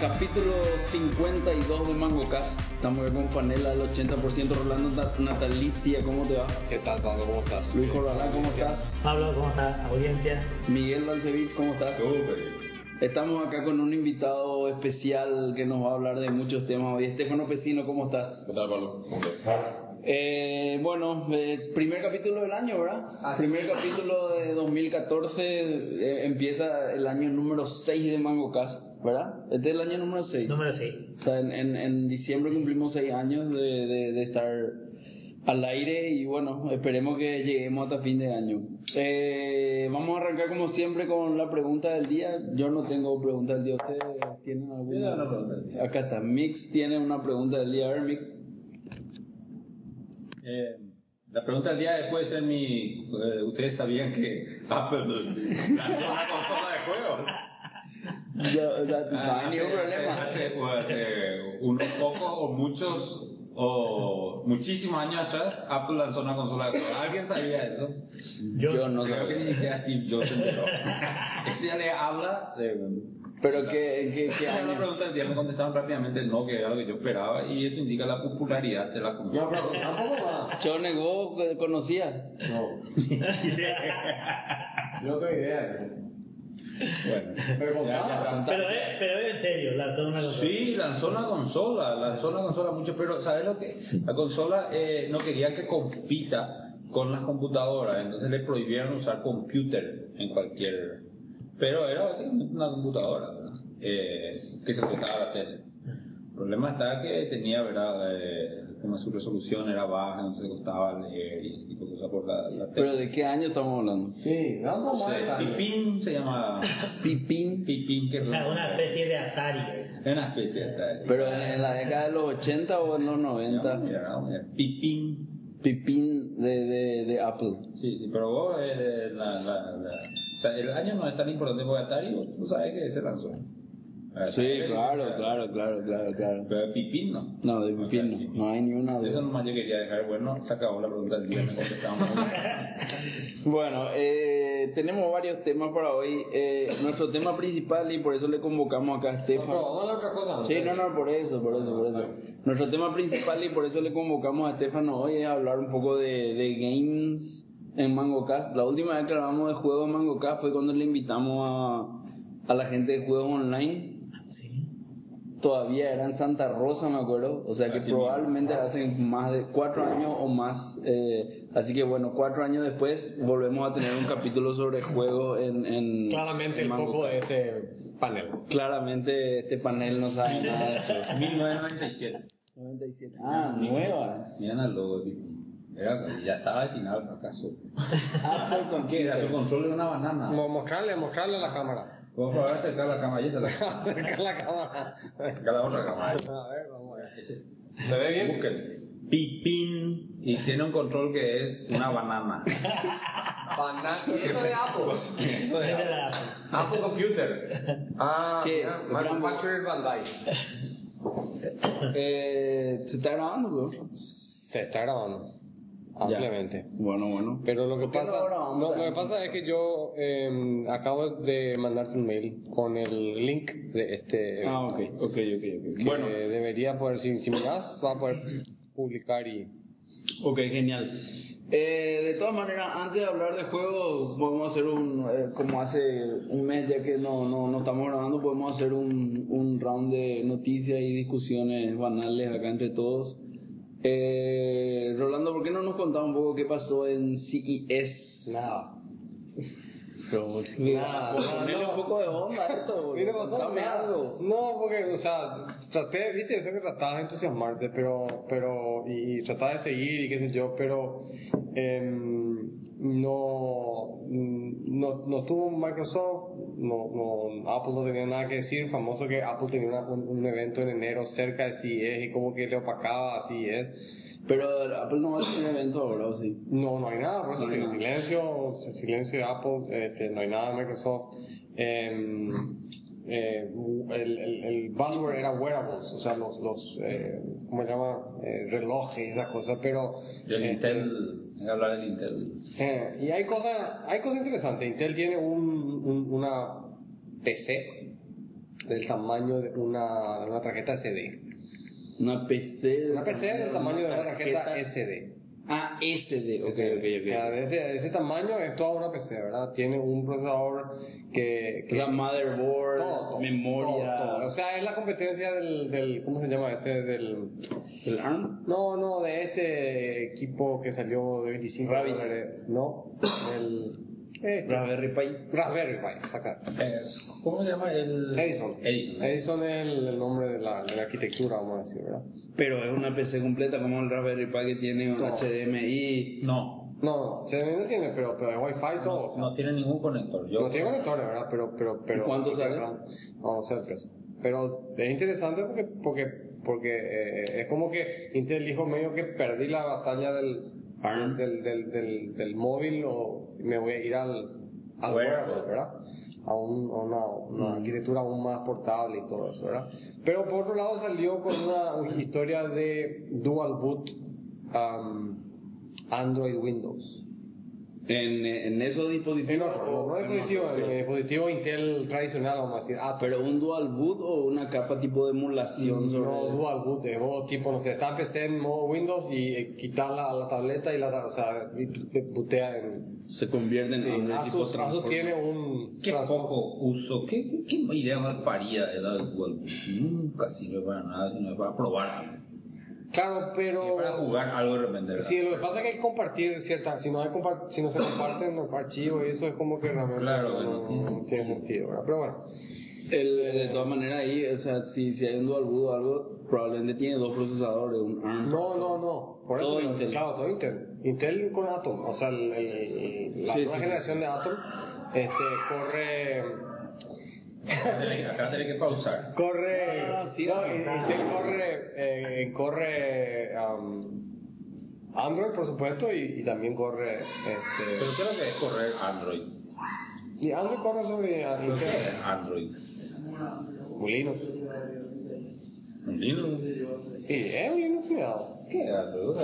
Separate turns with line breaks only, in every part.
capítulo 52 de Mango Cast. Estamos aquí con Fanela del 80%, Rolando Nat- Natalicia, ¿cómo te va?
¿Qué tal, Pablo? ¿Cómo estás?
Luis Corralá, ¿cómo
Bien.
estás?
Pablo, ¿cómo estás? Audiencia.
Miguel Balcevich, ¿cómo estás?
Súper bien.
Estamos acá con un invitado especial que nos va a hablar de muchos temas hoy. Estefano Pesino, ¿cómo estás?
¿Qué tal, Pablo? ¿Cómo estás?
Eh, bueno, eh, primer capítulo del año, ¿verdad? Primer capítulo de 2014, eh, empieza el año número 6 de Mango Cast, ¿verdad? Este es el año número 6.
Número 6.
O sea, en, en, en diciembre cumplimos seis años de, de- de estar al aire y bueno, esperemos que lleguemos hasta fin de año. Eh, vamos a arrancar como siempre con la pregunta del día. Yo no tengo pregunta del día. ¿Ustedes tienen alguna? Acá está. Mix tiene una pregunta del día. A ver, Mix.
Eh, la pregunta del día puede ser mi... eh, ¿Ustedes sabían que Ah, Apple lanzó una consola de juegos?
Ya, o sea, Ah, no hay ningún
Hace-
problema.
Hace, hace- o hace unos pocos o muchos o muchísimos años atrás, Apple lanzó una consola de juegos. ¿Alguien sabía eso?
Yo,
Yo-
no
Creo que
sé.
ni siquiera Steve Jobs se enteró. Eso ya le habla de...
Pero que, que, que
Esa era la
año.
pregunta del día me contestaron rápidamente no, que era lo que yo esperaba, y eso indica la popularidad de la consola.
Chone, vos eh, conocías.
No, no tengo idea.
Bueno.
Pero contá.
Pero es, pero es en serio, la zona de los-
Sí, lanzó una consola, lanzó una consola mucho, pero ¿sabes lo que? La consola eh, no quería que compita con las computadoras, entonces le prohibieron usar computer en cualquier... Pero era básicamente una computadora, ¿verdad? Eh, que se conectaba a la tele. El problema está que tenía, ¿verdad? Eh, como su resolución era baja, entonces costaba leer y ese tipo de cosas por la, la
Pero
tele.
de qué año estamos hablando?
Sí, no,
No
no,
sé, Pipín se llama...
Pipín.
Pipín, que
O
es
sea, una especie de Atari.
Es una especie de... tal.
Pero en, en la década de los 80 o en los 90.
Mira, no, mira. Pipín.
Pipín de, de, de Apple.
Sí, sí, pero vos, eh, la, la, la- o sea, el año no es tan importante porque Atari, vos tú sabes que se lanzó. Eh,
Sí,
eh,
claro, claro, claro, claro, claro.
Pero Pipín no.
No, de Pipín no, no hay ni una
De Eso
duda.
nomás yo quería dejar, bueno, se acabó la pregunta del día, me contestaron.
Bueno, eh, tenemos varios temas para hoy. Eh, nuestro tema principal, y por eso le convocamos acá a Estefano.
vamos a la otra cosa.
Sí, no, no, por eso, por eso, por eso. Nuestro tema principal, y por eso le convocamos a Estefano hoy, es hablar un poco de, de games en Mango Cast. La última vez que hablamos de juegos en Mango Cast fue cuando le invitamos a, a la gente de juegos online.
Sí.
todavía era en Santa Rosa, me acuerdo. O sea que
Así
probablemente hacen más de cuatro años o más. eh, así que bueno, cuatro años después volvemos a tener un capítulo sobre juegos en, en-
Claramente
en
el
Mango
foco
Cast.
de este panel.
Claramente este panel no sabe nada de eso.
1997.
97. Ah, nueva.
Miren al logo de Pipín. Era, ya estaba destinado al fracaso.
Apple
¿Qué era? Su
Computer.
consola era una banana.
Mo- Mostrarle, mostrarle a la cámara.
Vos a acercar la cama, ahí está la cama.
Acercar la cámara.
Acá la otra cama. ahí.
A ver, vamos a ver.
Ese-
¿Se ve bien?
Busquen. Pipín. Y tiene un control que es una banana.
Banana. Eso de Apple.
Eso
Es de
era.
la Apple.
Apple Computer. Ah,
¿Qué?
mira, Manufactured Bandai.
Eh, ¿Se está grabando, bro?
Se está grabando. Ampliamente.
Bueno, bueno.
Pero lo que
¿Por qué
pasa,
no grabamos?
no, lo que pasa es que yo eh, acabo de mandarte un mail con el link de este
Ah,
evento,
ok, ok, ok. ok.
que
Bueno,
debería poder, si, si miras, va a poder publicar y
Ok, genial. Eh, de todas maneras, antes de hablar de juegos, podemos hacer un, eh, como hace un mes ya que no, no, no estamos grabando, podemos hacer un, un round de noticias y discusiones banales acá entre todos. Eh, Rolando, ¿por qué no nos contás un poco qué pasó en E CES?
nada.
Mira,
Nada,
pues,
nada,
ponele
no.
un poco de onda a esto, boludo.
Mira, pasó
Contame
nada.
algo.
No, porque, o sea, traté, viste, eso que trataba de entusiasmarte, pero, pero, y, y trataba de seguir y qué sé yo, pero em, no, mm, no, no tuvo Microsoft, no, no, Apple no tenía nada que decir, famoso que Apple tenía una- un, un evento en enero cerca de CES y como que le opacaba a CES.
Pero Apple no va a tener evento ahora, ¿o sí?
No, no hay nada, por eso
No hay
digo,
nada.
silencio, silencio de Apple, este, no hay nada de Microsoft. Em, eh, el, el, el buzzword era wearables, o sea, los, los eh, ¿cómo se llama? Eh, relojes, esas cosas, pero...
Eh,
Del
este,
Intel, hay que hablar del Intel.
eh, y hay cosas hay cosas interesantes. Intel tiene un, un- una PC del tamaño de una, de una tarjeta SD.
Una PC.
Una PC del tamaño de una tarjeta SD.
Ah, SD, ok,
SD.
ok, ok.
Eh, O sea, de ese, de ese tamaño es toda una PC, ¿verdad? Tiene un procesador que...
O
que
sea, motherboard,
todo, todo,
memoria.
todo, todo. O sea, es la competencia del, del... ¿Cómo se llama este? Del...
¿El ARM?
No, no, de este equipo que salió de 25
Rabbit.
dólares. No, del... este,
Raspberry Pi.
Raspberry Pi, saca.
Eh, ¿Cómo se llama? El...
Edison.
Edison.
Edison es el, el nombre de la, de la arquitectura, vamos a decir, ¿verdad?
Pero es una PC completa como el Raspberry Pi que tiene un
No.
HDMI.
No,
No, no, CDMI no tiene, pero, pero es Wi-Fi todo. o sea.
no tiene ningún conector. Yo,
No tiene conectores, ¿verdad? Pero, pero, pero.
¿Cuánto
pero-
sale?
No, no sé el precio. Pero es interesante porque, porque, porque eh, es como que Intel dijo medio que perdí la batalla del,
ARM.
del, del, del, del móvil o me voy a ir al, al
Wearable.
wearable, ¿verdad? A, un- a una, una arquitectura aún más portable y todo eso, ¿verdad? Pero por otro lado salió con una historia de dual boot um, Android Windows.
En, en esos dispositivos.
En otro, no,
o-
no
en
es eh. dispositivo,
otro,
en
ok.
el dispositivo Intel tradicional, vamos a decir. Ah, pero
Pero un dual boot o una capa tipo de emulación sobre.
no dual boot, es vos tipo, no sé, está en PC en modo Windows y eh, quitas la, la tableta y la, ta- o sea, y te putea en...
Se convierte en
Sí,
Android tipo
Asus, Asus
Transformer.
tiene un...
Qué
trans-
poco uso, qué, qué- qué idea más parida era del juego. Nunca sirve para nada, sino para probar algo.
Claro,
Y para
pero...
jugar algo de repente. ¿verdad?
Sí, lo que pasa es que hay que compartir ciertas... Si no, hay compar- si no se comparten los archivos y eso es como que realmente
Claro,
no,
bueno.
no tiene sentido, ¿verdad? Pero bueno.
El, de todas maneras, ahí, o sea, si, si hay un dual boot o algo, probablemente tiene dos procesadores, un ARM.
No, no, no. Por
Todo
eso,
Intel.
Claro, todo Intel. Intel con Atom. O sea, el- el- la
Sí,
nueva
sí, sí.
generación de Atom este, corre.
Acá tenés- Acá tenés que pausar.
Corre.
No, no, no, sí,
no,
no,
In-
no.
Intel corre. eh, corre. um, Android, por supuesto, y, y también corre.
Pero
Este,
¿qué es lo que es correr Android?
y Android corre sobre a-
Lo que
Intel.
es Android.
Linux.
Un Linux.
Y es un Linux cuidado.
¿Qué es Android?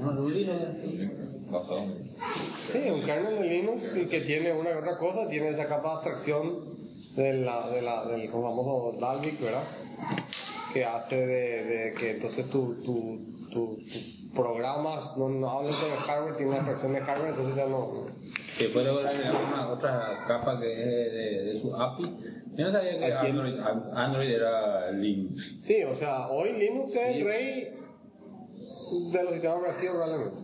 Un Linux. Pasado.
Sí, un kernel de Linux y que tiene una que otra cosa, tiene esa capa de abstracción de la, de la, del famoso Dalvik, ¿verdad? Que hace de, de que entonces tu, tu, tu, tu programas no, no hablan con el hardware, tiene una abstracción de hardware, entonces ya no.
Que puede agregar una otra capa que es de, de- de su API. Yo no sabía que
¿A quién?
Android, Ah, An- Android era Linux.
Sí, o sea, hoy Linux es el rey de los sistemas operativos probablemente.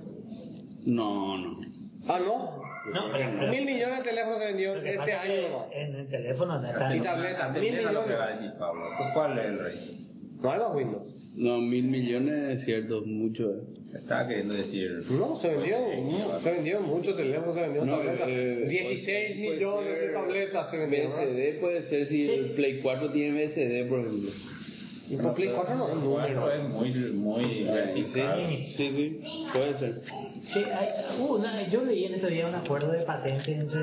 No, no.
Ah, no.
No, pero, pero-
Mil millones de teléfonos se vendieron
lo que
este
pasa es
año
que
nomás.
En el teléfono no está.
Y tableta, mil
Entienda lo que
millones.
va a decir Pablo. ¿Cuál es el rey?
No hay más Windows.
No, mil millones es cierto, mucho. eh.
Estaba queriendo decir.
No, se vendieron, mu- se vendieron muchos teléfonos, se vendieron
No,
tabletas.
eh,
16
puede
millones de
ser
tabletas se vendieron. ¿verdad?
BSD puede ser si
Sí.
el Play 4 tiene BSD, por ejemplo.
Y por Play 4 no es
El
número.
cuatro es muy, muy vertical.
Sí, sí, puede ser.
Sí, hay uh, una, yo leí en este día un acuerdo de patente entre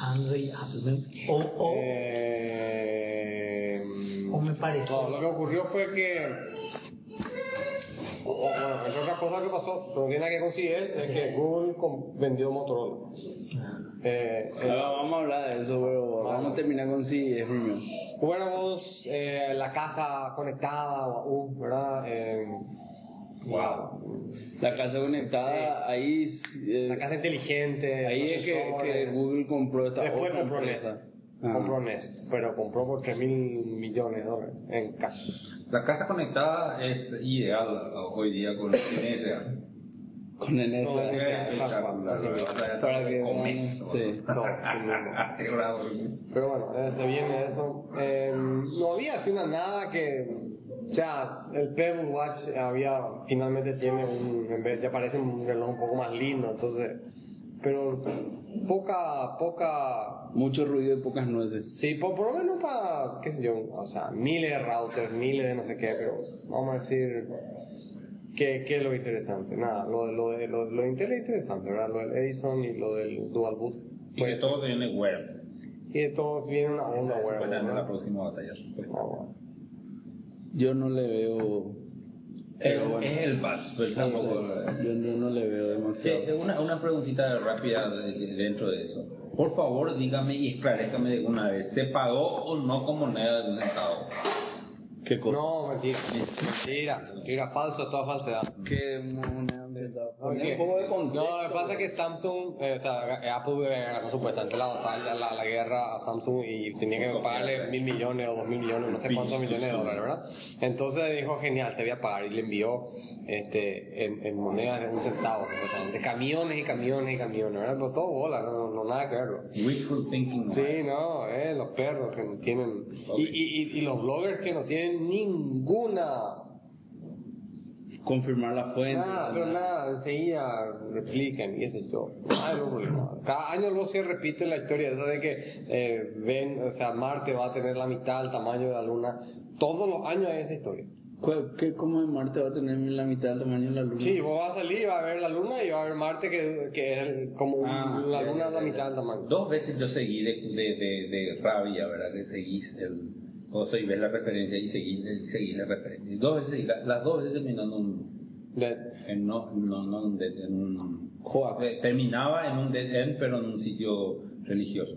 Android y Apple. ¿no? O, o,
Eh,
o me pareció.
no, lo que ocurrió fue que. o- o, bueno, entre otras cosas que pasó, pero que nada que conseguir es, es que Google com- vendió Motorola.
Ah.
Eh, eh,
Ahora vamos a hablar de eso, pero vamos a terminar con sí, es mío.
wearables, eh, la casa conectada, uh, ¿verdad? Eh, wow.
La casa conectada, ahí, eh,
La casa inteligente.
ahí es que, que
Google
Google compró esta
Después
otra
compró Nest.
empresa. Ah.
Compró Nest, pero compró por 3 mil millones de dólares en cash.
La casa conectada es ideal hoy día con Indonesia.
Ah, Con el Nest.
No,
eh.
esa- esa-
Para que- sí.
No, sí, no. Pero bueno, eh, se viene eso. Eh, no había así una nada que. O sea, el Pebble Watch había, finalmente tiene un. En vez, ya parece un reloj un poco más lindo, entonces. Pero poca, poca
Mucho ruido y pocas nueces.
Sí, por, por lo menos para, qué sé yo, o sea, miles de routers, miles de no sé qué, pero vamos a decir que, que es lo interesante. Nada, lo, de- lo, de- lo, lo de Intel es interesante, ¿verdad? Lo del Edison y lo del Dual Boot.
Y que
Pues,
todo tiene web.
y de todos viene una onda,
Esa es
güey.
supuestamente Pues, la
¿verdad?
próxima batalla.
Ah, bueno.
Yo no le veo. Pero
Es-
bueno.
Eh, Es el buzz, pero Pues, tampoco.
Yo, yo no le veo
Sí, eh,
demasiado.
una, una preguntita rápida de- de- dentro de eso. Por favor, dígame y esclarezcame de una vez, ¿se pagó o no con moneda de un Estado? ¿Qué
No, mentira. Mentira. Mentira, falso, toda falsedad.
Que una-
Porque-
Poner un poco de contexto. pues.
No, lo que pasa es que Samsung, eh, o sea, Apple eh, ganó supuestamente la batalla, la, la guerra a Samsung y tenía que pagarle mil millones o dos mil millones, no sé cuántos millones de dólares, ¿verdad? Entonces dijo, genial, te voy a pagar y le envió este, en, en monedas de un centavo, de camiones y camiones y camiones, ¿verdad? Pero todo bola, no, no nada que ver. ¿no?
Wishful thinking.
Sí, no, eh, los perros que no tienen. Y, y, y, y los bloggers que no tienen ninguna.
Confirmar la fuente.
Nada, pero nada, enseguida replican, qué sé yo. Ay, no, pues, no. Cada año luego se repite la historia esa de que eh, ven, o sea, Marte va a tener la mitad del tamaño de la Luna. Todos los años hay esa historia.
¿Cuál- ¿Qué, ¿Cómo en Marte va a tener la mitad del tamaño de la luna?
Sí, vos vas a salir, vas a ver la Luna y vas a ver Marte que, que es el- como un-
Ah,
la
sí,
Luna es
sí,
la
sí.
mitad del tamaño.
Dos veces yo seguí de, de, de, de rabia, ¿verdad? Que seguís el cosa y ves la referencia y seguís, y seguís la referencia. Y Dos veces, seguí, la- las dos veces terminando un,
De-
en no, no, no, un dead end, un-
Joax.
eh, terminaba en un dead end, pero en un sitio religioso.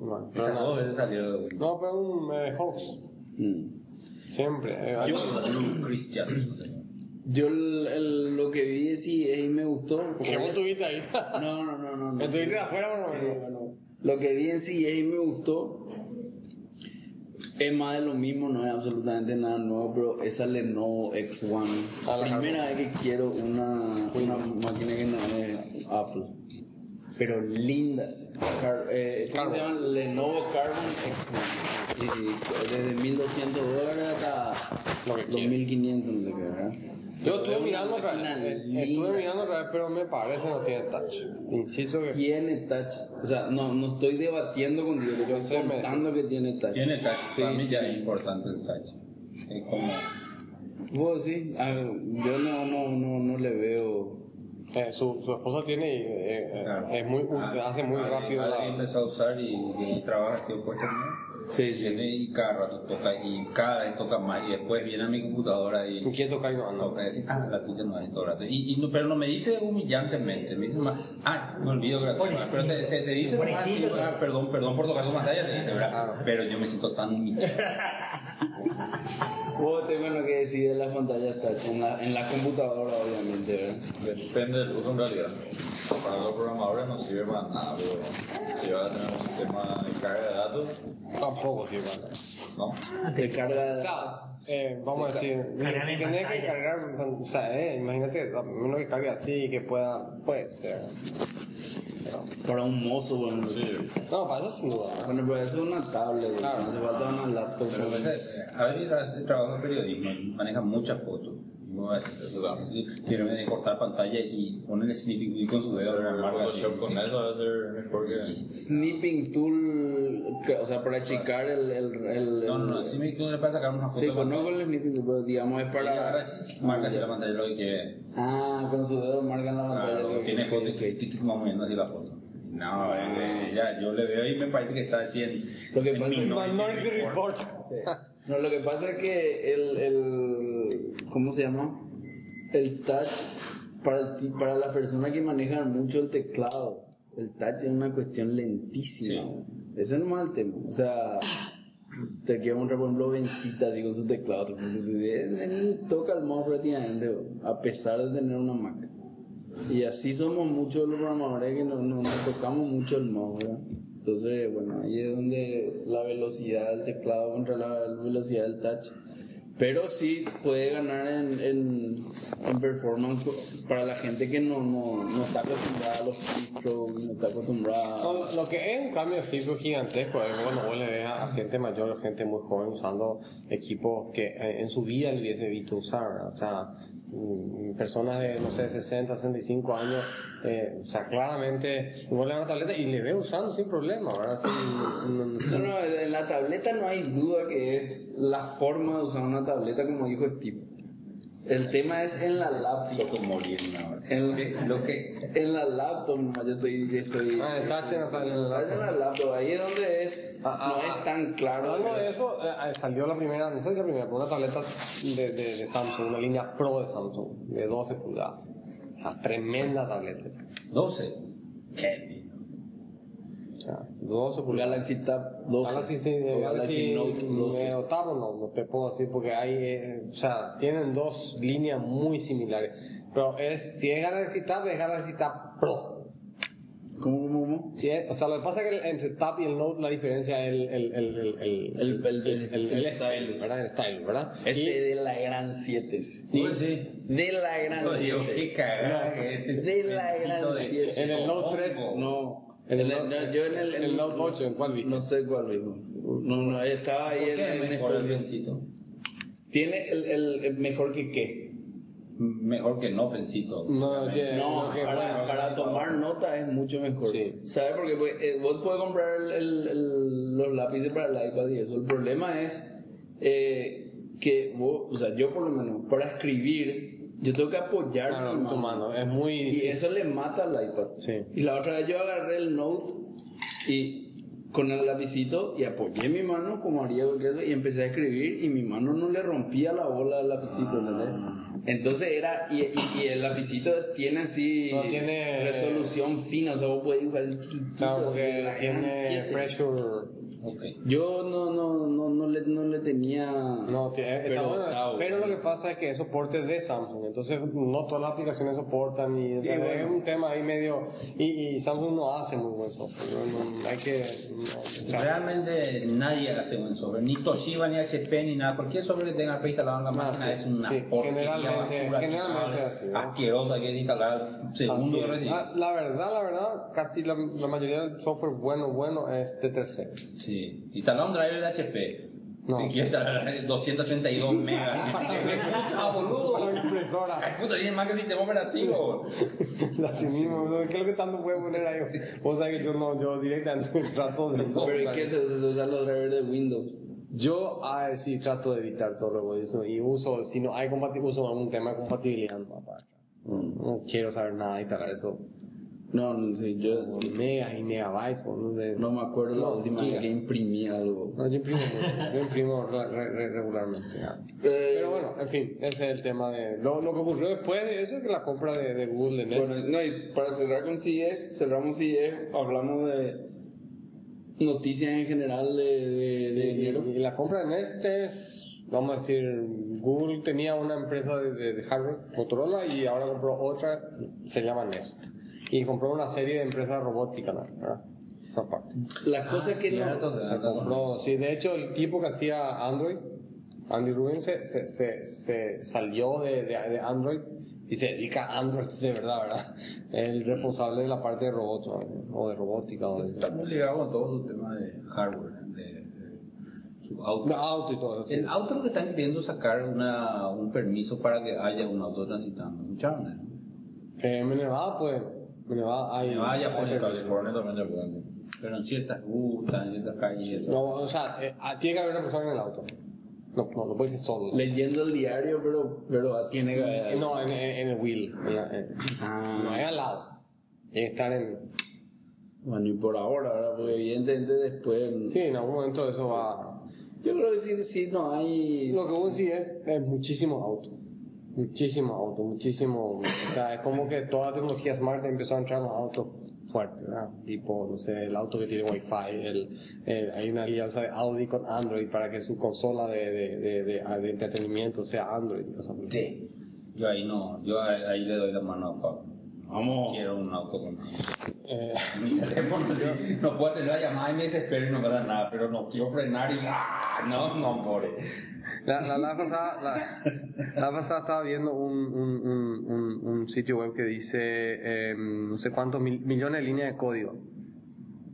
bueno, pero
Esas
nada.
dos veces salieron de un
no, pero un eh, hoax.
Mm.
Siempre. eh, hay-
un cristianismo, señor.
Yo el- el- lo que vi sí eh, y me gustó.
Que vos tuviste ahí.
No, no, no, no. no.
¿Estuviste afuera o
Eh,
no?
bueno, lo que vi en CJ me gustó. Es más de lo mismo, no es absolutamente nada nuevo, pero esa Lenovo X1.
Ah, la
Primera vez que quiero una, una máquina que no es Apple. Pero lindas. Car- eh, ¿Cómo
Carbon.
se llaman? Lenovo Carbon X1. Y desde 1200 dólares hasta
Lo que quieras.
2500, no sé qué, ¿verdad?
Yo
Pero es
estuve
una
mirando otra vez,
máquina
eh,
linda.
estuve mirando otra vez, pero me parece no tiene touch. Insisto que
tiene touch. O sea, no, no estoy debatiendo con yo estoy
sé, me-
contando que tiene touch.
Tiene touch, para mí ya es importante el touch. Es como,
Vos sí, Ah, yo no, no, no, no le veo.
eh, su, su esposa tiene y eh, eh,
claro.
es muy, u-
Ah,
hace muy
alguien-
rápido
alguien
la...
empezó a usar y, y trabaja así opuesto, ¿no?
Sí,
Viene y cada rato toca y cada vez toca más y después viene a mi computadora y
Inquieto tocar y no anda.
toca y dice, ah, la tuya no es esto, la tuya". Y, y no, pero no me dice humillantemente, me dice más, ah, me olvido que la tuya no es". pero te, te, te dice
Por
nomás así,
estilo.
"Ah, perdón, perdón por tocar tu pantalla, te dice, ¿verdad? Pero yo me siento tan humillado.
Vos tenés lo que decir de las pantallas touch, en la, en la computadora, obviamente, ¿verdad?
Depende del uso en realidad. Para los programadores no sirve para nada, pero si vas a tener un sistema de carga de datos,
Tampoco sí, vale.
no.
Te
Ah,
carga.
O sea, eh, vamos a decir,
Cargar
si
en
tenés que
pantalla.
cargar, o sea, eh, imagínate, a menos que cargue así, que pueda, puede ser.
Para un mozo, bueno, sí.
No, para eso sin duda.
Bueno, pero eso es una tablet,
Claro.
claro. hace falta una laptop.
Pero a
¿no?
veces, eh, Adri hace trabajo de periodismo, y maneja muchas fotos. Y vos decís, eso también, sí, Tiene que cortar pantalla y ponerle snipping y con su dedo.
Hacer
la marca así.
Photoshop con eso va a ser mejor que...
Snipping tool, que- o sea, para achicar el. el, el
No, no, no, sí me tú le puedes sacar una foto.
Sí,
de
conozco
pantalla.
el snipping tool, pero digamos es
Y ahora
para.
Ah,
sí, marca así la pantalla lo que quiere.
Ah, con su dedo marcan la pantalla.
Claro, tiene foto y que tic, tic, más o menos así la foto. No, eh, ya, yo le veo y me parece que está así en...
Lo que
en
pasa es que
Minority
Minority
Report.
Report.
No, lo que pasa es que el, el ¿cómo se llama? El touch para ti- para las personas que manejan mucho el teclado, el touch es una cuestión lentísima. Eso no es mal tema, o sea, te quiero mostrar por ejemplo Bencita digo su teclado, tipo, él- él toca el mouse prácticamente, bro, a pesar de tener una Mac. Y así somos muchos los programadores que no, no- no tocamos mucho el mouse, ¿verdad? Entonces, bueno, ahí es donde la velocidad del teclado contra la velocidad del touch. Pero sí puede ganar en, en, en performance para la gente que no, no, no está acostumbrada a los keystrokes, no está acostumbrada a...
No, lo que es un cambio físico gigantesco eh, es cuando vos le ves a a gente mayor, a gente muy joven usando equipos que eh, en su vida le hubiese visto usar, ¿verdad? o sea, mm, personas de, no sé, 60, 65 años, eh, o sea, claramente, vos le das una tableta y le ve usando sin problema, ¿verdad? Sin- no- no-
No, no, en la tableta no hay duda que es la forma de usar una tableta como dijo Steve. El tema es en la laptop.
Toco morir una hora.
En
Eh,
la-
Lo que...
En la laptop, nomás yo estoy. yo estoy
Ah, el touch en la- en la
Touch en la laptop, ahí es donde es.
Ah, ah,
no
ah.
es tan claro.
Algo de eso eh, eh, salió la primera, no sé si la primera, pero una tableta de, de- de Samsung, una línea Pro de Samsung, de 12 pulgadas. Una tremenda tableta.
12. Eh,
12 pulgadas.
Galaxy Tab 12.
Galaxy, sí, eh, Galaxy,
Note 12.
eh, octavo no, no te puedo decir porque hay, eh, o sea, tienen dos líneas muy similares. Pero es, si es Galaxy Tab, es Galaxy Tab Pro.
¿Cómo, cómo, cómo?
Si es- o sea, lo que pasa es que el- entre el Tab y el Note la diferencia es el, el, el, el, el,
El- el- el- el
style,
stylus.
¿verdad? El style, ¿verdad?
Ese
Y-
de la gran 7.
Pues sí.
De la gran
Oye,
7.
qué cagada que es el
De la
pencito
gran
de-
7.
en el Note 3,
Ojo.
No.
En
En
el
el-
Note-
no, yo en el,
en el Note 8, ¿en cuál viste?
No sé cuál vimos. No, no, estaba ahí
¿Por
en,
qué
en
mejor el
exposición.
pencito?
¿Tiene el, el, el mejor que qué?
Mejor que no pencito.
Mm.
No, que-
No,
que-
para,
bueno,
para tomar nota es mucho mejor.
Sí.
¿Sabes? Porque pues, eh, vos puedes comprar el- el- el- los lápices para el iPad y eso. El problema es eh, que vos, o sea, yo por lo menos, para escribir, yo tengo que apoyar
claro,
mi mano.
tu mano, es muy
Y
difícil.
eso le mata al iPad.
Sí.
Y la otra vez yo agarré el Note y con el lapicito y apoyé mi mano como haría cualquier cosa, y empecé a escribir y mi mano no le rompía la bola al
Ah.
lapicito, ¿entendés? Entonces era, y, y- y el lapicito tiene así
No, tiene-
resolución fina, o sea, vos podés dibujar así chiquitito,
Claro,
así,
porque
la gran
tiene
siete.
pressure.
Ok.
Yo no, no, no, no, le, no le tenía...
No, ti- eh, está
Pero
bueno,
octavo.
pero lo que pasa es que es soporte de Samsung, entonces no todas las aplicaciones soportan y o sea, es un tema ahí medio y, y Samsung no hace muy buen software, no- no- hay que no, o sea,
Realmente nadie hace buen sobre, ni Toshiba, ni HP, ni nada. Cualquier sobre que tenga preinstalado en la máquina
Ah, sí,
es una
sí,
porquería,
generalmente-
basura,
generalmente
quitable,
así, ¿no?
asquerosa que hay que instalar segundo
así
que
es.
recibe.
Ah, la verdad, la verdad, casi la, la mayoría del software bueno bueno es TTC.
Sí, instalar un driver de HP.
No.
Y quiere instalar 282 megas. ¡Ah,
Para
boludo!
la impresora.
Ay, puta, tiene más que sistema operativo.
Así mismo, ¿no? ¿qué es lo que tanto puede poner ahí? Vos sabés que yo no, yo directamente trato de no
Pero ¿y
usar
qué se usa? Se usan los drivers de Windows.
Yo ah, sí trato de evitar todo eso y uso, si no hay compatibilidad, uso algún tema de compatibilidad. No, para-
Mm.
no quiero saber nada de instalar eso.
No, no sé, yo
Como Megas y megabytes, por no sé.
no me acuerdo la
No,
última vez
giga.
que imprimí algo.
No, yo imprimo, mucho, yo imprimo re- re- re- regularmente. ya.
Eh,
Pero bueno, en fin, ese es el tema de... Lo, lo que ocurrió después de eso es que la compra de, de Google de Nest.
Bueno, no, y para cerrar con CIEF, cerramos CIEF, hablamos de noticias en general de, de, de dinero.
Y, y la compra de Nest es, vamos a decir, Google tenía una empresa de, de- de hardware, Motorola, y ahora compró otra, se llama Nest. Y compró una serie de empresas robóticas, ¿no? ¿verdad? Esa parte.
Las
Ah,
cosas que
cierto,
no...
de-
La compró, sí, de hecho, el tipo que hacía Android, Andy Rubin, se, se, se, se salió de, de, de Android y se dedica a Android de verdad, ¿verdad? El responsable de la parte de robots, ¿no? o de robótica, o de...
Está muy ligado a todo su tema de hardware, de, de su auto.
No, auto y todo eso. sí.
El auto lo que están queriendo sacar una, un permiso para que haya un auto transitando. ¿Escucharon? eso?
Eh, me nevaba, pues. Me nevaba, hay.
Que vaya por
hay
el
permiso.
California también le ponen. Pero en ciertas rutas, en ciertas calles.
No, o sea, eh, ah, tiene que haber una persona en el auto. No, no, no puedes ir solo.
Leyendo el diario, pero, pero tiene que
Eh, no, en, en- en el wheel. en la- en-
Ah.
No es al lado. Tiene que estar en.
Bueno, y por ahora, ¿verdad?
pues,
Porque evidentemente después...
Sí, en algún momento eso va.
Yo creo que sí, sí, no hay...
Lo que vos sí es, es muchísimo auto. Muchísimo auto, muchísimo. O sea, es como que toda la tecnología smart empezó a entrar en los autos fuertes, ¿verdad? Tipo, no sé, el auto que tiene Wi-Fi, el, el- hay una alianza de Audi con Android para que su consola de, de, de, de- de entretenimiento sea Android. y cosas por el estilo.
Yo ahí no, yo ahí, ahí le doy la mano a Pablo.
Vamos.
Quiero un auto con
Eh,
mi teléfono. sí. No puedo tener la llamada y me desespero y no me da nada, pero no quiero frenar y ¡ah! No, no, pobre.
La, la, la pasada, la, la pasada estaba viendo un, un, un, un- un sitio web que dice em, no sé cuántos mil- millones de líneas de código.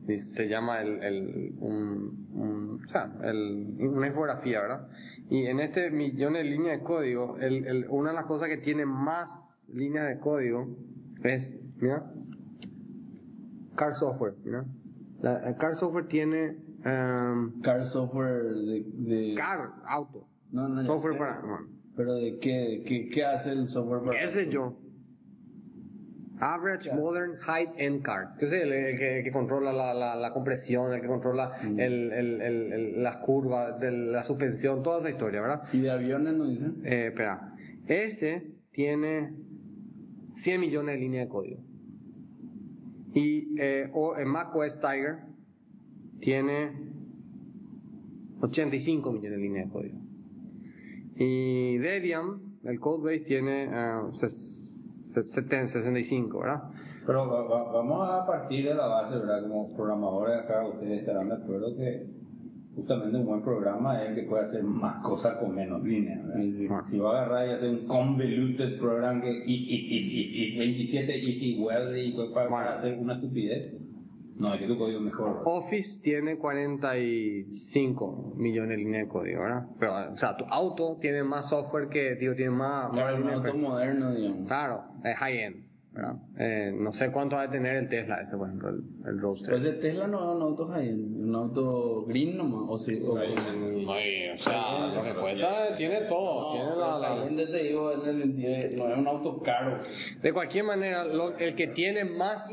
Y se llama el, el, un- un- o sea, el- una infografía, ¿verdad? Y en este millón de líneas de código, el, el- una de las cosas que tiene más líneas de código es, mira, Car Software, mira. La- la car Software tiene em,
Car software de... de-
Car, auto,
No, no, ya
software
sé.
para... bueno.
Pero de qué, qué, qué hace el software para...
¿Qué sé yo? Average Modern Height End Card. Que es el, el que, que controla la, la, la compresión, el que controla el, el, el, el- las curvas, de la suspensión, toda esa historia, ¿verdad?
¿Y de aviones no dicen?
Eh, espera. Ese tiene 100 millones de líneas de código. Y eh, o, en Mac OS Tiger tiene 85 millones de líneas de código. Y Debian, el Codebase, tiene eh, ses- ses- seten- 65, ¿verdad?
Pero va- va- vamos a partir de la base, ¿verdad? Como programadores acá, ustedes estarán de acuerdo que justamente un buen programa es el que puede hacer más cosas con menos líneas, ¿verdad? Ah. Si va a agarrar y hacer un convoluted program que y, y, y, y, y 27 y, y well y pues, para, para hacer una estupidez, no, es que tu código es mejor.
Oh,
¿verdad?
Office tiene 45 millones de líneas de código, ¿verdad? Pero, o sea, tu auto tiene más software que, digo, tiene más... más
Claro, un
líneas,
auto
pero-
moderno, digamos.
Claro, es high-end, ¿verdad? Eh, no sé cuánto va a tener el Tesla ese, por ejemplo, el, el Roadster.
Pero ese Pues Tesla no es un auto high, un auto green nomás, o sí, o...
Ay, Pues, o sea, lo que cuesta tiene todo. tiene la-
No,
la-
realmente te digo en el sentido de, no es un auto caro.
De cualquier manera, lo- el que tiene más,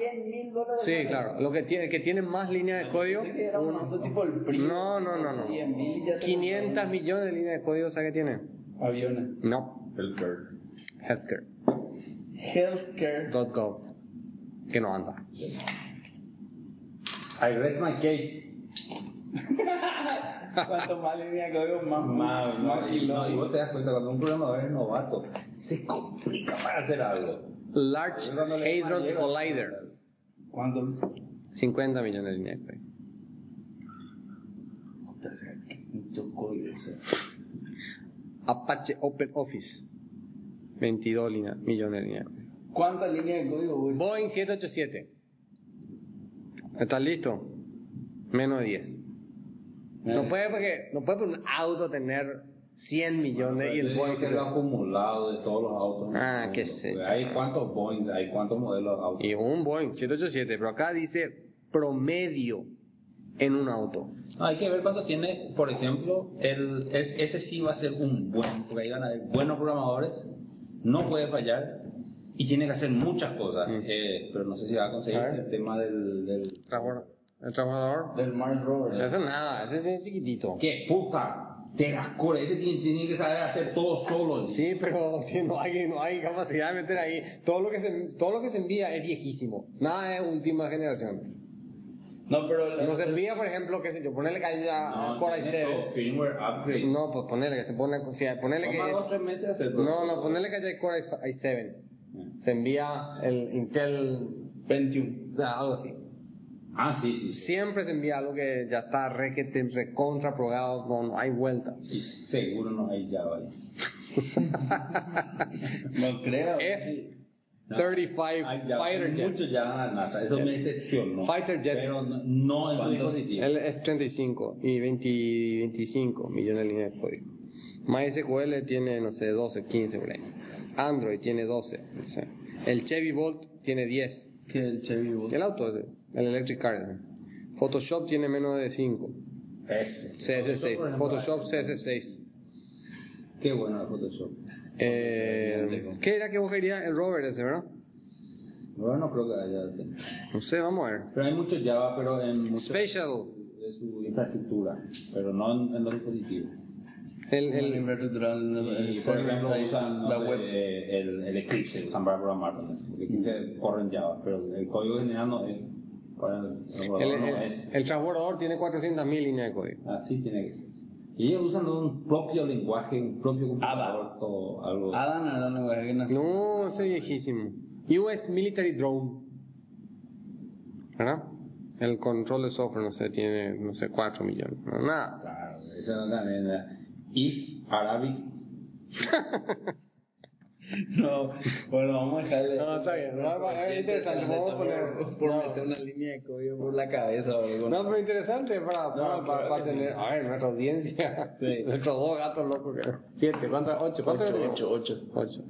sí, claro, lo que tiene, el que tiene más líneas de código,
Pensé que era un auto tipo el PRI.
no, no, no, no,
100.000 y ya te
500
compraron
millones de líneas de código, ¿sabes qué tiene?
Aviones.
No,
El Bird.
healthcare.gov,
Healthcare.
que no anda.
I read my case.
Cuanto más línea de código, más, más, más
Y,
kilo.
no, y vos te das cuenta, cuando un programador es novato, se complica para hacer algo.
Large Hadron Collider,
¿Cuánto?
50 millones de líneas de código.
Puta, sea, qué mucho código, o sea.
Apache Open Office, 22 líneas- millones de líneas de código.
¿Cuántas líneas de código, güey?
Boeing 787. ¿Estás listo? Menos de 10. No puede porque no puede por un auto tener 100 millones y el Boeing
es lo
787.
acumulado de todos los autos. Pues,
Ah, qué sé.
Hay cuántos Boeings, hay cuántos modelos de autos.
Y un Boeing 787, pero acá dice promedio en un auto.
No, hay que ver cuánto tiene, por ejemplo, el, es- ese sí va a ser un buen, porque ahí van a haber buenos programadores, no puede fallar y tiene que hacer muchas cosas,
Mm.
eh, pero no sé si va a conseguir
A ver.
el tema del... del-
Transbor- El transbordador.
Del Mars Rover.
Eso nada, ese es chiquitito.
¿Qué? ¡Puta! Te las cura, ese tiene, tiene que saber hacer todo solo.
Sí, pero si no hay, no hay capacidad de meter ahí. Todo lo que se, todo lo que se envía es viejísimo. Nada es última generación.
No, pero la-
No se envía, por ejemplo, qué sé yo, ponerle que haya
No,
Core
tiene todo,
i7.
firmware upgrade.
No, pues ponerle que se pone, o sea, ponerle que...
Toma dos Mm. tres meses hacer
No, no, ponerle que haya Core i- i7. Se envía el Intel,
Pentium.
da, algo así.
Ah, sí, sí. sí.
Siempre se envía algo que ya está re que te recontra probado, no, no hay vuelta.
Y seguro no hay Java. ahí.
No creo.
Ah, Hay
F-35
Java,
Fighter Jet.
Mucho Java en NASA, eso me decepcionó.
Fighter jets.
Pero no, no en su dispositivo.
El F-35 y 20 25 millones de líneas de código. MySQL tiene, no sé, 12, 15 por ahí. Android tiene 12. no sé. El Chevy Volt tiene 10.
Que el Chevy Volt.
El auto, el electric car. ¿eh? Photoshop tiene menos de 5.
Ese.
CS6. Photoshop CS6.
Qué bueno el Photoshop.
Eh, ¿Qué era que vos querías? El Robert ese, ¿verdad?
Bueno, no creo que haya.
No sé, vamos a ver.
Pero hay mucho Java, pero en mucho
Spatial.
de su infraestructura, pero no en, en los dispositivos.
El,
El
el,
invertidor, el,
Y,
el
por
server
ejemplo,
side,
usan no
la
sé,
web.
eh, el, el Eclipse, usan para programar con eso, porque Eclipse corre en Java, pero el código general no es. Para el,
el,
el- no
el-
es.
el transbordador tiene 400.000 líneas de código.
Así tiene que ser. Y ellos usan un propio lenguaje, un propio computador, todo, algo.
Adam era un lugar que nació.
No, ese es viejísimo. US Military Drone. ¿Verdad? El control de software, no sé, tiene, no sé, 4 millones. No, nada.
Claro, eso no también era. If Arabic
No, bueno, vamos a dejarle.
No, está bien, no, va- es interesante, vamos a poner-
Por, por meter una línea de código por la cabeza o algo.
No, pero interesante para, para,
No,
para-
claro
para
que
tener. A ver, nuestra audiencia.
Sí.
Nuestros dos gatos locos. que- Siete, ¿cuántas? Ocho, ¿cuántas?
Ocho,
tenemos?
ocho, ocho.
Ocho.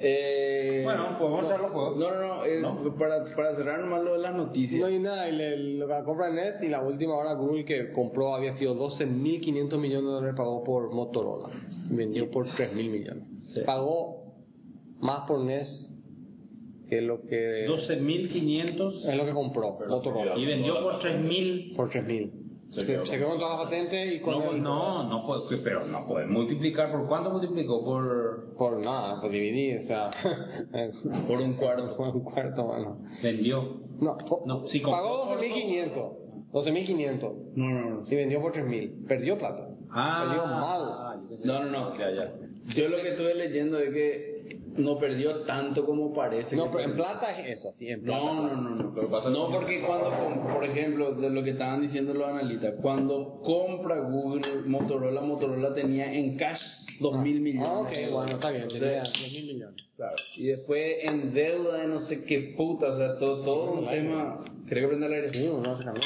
Eh,
Bueno, pues vamos
no,
a los juegos.
No, no, no, eh, Para, para cerrar nomás lo de las
No
noticias.
hay nada, y le- lo que compra NES y la última hora Google que compró había sido 12.500 millones de dólares pagó por Motorola. Vendió por 3.000 millones. Pagó más por NES que lo que,
12.500
es lo que compró Motorola.
y vendió por 3.000.
Por 3.000. Se, se quedó con todas las patentes y con
No,
el-
no, no puede, pero no puede multiplicar. ¿Por cuánto multiplicó? Por
Por nada, por dividir, o sea.
por un cuarto.
Por un cuarto, mano.
Vendió.
No,
No, sí compró.
pagó 12.500. 12.500
No, no, no.
y vendió por 3.000. Perdió plata.
Ah,
Perdió mal.
No, no, no. Yo lo que estuve leyendo es que no perdió tanto como parece.
No,
que
pero en
perdió.
plata es eso, así, en plata.
No, no,
plata.
no, no.
Lo que pasa es
no,
que-
porque cuando, com- por ejemplo, de lo que estaban diciendo los analistas, cuando compra Google Motorola, Motorola tenía en cash 2 mil millones.
Ah, ok, bueno, está bien. tenía
Sí.
10.000 millones.
Claro. Y después en deuda de no sé qué puta, o sea, todo, todo un tema. Quería que prenda el aire.
Sí, no se cambió.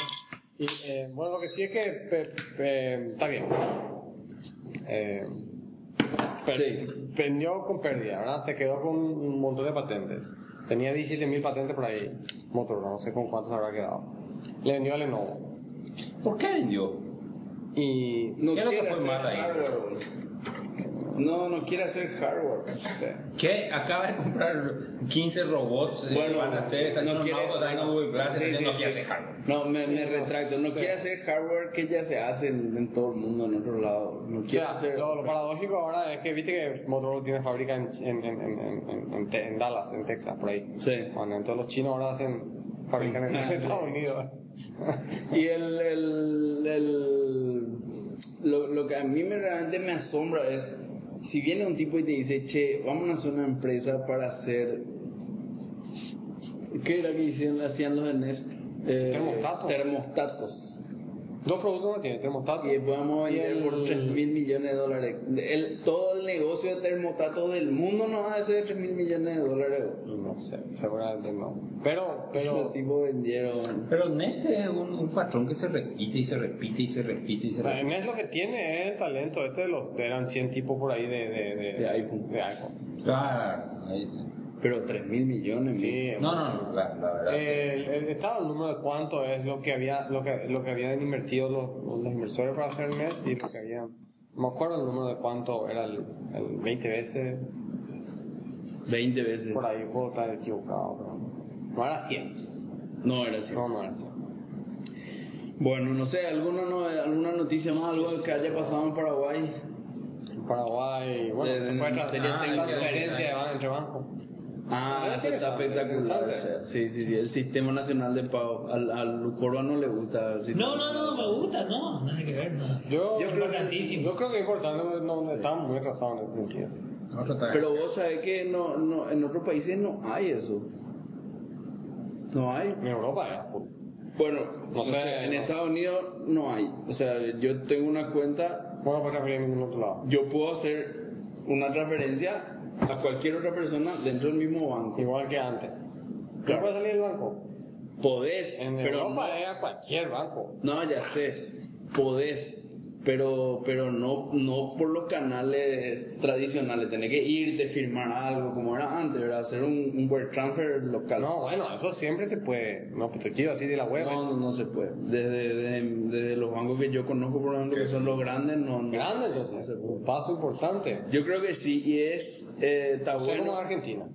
Y, eh, bueno, lo que sí es que pe- pe- está bien. Eh, per-
Sí.
Vendió con pérdida, ¿verdad? Se quedó con un montón de patentes. Tenía 17.000 patentes por ahí. Motorola, no sé con cuántos habrá quedado. Le vendió a Lenovo.
¿Por qué vendió?
Y
No
¿Qué es lo que
quiere
fue
hacer
mal ahí?
hardware, boludo. No, no quiere hacer hardware.
¿Qué? Acaba de comprar 15 robots. eh,
Bueno,
van a hacer, está haciendo un auto, está haciendo Google Glass, está
Sí,
haciendo
sí,
aquí
sí.
hace hardware.
No, me, me retracto. No quiere hacer hardware que ya se hace en, en todo el mundo, en otro lado. No
O
quiere
sea,
hacer.
lo, lo paradójico ahora es que viste que Motorola tiene fábrica en, en, en, en, en- en Te- en Dallas, en Texas, por ahí.
Sí.
Bueno, entonces los chinos ahora hacen fabrican en
Ah, sí.
Estados Unidos.
Y el, el, el- lo, lo que a mí me, realmente me asombra es, si viene un tipo y te dice, che, vamos a hacer una empresa para hacer, ¿qué era que hicieron- hacían los ENES? Eh,
Termostatos.
Termostatos.
Dos productos no tienen, termostato.
Y podemos
Y
vender
el-
por 3 mil millones de dólares. El, todo el negocio de termostatos del mundo no va a ser de 3 mil millones de dólares.
No sé, seguramente no. Pero, pero,
Los tipos vendieron.
Pero Nest es un, un patrón que se repite y se repite y se repite y se repite.
Inés lo que tiene es el talento. Este de los, eran 100 tipos por ahí de, de, de,
De iPhone.
de iPhone.
Ah, ahí-
Pero 3 mil millones.
Sí.
no, no, no, la, la verdad.
El, el estado, el número eh, de cuánto es lo que había, lo que, lo que habían invertido los, los inversores para hacer el mes y lo que habían. No me acuerdo el número de cuánto era el, el 20 veces,
20 veces.
por ahí puedo estar equivocado, pero no era 100.
No era así.
No, no era 100.
Bueno, no sé, ¿alguna, no- alguna noticia más, algo que haya pasado en Paraguay?
En Paraguay, bueno,
De-
se puede
de-
transferir
ah,
tengo
que-
transferencia de ban- entre bancos.
Ah,
Ah,
eso está
interesante,
espectacular.
interesante.
Sí, sí, sí, el Sistema Nacional de Pago. Al, al no le gusta el sistema.
No, no, no, me gusta, no, nada que ver, nada.
Yo
Yo,
creo que-
Importantísimo.
yo creo que es importante, no, no estamos muy atrasados en ese sentido.
Otro traje.
Pero vos sabés que no, no, en otros países no hay eso. No hay.
En Europa era full.
Bueno,
No
no sé,
sé,
en
no.
Estados Unidos no hay. O sea, yo tengo una cuenta,
Bueno, pues transferir en ningún otro lado.
yo puedo hacer una transferencia a cualquier otra persona dentro del mismo banco.
Igual que antes. ¿No
Claro.
puede salir del banco?
Podés,
En
pero
Europa
no-
era cualquier banco.
No, ya sé, podés, pero, pero no, no por los canales tradicionales. Tenés que irte, firmar algo como era antes, ¿verdad? Hacer un, un web transfer local.
No, bueno, eso siempre se puede. No, pues te quiero así de la web.
no, no, no se puede. Desde, desde, desde los bancos que yo conozco, por ejemplo, que son los grandes, no. no.
Grande entonces. Un paso importante.
Yo creo que sí, y es. Eh, está
O sea,
bueno.
como Argentina.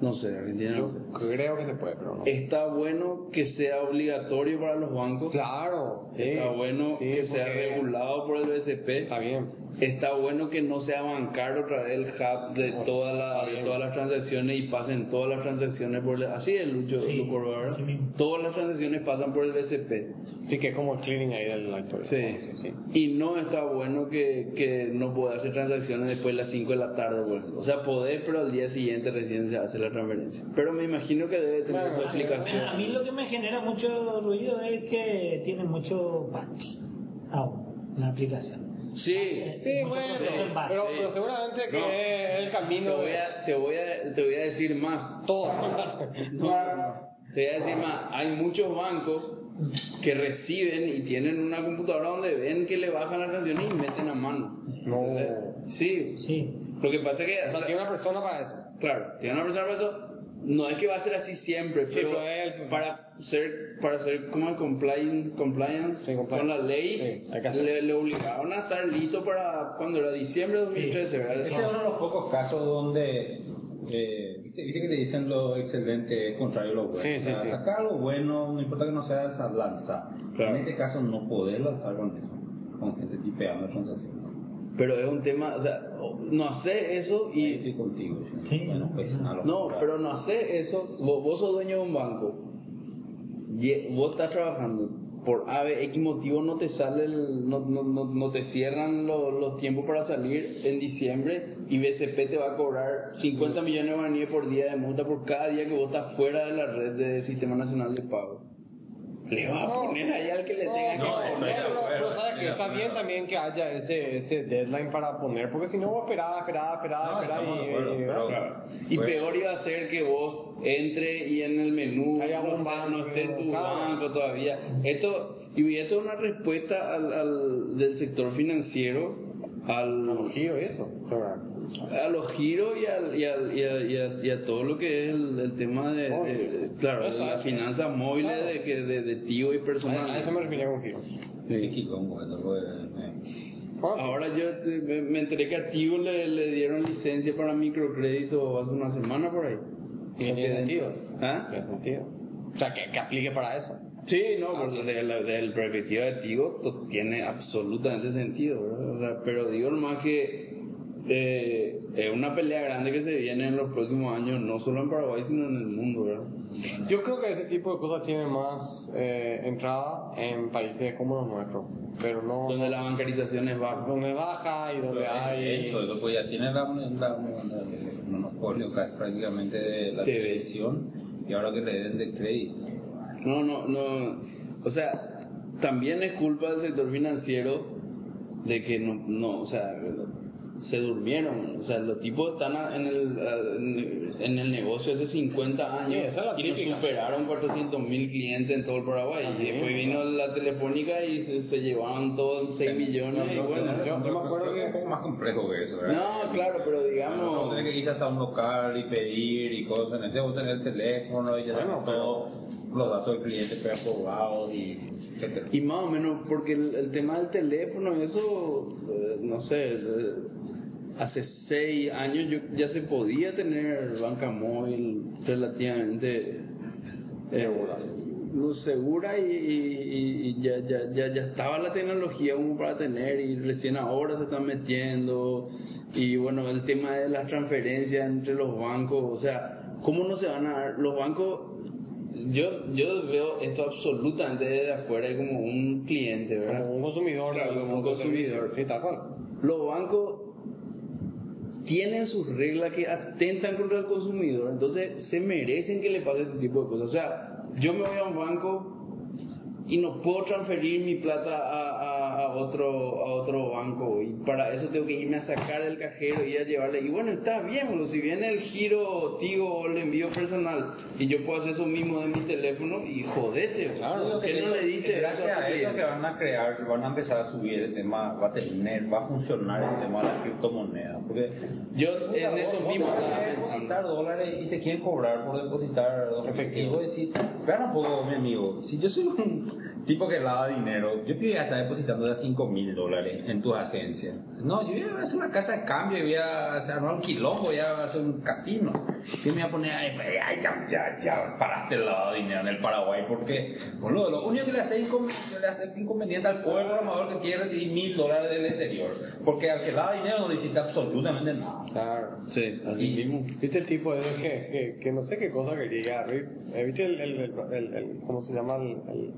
No sé, Argentina. no sé.
Yo creo que se puede, pero no.
Está bueno que sea obligatorio para los bancos.
Claro. sí.
Está bueno
Sí,
que sea
porque-
regulado por el BCP.
Está bien.
Está bueno que no sea bancar otra vez el hub de, toda la- de todas las transacciones y pasen todas las transacciones por el, así es Lucho,
Sí,
Luco, ¿verdad?
así mismo.
todas las transacciones pasan por el BCP
Sí, que es como el cleaning ahí del actor. sí.
y no está bueno que, que no pueda hacer transacciones después de las 5 de la tarde bueno. o sea podés pero al día siguiente recién se hace la transferencia pero me imagino que debe tener
Claro,
su
a mí-
explicación
A mí lo que me genera mucho ruido es que tiene mucho patch aún la aplicación.
sí
Sí,
Mucho
bueno,
proceso en batch.
pero, pero seguramente que
No.
es el
te
camino
voy
de
a- te voy a- te voy a decir más
todo.
No, no, no. Te voy a decir más, hay muchos bancos que reciben y tienen una computadora donde ven que le bajan las canciones y meten a mano.
No.
Entonces, sí,
Sí.
lo que pasa es que,
O sea, tiene una persona para eso.
claro, tiene una persona para eso, no es que va a ser así siempre,
Sí,
pero,
pero él-
para ser, para ser como el compliance, compliance
Sí, compliance.
con la ley,
Sí, hay que hacer.
le, le obligaron a estar listo para cuando era diciembre de 2013, ¿verdad?
Ese es uno de los pocos casos donde. eh, ¿viste, viste que te dicen lo excelente es contrario a lo bueno.
Sí,
O sea,
sí, sí.
Sacar lo bueno, no importa que no sea esa lanza.
Claro.
En este caso no podés lanzar con eso, con gente tipeando transacciones.
Pero es un tema, o sea, no sé eso
Ahí
y
estoy contigo.
Sí.
Bueno, pues, a lo
No,
mejor-
pero no hace eso. Vos, vos sos dueño de un banco. Ye- vos estás trabajando. por ABX motivo no te sale el- no, no, no, no te cierran lo- los tiempos para salir en diciembre y BCP te va a cobrar 50 millones de guaraníes por día de multa por cada día que vos estás fuera de la red de Sistema Nacional de Pago. Le va a poner ahí al que le tenga que
no, no,
poner.
no.
Pero, pero, ¿sabes
Mira,
qué? Está
mira.
bien también que haya ese, ese deadline para poner, porque si no, vos esperás, esperás, esperás,
No,
esperás
estamos
y-
de acuerdo,
y-
pero-
Y
Bueno.
peor iba a ser que vos entre y en el menú
Haya
no,
un
esté-
banco,
no esté en tu
claro.
banco todavía. Esto, y esto es una respuesta al, al- del sector financiero al,
Giro, eso. Ahora,
a los giros y, al, y, al- y a, y a- y a todo lo que es el, el tema de,
Obvio.
de- claro, de
Eso
las
es.
finanzas móviles
Claro.
de, que- de, de tío y personal.
a, a eso me refería con Giro.
Sí.
Qué quicongo, esto fue, eh.
Ahora yo eh, me me enteré que a Tío le, le dieron licencia para microcrédito hace una semana por ahí.
Tiene sentido.
¿Ah?
Tiene sentido. O sea, que, que aplique para eso.
Sí, no, porque desde la, desde la perspectiva de Tigo to- tiene absolutamente sentido, ¿verdad? O sea, pero digo más que eh, es una pelea grande que se viene en los próximos años, no solo en Paraguay, sino en el mundo, ¿verdad?
Yo creo que ese tipo de cosas tiene más eh, entrada en países como los nuestros, pero no
Donde la bancarización es baja.
donde baja y donde
Pero es
hay
Eso, eso pues ya tiene la, la- el monopolio casi prácticamente de la
Sí.
televisión y ahora que le den de crédito.
No, no, no. O sea, también es culpa del sector financiero de que no, no o sea, se durmieron. O sea, los tipos están a- en el, a- en el negocio hace 50 años
Sí, esa es la
y nos
típica. Ah,
superaron 400 mil clientes en todo el Paraguay.
Así
y después
mismo,
vino la telefónica y se, se llevaron todos 6 millones. y bueno,
no, yo- me acuerdo
creo
que-
es un poco más complejo que eso, ¿verdad?
no, claro, pero
Vos
digamos.
tenés que ir hasta un local y pedir y cosas, necesitamos tener el teléfono y ya
Bueno,
todo, los datos del cliente preaprobados y etcétera.
Y más o menos, porque el, el tema del teléfono, eso, eh, no sé, eh, hace seis años yo, ya se podía tener banca móvil relativamente segura. No segura y, y- y ya, ya, ya, ya estaba la tecnología como para tener y recién ahora se están metiendo y bueno el tema de las transferencias entre los bancos o sea cómo no se van a dar los bancos yo, yo veo esto absolutamente desde afuera y como un cliente,
como
¿verdad?
un consumidor,
Claro,
de
como un
producto o servicio.
consumidor.
Sí, tal cual.
Los bancos tienen sus reglas que atentan contra el consumidor, entonces se merecen que le pase este tipo de cosas. O sea, yo me voy a un banco y no puedo transferir mi plata a, a- a otro, a otro banco y para eso tengo que irme a sacar del cajero y a llevarle. Y bueno, está bien, boludo, si viene el giro, tigo o el envío personal y yo puedo hacer eso mismo de mi teléfono y jodete, boludo.
Yo creo
¿Por qué no
eso-
le diste eso
gracias
a tu
a eso
cliente?
que van a crear, que van a empezar a subir el tema, va a tener, va a funcionar el tema de las criptomonedas. Porque
Yo
Puta,
en
vos-
eso
vos
mismo
tenés
estaba
que
pensando.
depositar dólares y te quieren cobrar por depositar efectivo. Y decir, vean un poco, pues, mi amigo, si yo soy un tipo que lava dinero, yo voy a estar depositando ya 5 mil dólares en tus agencias. No, yo voy a hacer una casa de cambio y voy a hacer armar un quilombo, voy a hacer un casino. Y me voy a poner, ay, pues, ay, ya, ya, ya, paraste el lavado de dinero en el Paraguay, porque, boludo, lo único que le hace, incon- que le hace inconveniente al pobre programador que quiere recibir mil dólares del exterior, porque al que lava dinero no le hiciste absolutamente nada.
Claro.
Sí, así mismo.
¿Viste el tipo ese que, que, que no sé qué cosa quería? Eh, ¿Viste el, el, el, el- el- cómo se llama el, el-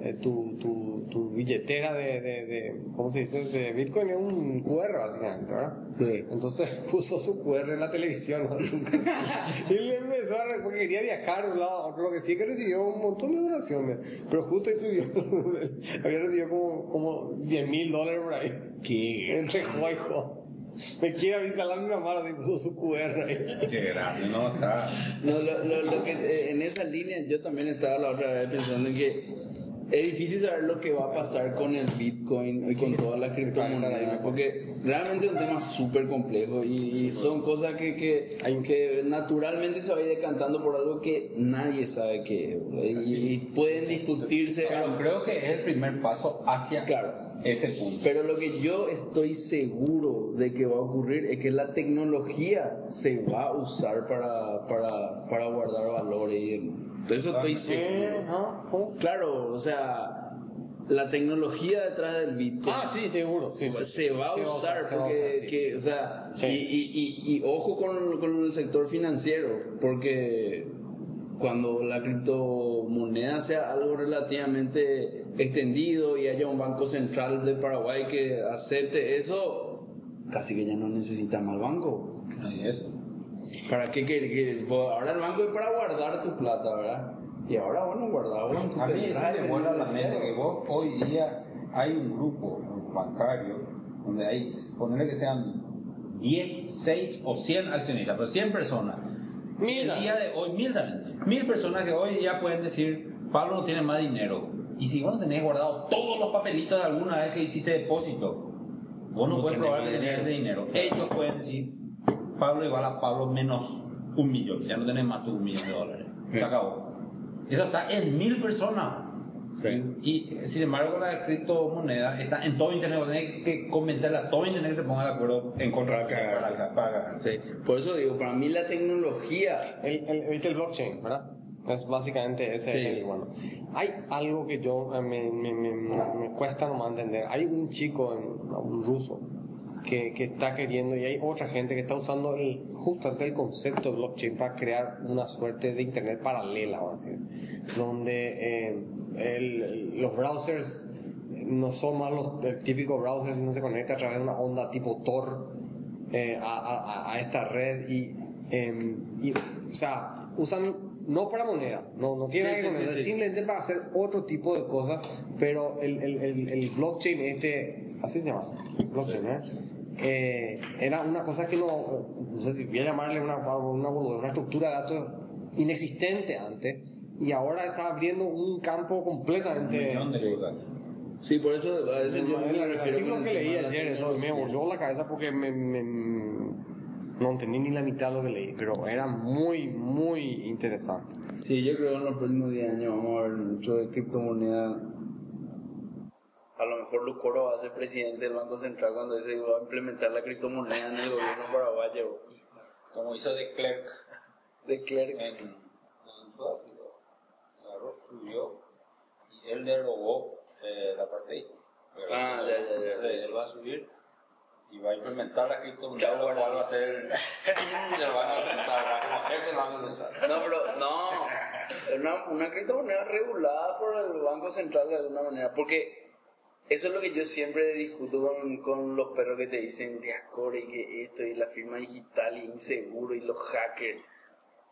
eh, tu, tu, tu billetera de, de, de- ¿cómo se dice? De Bitcoin es un QR básicamente, ¿verdad?
Sí.
Entonces puso su QR en la televisión. ¿no? y le empezó a, re- porque quería viajar de un lado a otro, lo que sí que recibió un montón de donaciones. Pero justo ahí subió, había recibido como, como 10 mil dólares por ahí.
¿Qué?
Entre juego. Me quiere instalar mi mamá, le puso su QR ahí.
Qué grande, no está.
No, lo, lo- lo que, eh, en esa línea yo también estaba la otra vez pensando en que es difícil saber lo que va a pasar con el Bitcoin y con todas las criptomonedas, porque realmente es un tema súper complejo y, y son cosas que, que, que naturalmente se va a ir decantando por algo que nadie sabe qué es, boludo, y, y pueden discutirse.
Pero creo que es el primer paso hacia
Claro.
ese punto.
Pero lo que yo estoy seguro de que va a ocurrir es que la tecnología se va a usar para, para, para guardar valores y demás. De eso estoy
Ah,
seguro. Claro, o sea, la tecnología detrás del Bitcoin
Ah, sí, seguro. Sí,
pues,
se va a
Se va a
usar
usar, se va a
porque,
usar, sí.
que, o sea,
Sí.
y, y- y- y ojo con, con el sector financiero, porque cuando la criptomoneda sea algo relativamente extendido y haya un banco central de Paraguay que acepte eso, casi que ya no necesita más banco.
Ahí es.
¿Para qué? Que, que- pues, ahora el banco es para guardar tu plata, ¿verdad? Y ahora, bueno, guardado en tu
A mí eso
pendrive,
me vuela la
en
mente
cero.
que vos hoy día hay un grupo bancario donde hay, ponerle que sean 10, 6 o 100 accionistas, pero 100 personas.
Mil.
El día de hoy, mil también. Mil personas que hoy ya pueden decir, Pablo no tiene más dinero. Y si vos no tenés guardado todos los papelitos de alguna vez que hiciste depósito, vos no, puedes probar que tenés ese dinero. Ellos pueden decir, Pablo igual a Pablo menos un millón. Ya no tenés más tu un millón de dólares. Se acabó. Eso está en mil personas. Y sin embargo, la criptomoneda está en todo internet. Vos tenés que convencer a todo internet que se ponga de acuerdo en contra de para, para ganar.
Sí. Por eso digo, para mí la tecnología...
El, el, viste el blockchain, ¿verdad? Es básicamente ese
Sí.
el bueno. Hay algo que yo eh, me, me, me, me- me cuesta nomás entender. Hay un chico, en- un ruso, que, que está queriendo y hay otra gente que está usando el, justamente el concepto de blockchain para crear una suerte de internet paralela, vamos a decir, donde eh, el- los browsers no son más los, el típico browser, sino se conecta a través de una onda tipo Tor eh, a, a- a- a esta red y, eh, y, o sea, usan no para moneda, no, no tiene
Sí,
nada que
sí,
ver con
sí,
eso,
sí.
simplemente para hacer otro tipo de cosas, pero el, el, el, el blockchain este, así se llama, blockchain, ¿eh? Eh, era una cosa que no, no sé si voy a llamarle una, una, boludez, una estructura de datos inexistente antes y ahora está abriendo un campo completamente...
Un millón de cosas.
Sí, por eso a eso yo me
El
refiero
artículo
con
que
el
leí
tema de la
ayer, eso me
tecnología.
volvió la cabeza porque me, me- no entendí ni la mitad de lo que leí, pero era muy, muy interesante.
Sí, yo creo que en los próximos 10 años vamos a ver mucho de criptomoneda. A lo mejor Lucoro va a ser presidente del Banco Central cuando dice que va a implementar la criptomoneda en el gobierno paraguayo.
Como hizo de Clerk
De Clerc.
en, en Sudáfrica. Agarró, subió y él le robó eh, la parte
Ah, ya, ya, ya.
Él va a subir y va a implementar la criptomoneda,
Chao,
lo cual
guarda.
va a ser. y lo van a sentar, como jefe lo van a sentar.
No, pero no. Es Una, una criptomoneda regulada por el Banco Central de alguna manera. Porque eso es lo que yo siempre discuto con, con los perros que te dicen diascore y que esto y la firma digital y inseguro y los hackers.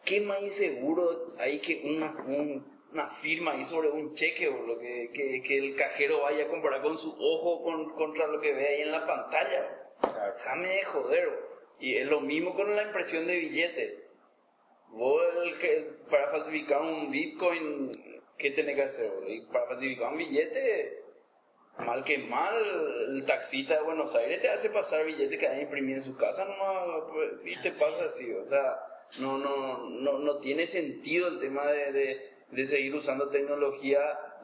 ¿Qué más inseguro hay que una, un- una firma ahí sobre un cheque o lo que, que, que el cajero vaya a comparar con su ojo con, contra lo que ve ahí en la pantalla? Déjame de joder. bro. Y es lo mismo con la impresión de billetes. Vos el que- para falsificar un bitcoin, ¿qué tenés que hacer? bro? Y para falsificar un billete, mal que mal, el taxista de Buenos Aires te hace pasar billetes que hay imprimido en su casa nomás, pues, y te pasa así, o sea, no, no, no, no tiene sentido el tema de, de- de seguir usando tecnología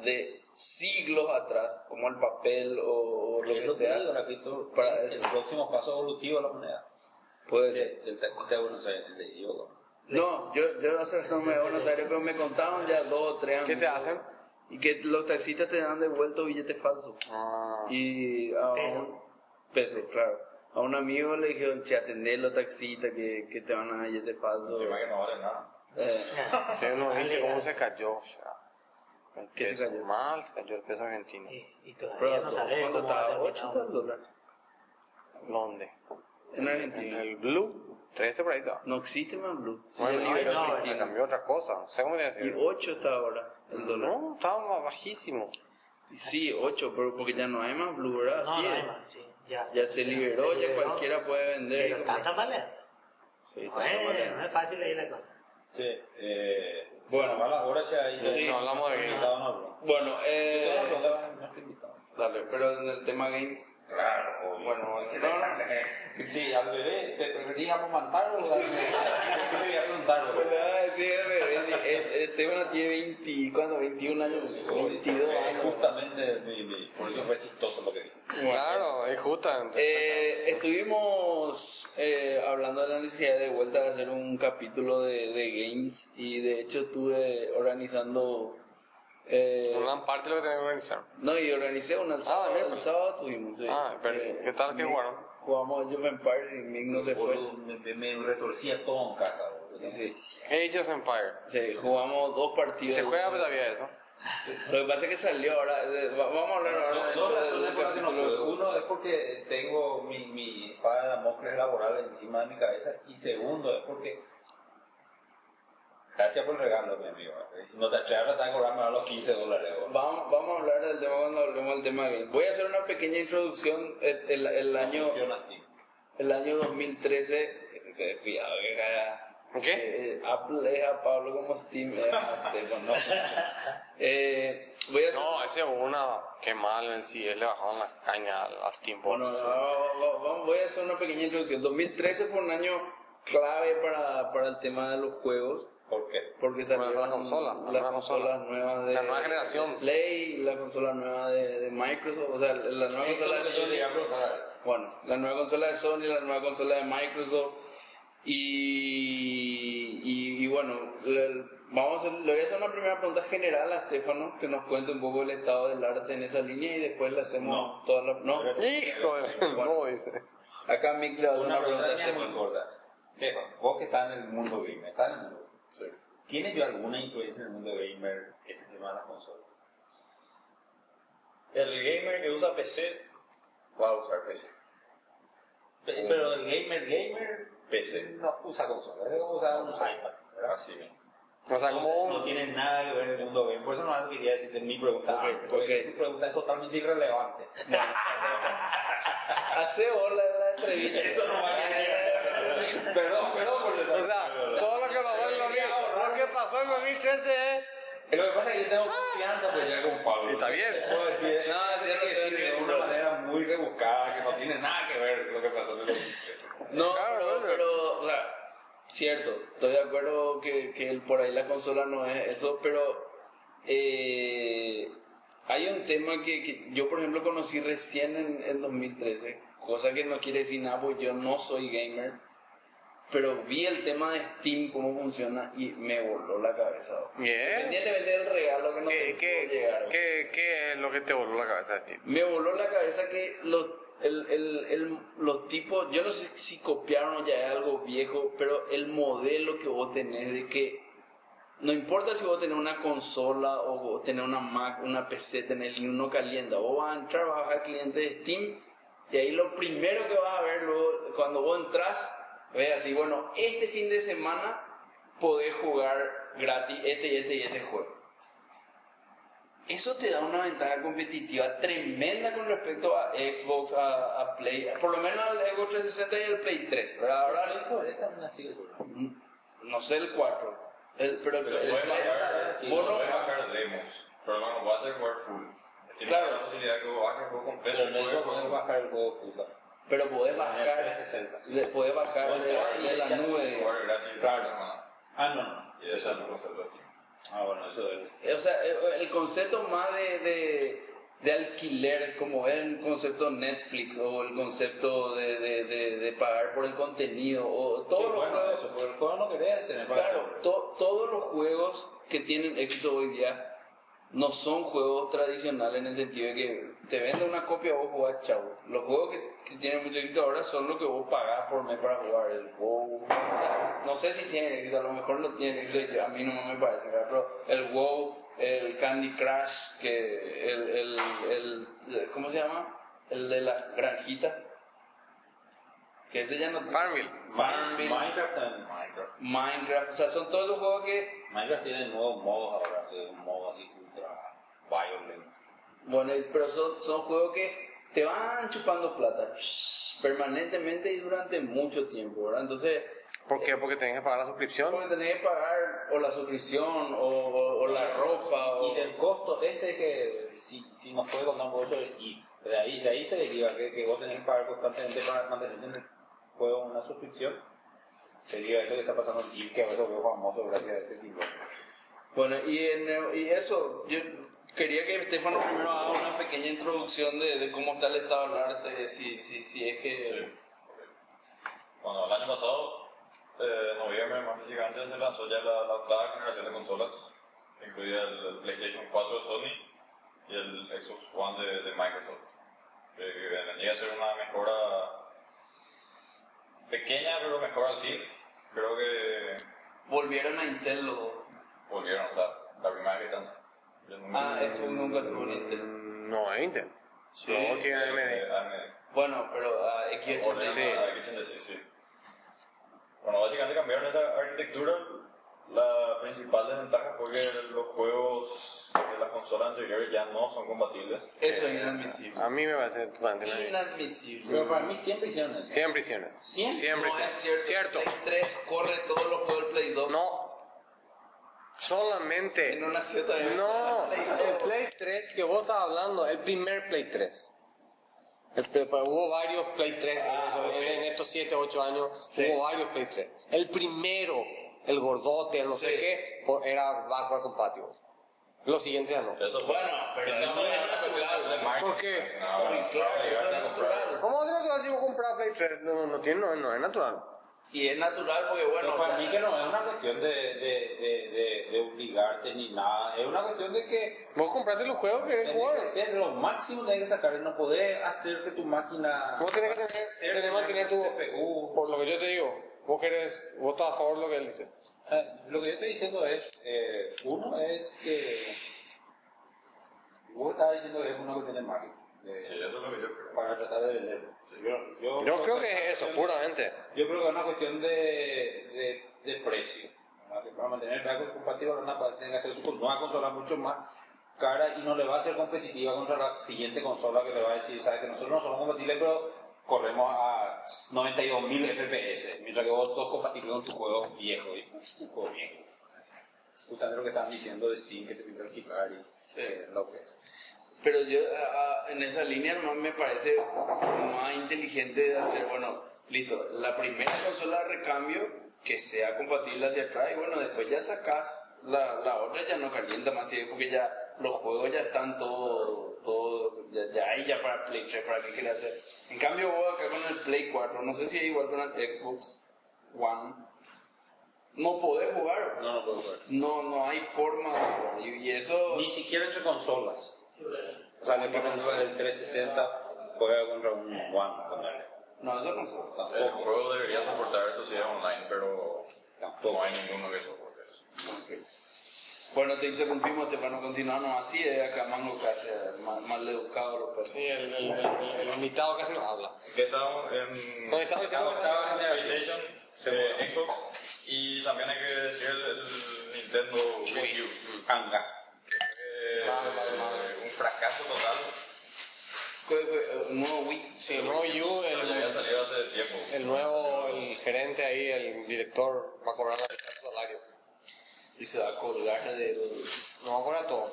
de siglos atrás, como el papel o, o lo que sea. para eso.
el próximo paso evolutivo de la moneda.
Puede ser.
El taxista de Buenos Aires, le digo.
No, yo, yo no sé cómo es Buenos Aires, pero me contaban ya dos o tres años.
¿Qué te hacen?
Y que los taxistas te dan devuelto billetes falsos. Ah.
Ah.
Y a un, pesos, claro. A un amigo le dijeron, che, atendé los taxistas que, que te van a dar billetes falsos.
Encima que no vale nada.
Eh,
Ustedes no viste cómo se cayó, o sea, el
¿Qué se
peso
cayó?
mal, se cayó el peso argentino.
Y, y todavía
pero
no sabemos
¿cuánto
cómo va a
estaba? ¿Ocho
terminar.
está el dólar?
¿Dónde?
En
En
Argentina.
el Blue, 13 por ahí está.
No existe más blue. Sí,
Bueno,
el
no,
libro
no,
argentino.
cambió otra cosa, no sé cómo te
Y
decir.
ocho está ahora el dólar.
No, estaba más bajísimo.
Sí, ocho, pero porque ya no hay más blue, ¿verdad?
No,
Sí,
no
eh.
hay más, sí, ya,
Ya se liberó, ya
liberó.
cualquiera puede vender.
Pero está tambaleando.
Sí,
No es- no es fácil ahí la cosa.
Che, eh,
Bueno.
bueno, ahora se ha ido.
Sí.
No hablamos de
No,
game.
no, no.
Bueno,
No, no,
eh,
no, no estoy invitado.
dale, pero en el tema games,
Claro, obvio.
bueno, bueno, no, no,
Sí, al bebé, ¿te preferís amamantar o darle? Yo le voy a preguntar,
Pues
boludo.
le voy a decir, el, el, el Esteban tiene 20, ¿cuándo? 21 años, 22
Eh,
años.
Justamente, mi- mi- por eso fue chistoso lo que dije.
Claro, es justamente.
Eh, estuvimos eh, hablando de la necesidad de vuelta de hacer un capítulo de, de games y de hecho estuve organizando... Eh,
No dan parte de lo que tenemos que organizar.
No, y organicé una el sábado,
mierda.
el sábado tuvimos, sí.
pues. Ah, pero, ¿qué tal que
Mix,
jugaron?
Jugamos a Juve Empire y Mick no se fue.
Boludo, Me, me- me retorcía todo en casa, boludo.
y sí,
Age of Empire.
sí, jugamos dos partidos.
¿Se juega pues, todavía eso?
Lo que pasa es que salió ahora. de- va- vamos a hablar ahora.
No,
dentro
dos
de-
razones
del
por las que no
capítulo de
puedo. Uno es porque tengo mi, mi espada de Damocles laboral encima de mi cabeza. Y segundo es porque. Gracias por el regalo, mi amigo. No te achara, te cobrando a los 15 dólares. vos.
Vamos, vamos a hablar del tema cuando hablemos del tema. de- Voy a hacer una pequeña introducción. El, el- el año,
Funciona así.
el año 2013. eh, Cuidado, que acá-
¿Qué?
eh, Apple es a Pablo como Steam es a Stefan, no. Eh, voy a hacer-
No, ese es una. Qué mal en sí. Él le bajaron la caña a Steam
Bueno,
Box.
vamos- vamos- voy a hacer una pequeña introducción. 2013 fue un año clave para, para el tema de los juegos.
¿Por qué?
Porque
Bueno,
salieron
la consola,
las
la nueva
consolas
consola.
nuevas de
La nueva generación.
de Play, la consola nueva de, de Microsoft, o sea, la nueva consola de
Eso es lo que yo quería
Sony.
preguntar.
Bueno, la nueva consola de Sony, la nueva consola de Microsoft y, y, y bueno, le, vamos, a hacer- le voy a hacer una primera pregunta general a Stefano que nos cuente un poco el estado del arte en esa línea y después le hacemos
No.
todas las no.
Hijo de. No, dice.
Acá Mick le va a hacer
Una
una pregunta a
pregunta mía muy
Stefano.
corta. Stefan, vos que estás en el mundo gamer, ¿estás en el mundo? ¿Tiene yo alguna influencia en el mundo gamer este tema de las consolas?
El gamer que usa PC va a usar PC.
Pe-
Pero el gamer gamer,
PC. No usa consola, es como usar un iPad. ¿verdad? Así mismo.
O sea,
Entonces,
como.
No tiene nada que ver el mundo gamer. Por eso no quería decirte mi pregunta.
Ok,
porque
ok.
tu pregunta es totalmente irrelevante.
Hace bola la entrevista.
Eso no va a quedar. pues. Perdón, perdón por eso.
O sea, todo lo que pasó en 2000, lo ¿eh? que pasó en 2013 es.
Lo que pasa es que yo tengo confianza pues ya con Pablo.
Está bien.
Puedo decir, no, tiene que
estoy
decir de
bien,
una
bro.
manera muy rebuscada que no tiene nada que ver con lo que pasó en el
No,
Claro,
pero,
claro.
pero, o sea, cierto, estoy de acuerdo que, que el- por ahí la consola no es eso, pero eh, hay un tema que, que yo, por ejemplo, conocí recién en, en 2013, cosa que no quiere decir nada, porque yo no soy gamer, pero vi el tema de Steam, cómo funciona, y me voló la cabeza.
Bien.
Independientemente del regalo que nos
¿Qué,
pudo
qué,
llegar.
qué, qué es lo que te voló la cabeza de Steam?
Me voló la cabeza que los, el, el, el- los tipos, yo no sé si copiaron o ya es algo viejo, pero el modelo que vos tenés de que no importa si vos tenés una consola o vos tenés una Mac, una PC, tenés Linux caliente, vos vas a entrar, vas a bajar cliente de Steam y ahí lo primero que vas a ver luego, cuando vos entras, ves así, bueno, este fin de semana podés jugar gratis este y este y este juego. Eso te da una ventaja competitiva tremenda con respecto a Xbox, a, a Play, por lo menos al Xbox 360 y al Play 3. ¿verdad? Ahora, mm, no sé el 4, el, pero el, el
puedes
Play-
bajar, ¿eh? sí,
vos no-
puedes bajar demos, pero no vas a jugar full. Tienes
Claro.
la posibilidad que vos bajes el juego completo.
Pero
puedes
no
jugar-
podemos bajar el juego puta.
pero podés bajar,
360, sí.
le- podés bajar
Bueno,
de, la-
y
de la
ya
nube.
Jugar gratis. Claro.
Ah, no.
Y eso no pasa todo.
Ah, bueno, eso es.
O sea, eh, el concepto más de, de, de alquiler, como es el concepto Netflix o el concepto de, de, de, de pagar por el contenido o todos
Sí,
los
bueno,
juegos.
eso, porque el juego no querés tener para
Claro,
siempre.
to- todos los juegos que tienen éxito hoy día no son juegos tradicionales en el sentido de que te venden una copia vos jugás, chavo. Los juegos que, que tienen mucho éxito ahora son los que vos pagás por mes para jugar. El WoW, o sea, no sé si tienen éxito, a lo mejor no tienen éxito, yo- a mí no me parece, ¿verdad? pero el WoW, el Candy Crush, que el, el, el- ¿cómo se llama? El de la granjita. Que ese ya no...
Farmville.
Farmville.
Minecraft también. Minecraft.
Minecraft, o sea, son todos esos juegos que
Minecraft tiene nuevos modos ahora, que es un modo así ultra violento.
Bueno, es- pero son, son juegos que te van chupando plata permanentemente y durante mucho tiempo, ¿verdad? Entonces,
¿Por qué? Porque tenés que pagar la suscripción.
porque tenés que pagar o la suscripción o, o- o la ropa o...
Y del costo, este que si, si nos puede contar un poco sobre y de ahí, de ahí se deriva que, que vos tenés que pagar constantemente para mantenerte en el juego una suscripción. Se deriva esto que está pasando en Steam, que a veces veo famoso gracias a ese tipo.
Bueno, y, en- y eso, yo quería que Estefano primero haga una pequeña introducción de, de cómo está el estado del arte, si, si, si es que...
Sí. Bueno, el año pasado, eh, noviembre, más gigante, se lanzó ya la, la octava generación de consolas, incluida el, el PlayStation 4 de Sony y el Xbox One de, de Microsoft. Que que venía a ser una mejora pequeña, pero mejor así. Creo que
Volvieron a Intel los dos.
Volvieron, o sea, la primera vez que están. Yo no me-
Ah, Xbox nunca tuvo un Intel.
No, es Intel.
Sí.
Luego tiene
Eh,
AMD.
AMD.
Bueno, pero a
Orden,
X86.
Sí.
ah, X86, sí. Bueno, básicamente cambiaron esa arquitectura. La principal desventaja fue que los juegos de las consolas anteriores ya no son compatibles.
Eso es inadmisible.
A mí me parece totalmente nadie.
Inadmisible.
Pero para mí siempre hicieron eso.
Siempre hicieron.
Siempre.
Siempre
no es
hicieron.
cierto.
Cierto.
Play 3 corre todos los juegos del Play 2.
No. Solamente.
En una cierta
No,
Play
el
2.
Play 3 que vos estás hablando, el primer Play 3. El pre- pero hubo varios Play 3 en, eso, en- en estos 7, 8 años. Hubo varios Play 3. El primero, el gordote, el no sé
Sí.
qué, po- era backward compatible. Lo siguiente ya no.
Eso fue-
Bueno, pero
esa
eso
fue
es
una cuestión
natural.
de marketing.
¿Por qué?
No, no,
Claro,
no,
eso
no,
es
no,
natural.
¿Cómo es natural si vos compras Play 3? No, no, tiene, no, no es natural.
Y es natural porque, bueno,
Pero para mí que no es una cuestión de, de, de, de, de obligarte ni nada. Es una cuestión de que
Vos compraste los juegos que querés
tenés que
jugar.
hacer lo máximo que hay que sacar. No podés hacer que tu máquina...
Vos tenés que tener, tenés que mantener tu...
CPU.
Por lo que yo te digo, vos querés, vos estás a favor de lo que él dice.
Eh, lo que yo estoy diciendo es, eh, uno es que vos estabas diciendo que es una cuestión de marketing, de-
Sí, eso es lo que yo creo.
para tratar de vender. Yo, yo
Yo creo que es eso, pues.
es una cuestión-
puramente.
Yo creo que es una cuestión de, de, de precio, ¿verdad? Que para mantener el backup compatible una parte tiene que hacer su nueva consola mucho más cara y no le va a ser competitiva contra la siguiente consola que le va a decir, sabes que nosotros no somos compatibles, pero corremos a 92.000 FPS, mientras que vos sos compatible con tu juego viejo y tu juego viejo justamente lo que estaban diciendo de Steam, que te pinta el Kikar y eh, lo que es.
Pero yo a- a- en esa línea nomás me parece más inteligente de hacer, bueno, listo, la primera consola de recambio que sea compatible hacia acá y bueno, después ya sacás la, la otra, ya no calienta más ¿sí? porque ya los juegos ya están todo, todo ya, ya hay ya para Play 3, ¿para qué querés hacer? En cambio vos acá con el Play 4, no sé si es igual con el Xbox One, no podés jugar.
No, no puedo jugar.
No, no hay forma de jugar, y, y eso...
Ni siquiera entre consolas. O sea, le ponen el 360, juega contra un One, ponele.
No, eso no se puede.
El juego debería soportar eso si es online, pero no hay ninguno que soporte eso.
Bueno, te interrumpimos, te van a continuarnos así, es acá Mango casi mal, mal educado los pesos.
Sí, el, el, el- el invitado casi no habla.
Que estábamos en.
No, estaba diciendo
estaba
que estaba
en
en la
PlayStation, eh, Xbox y también hay que decir el, el Nintendo Wii U.
Hanga.
Eh,
Mal, mal, mal.
Un fracaso total.
Un nuevo Wii.
Sí, el nuevo You,
Pero ya había
el,
salido hace tiempo.
el nuevo, el gerente ahí, el director, va a cobrar la mitad del salario.
Y se va a colgar de
No va a cobrar todo.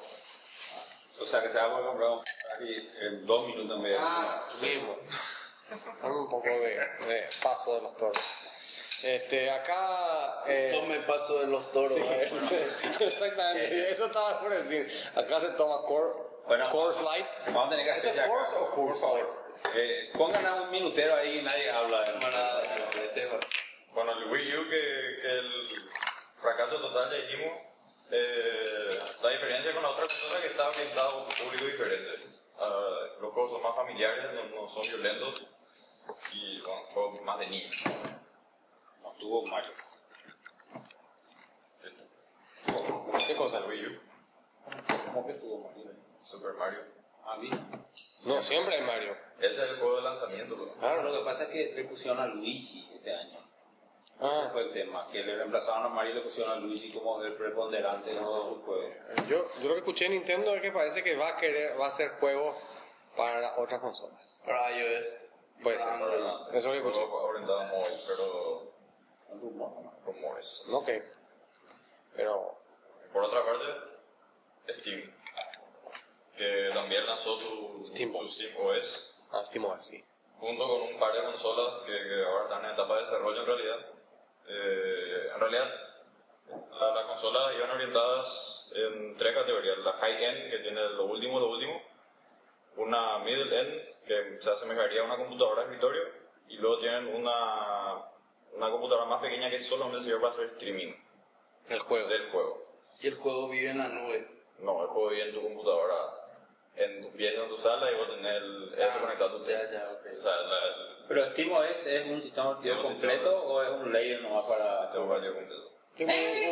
O sea, que se va a poder comprar un Ferrari en dos minutos en vez de-
Ah,
mismo. Dame un poco de, de paso de los toros. Este, acá... eh,
Tome paso de los toros.
Sí,
¿eh?
exactamente, eso estaba por decir. Acá se toma cor,
Bueno.
Coors Light.
Vamos a tener que
¿Eso
hacer
es
ya.
Coors o Coors Light?
Eh, pongan a un minutero ahí y nadie habla. de nada.
Bueno, el Wii U que, que el fracaso total ya dijimos, eh, la diferencia con la otra consola que está orientada a un público diferente. Ah, los juegos son más familiares, no, no son violentos y son juegos más de niños.
No tuvo Mario.
¿Qué cosa? El Wii U,
¿Cómo que tuvo Ah, Mario?
Super Mario.
A mí.
No, siempre hay Mario.
Ese es el juego de lanzamiento. ¿no?
Claro, lo que pasa es que le pusieron a Luigi este año. Ese
Ah,
fue el tema, que le reemplazaron a Mario y le pusieron a Luigi como el preponderante de todos sus juegos.
yo, yo lo que escuché de Nintendo es que parece que va a querer, va a hacer juegos para otras consolas.
Para iOS. Ah,
Puede ser.
Ahora,
Eso es lo que
el juego
escuché.
orientado a móvil, pero rumores.
No que. Pero.
Por otra parte, Steam, que también lanzó su
Steam.
su Steam OS.
Ah, estimo así.
junto con un par de consolas que, que ahora están en etapa de desarrollo en realidad. Eh, en realidad, la- las consolas iban orientadas en tres categorías. La high-end, que tiene lo último, lo último. Una middle-end, que se asemejaría a una computadora de escritorio. Y luego tienen una, una computadora más pequeña que solamente sirve para hacer streaming
El juego.
del juego.
Y el juego vive en la nube.
No, el juego vive en tu computadora. En tu pieza, en tu sala, y vos tenés el, eso conectado a tu
Ah, Ya,
tele.
ya, ok.
O sea, la-
Pero SteamOS es un sistema operativo
Es un
completo o es un layer nomás para
Ah,
el- el value completo.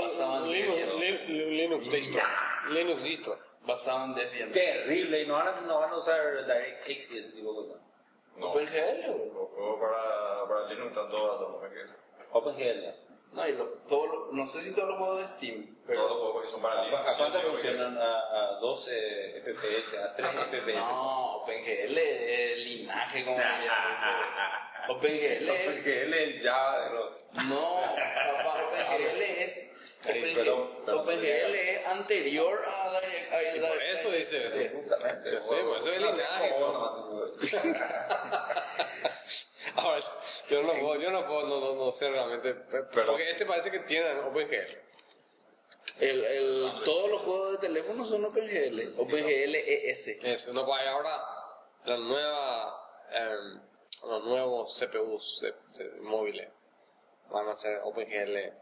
Pasaban
Linux,
de-
Lin- Linux distro. Linux distro.
Basaban desviando.
Terrible, y no van a, no van a usar DirectX y ese tipo de cosas.
No,
Fue el GL, güey.
los juegos para, para Linux están todos datos, no me quejo.
OpenGL.
No, y lo- todos los- no sé si todos los juegos de Steam,
Todos
pero...
los juegos que son para Linux.
¿A cuánto
sí, porque-
funcionan? A, a 12 FPS, a 3 FPS.
No, OpenGL es linaje, como
Ah,
diría eso. OpenGL es
OpenGL es Java de los.
No, papá, OpenGL es.
Ay,
OpenGL,
perdón, perdón.
OpenGL es anterior a Direct- a
Y por
Direct-
eso dice eso.
Sí.
Justamente.
Yo sé, por eso es linaje.
pues.
Ahora, yo no puedo, yo no puedo, no, no, no sé realmente. pe- Porque este parece que tiene OpenGL.
El, el, todos los juegos de teléfono son OpenGL. OpenGL E ES.
Eso, no, pues ahora la nueva, em, los nuevos CPUs de, de móviles van a ser OpenGL.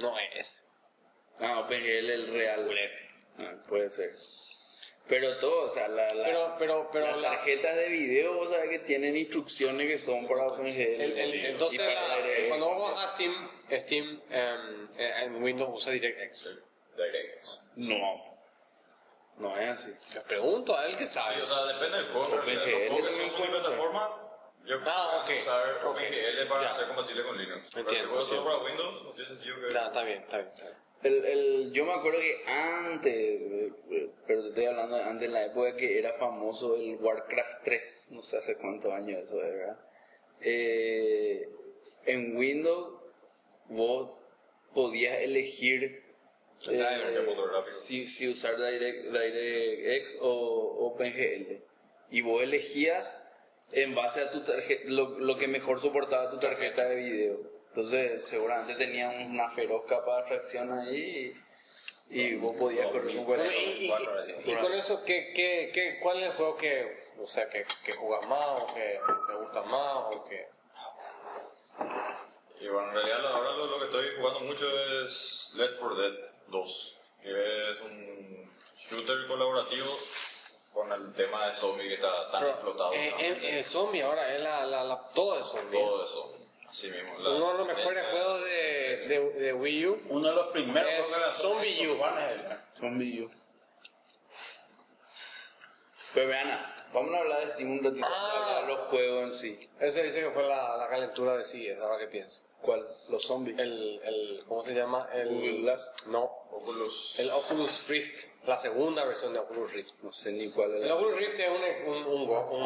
No es.
Ah, OpenGL el real. Ah, puede ser. Pero todo, o sea, la, la,
Pero, pero, pero
las
la-
tarjetas de video, vos sabés que tienen instrucciones que son para OpenGL.
el- el-
y
entonces
para
la-
DirectX.
cuando vos bajas Steam, Steam em, eh, en Windows usa DirectX.
DirectX.
No. No es así.
Te pregunto a él que sabe.
Sí, o sea, depende del juego. en realidad.
OpenGL
Los juegos que
también
son
pueden
multiplataforma, yo creo
Ah,
que
ok,
usar
ok.
OpenGL para
Ya.
ser compatible con Linux. Pero si
Entiendo,
juego solo
entiendo.
para Windows, no tiene sentido que...
No, está bien, está bien. Está bien.
El, el, yo me acuerdo que antes, eh, eh, pero te estoy hablando de antes, en la época que era famoso el Warcraft 3, no sé hace cuántos años eso, es, ¿verdad? Eh, en Windows vos podías elegir eh,
El driver, que motor gráfico.
si, si usar Direct- DirectX o OpenGL. Y vos elegías en base a tu tarjeta, lo, lo que mejor soportaba tu tarjeta de video. Entonces, seguramente tenía una feroz capa de atracción ahí y, y vos podías correr un buen
Bueno, y, y- y con eso, ¿qué, qué, qué, ¿cuál es el juego que, o sea, que, que jugas más o que te gusta más o que...
Y bueno, en realidad lo- ahora lo, lo que estoy jugando mucho es Left 4 Dead 2, que es un shooter colaborativo con el tema de zombie que está tan explotado.
Eh,
últimamente.
eh, el zombie ahora es la, la, la- todo es zombie.
Todo eso, así mismo. la-
Uno de los mejores
la-
juegos de, de, de Wii U
Uno de los primeros
Es
juegos de la
Zombie U.
Zombie U. Pero vean, vamos a hablar de Steam un ratito
Ah.
para hablar de los juegos en sí.
Ese dice que fue la, la calentura de CES, ahora que pienso.
¿Cuál? Los zombies.
El, el, ¿cómo se llama? El,
Google Glass.
No,
Oculus.
el Oculus Rift, la segunda versión de Oculus Rift.
No sé ni cuál
El
era.
Oculus Rift es un, un, un, go- un-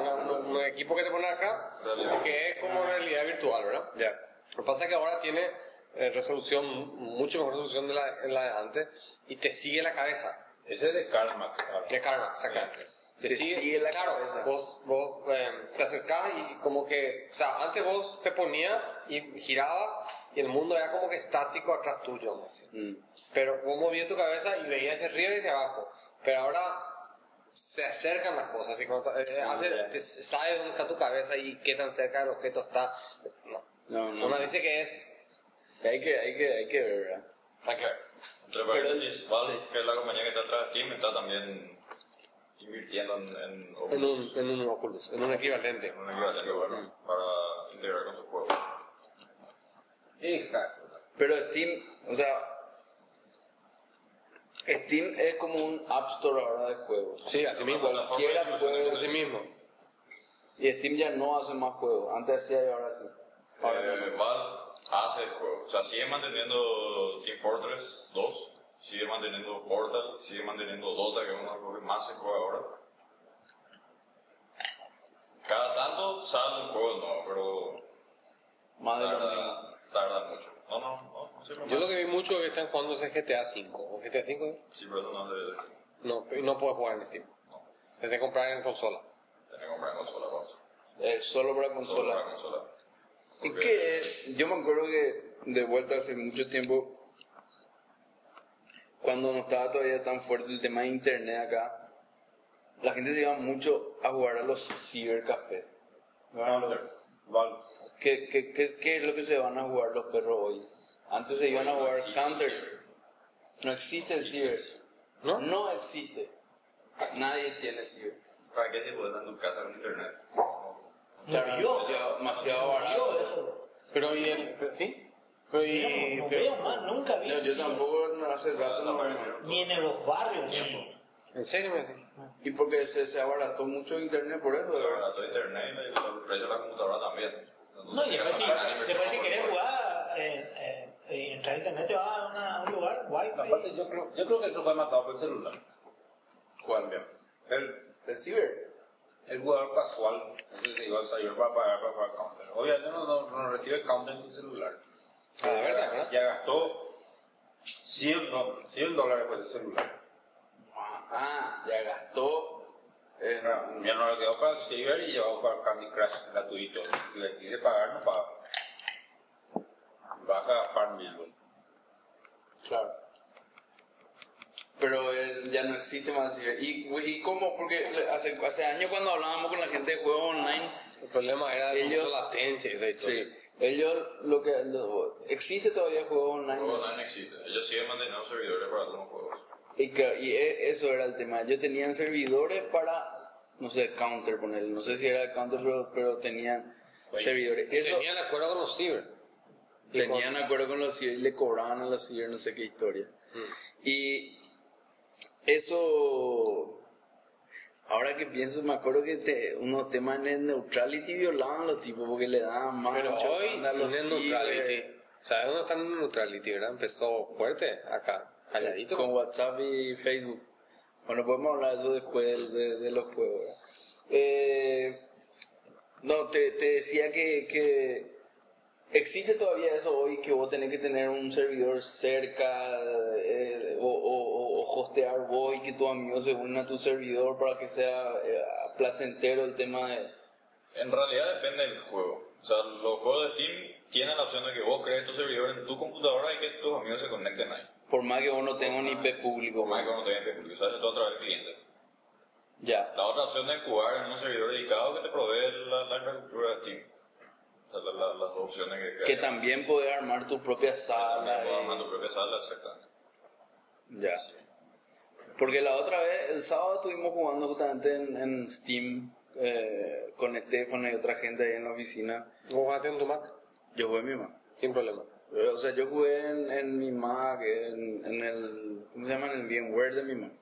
una- un- un equipo que te pones acá,
Realidad.
que es como realidad virtual, ¿verdad?
Ya.
Lo que pasa es que ahora tiene eh, resolución, mucho mejor resolución de la, la de antes, y te sigue la cabeza.
Ese es de Karma.
De karma, sacante. Te,
Te
sigue,
sigue la
claro,
cabeza.
vos, vos eh, te acercás y como que, o sea, antes vos te ponías y girabas y el mundo era como que estático atrás tuyo, vamos a decir.
Mm.
Pero vos movías tu cabeza y veías hacia arriba y hacia abajo. Pero ahora se acercan las cosas y cuando, eh, hace- te- sabes dónde está tu cabeza y qué tan cerca del objeto está. No.
No, no.
Una dice que es...
Hay que, hay que, hay que ver, ¿verdad?
Hay que ver.
Entre paréntesis, Valve, que es la compañía que está atrás de Steam, está también invirtiendo en, en
En
Oculus.
un, Mm. en un Oculus, en un equivalente.
En un equivalente bueno para integrar con sus juegos.
Pero Steam, o sea, Steam es como un App Store ahora de juegos.
Sí, así mismo.
Cualquiera puede.
Así mismo.
Y Steam ya no hace más juegos. Antes hacía y ahora sí.
Eh, Valve hace el juego. O sea, sigue manteniendo Team Fortress 2, sigue manteniendo Portal, sigue manteniendo Dota, que es uno de los juegos que más se juega ahora. Cada tanto sale un juego nuevo, pero
Más de lo mismo.
tarda, tarda mucho. No, no, no, no sé por
Yo
qué.
lo que vi mucho es que están jugando ese GTA V. ¿O GTA V?
Sí, pero eso no se
No, y no puedes jugar en Steam. Tienes que comprar en consola.
tiene que comprar en consola, vamos.
Eh, solo para
Solo
consola.
para consola.
Es
Porque-
que eh, yo me acuerdo que de vuelta hace mucho tiempo, cuando no estaba todavía tan fuerte el tema de internet acá, la gente se iba mucho a jugar a los cibercafés. ¿Qué, qué, qué, qué es lo que se van a jugar los perros hoy? Antes se iban a jugar Counter. No existe el ciber.
¿No?
No existe. Nadie tiene ciber.
¿Para qué te puedes dar en tu casa con internet?
Claro, demasiado, demasiado barato.
Pero, ¿y el, ¿sí?
Pero,
Yo
y,
no, no
pero-
veo más, nunca vi.
no, yo tampoco no, hace rato no.
Ni en los barrios. ni-
¿En serio me decís? Y porque se, se abarató mucho internet por eso,
Se
¿verdad?
abarató internet y el precio de la computadora también. Entonces,
No, y después si,
era una gran
después si
inversión
querés
por-
jugar, eh, eh, eh, entrar a internet te vas a, una- a un lugar, wifi.
Aparte, yo creo, yo creo que eso fue matado por el celular.
¿Cuál, viejo? El, el ciber.
El jugador casual, entonces se iba a salir para pagar para jugar counter. Obviamente no, no, no recibe counter en tu celular.
Ah, la verdad, ¿verdad?
Ya gastó 100, do- 100 dólares por el celular.
Ah, ya gastó. Eh, no,
Ya no le quedó para el ciber y llevó para Candy Crush gratuito. Si le quise pagar, no paga. Baja a gastar mil, güey.
Claro. Pero él ya no existe más el ciber. ¿Y, güey, y cómo? Porque hace, hace años cuando hablábamos con la gente de juegos online,
El problema era de
Ellos-
la latencia y esa historia.
sí. ellos lo que lo- existe todavía juegos
El
online
juego online existe. Ellos siguen manteniendo servidores para algunos juegos.
y, que- y e- eso era el tema ellos tenían servidores eh, para no sé counter ponerle no sé si era counter pero, pero tenían servidores
Y
eso
Tenían acuerdo con los ciber. y
tenían acuerdo con los ciber y le cobraban a los ciber no sé qué historia Mm. y eso ahora que pienso me acuerdo que te- unos temas de neutrality violaban los tipos porque le daban más
Pero
mucha
hoy
banda a los
tienen
ciber.
neutrality. ¿Sabes dónde está en neutrality, verdad? Empezó fuerte acá, calladito.
con WhatsApp y Facebook. Bueno, podemos hablar de eso después del- de, de los juegos. ¿verdad? Eh, no, te, te decía que, que existe todavía eso hoy, que vos tenés que tener un servidor cerca eh, o, o- o- o hostear vos y que tus amigos se unan a tu servidor para que sea eh, placentero el tema de...
En realidad depende del juego. O sea, los juegos de Steam tienen la opción de que vos crees tu servidor en tu computadora y que tus amigos se conecten ahí.
Por más que vos no tengas un IP público.
Ah. Por más que
¿verdad?
no tengas que publicar, haces todo a través del cliente.
Ya.
La otra opción de jugar en un servidor dedicado que te provee la, la infraestructura de Steam. O sea, la- la- las dos opciones que
Que también podés armar tu propia sala.
Puedes
y-
armar tu propia sala, exactamente.
Ya. Porque la otra vez, el sábado estuvimos jugando justamente en, en Steam eh, con Estefano y otra gente ahí en la oficina.
¿Vos jugaste en tu Mac?
Yo jugué en mi Mac.
Sin problema.
Eh, O sea, yo jugué en, en mi Mac, en, en el. ¿Cómo se llama? En el VMware de mi Mac.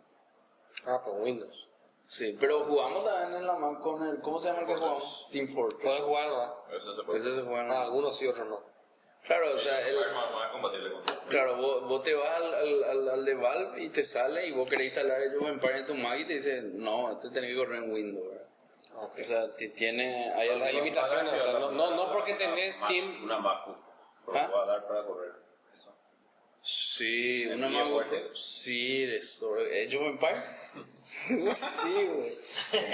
Ah, pues Windows.
Sí, pero jugamos también en la Mac con el. ¿Cómo se llama el que jugamos? Team Fortress.
Podés jugar en la Mac.
Eso se puede.
Eso se juega en
Ah,
la-
algunos sí, otros no.
Claro, o sea, el-
Es más, más compatible con todo.
Claro, vos, vos te vas al, al, al- al de Valve y te sale y vos querés instalar el Empire en tu Mac y te dice, no, este tenés que correr en Windows, ¿verdad? O sea, ti- tiene... Hay
O Ah, sea, hay
algunos-
limitaciones. O sea, no, no, no porque tenés
Una Mac-
Steam.
Una Macu.
¿Ah?
Va a dar para correr. Eso.
Sí, una
Bien
Mac...
fuerte.
Sí, de sobre... ¿Age of Empire? sí, güey.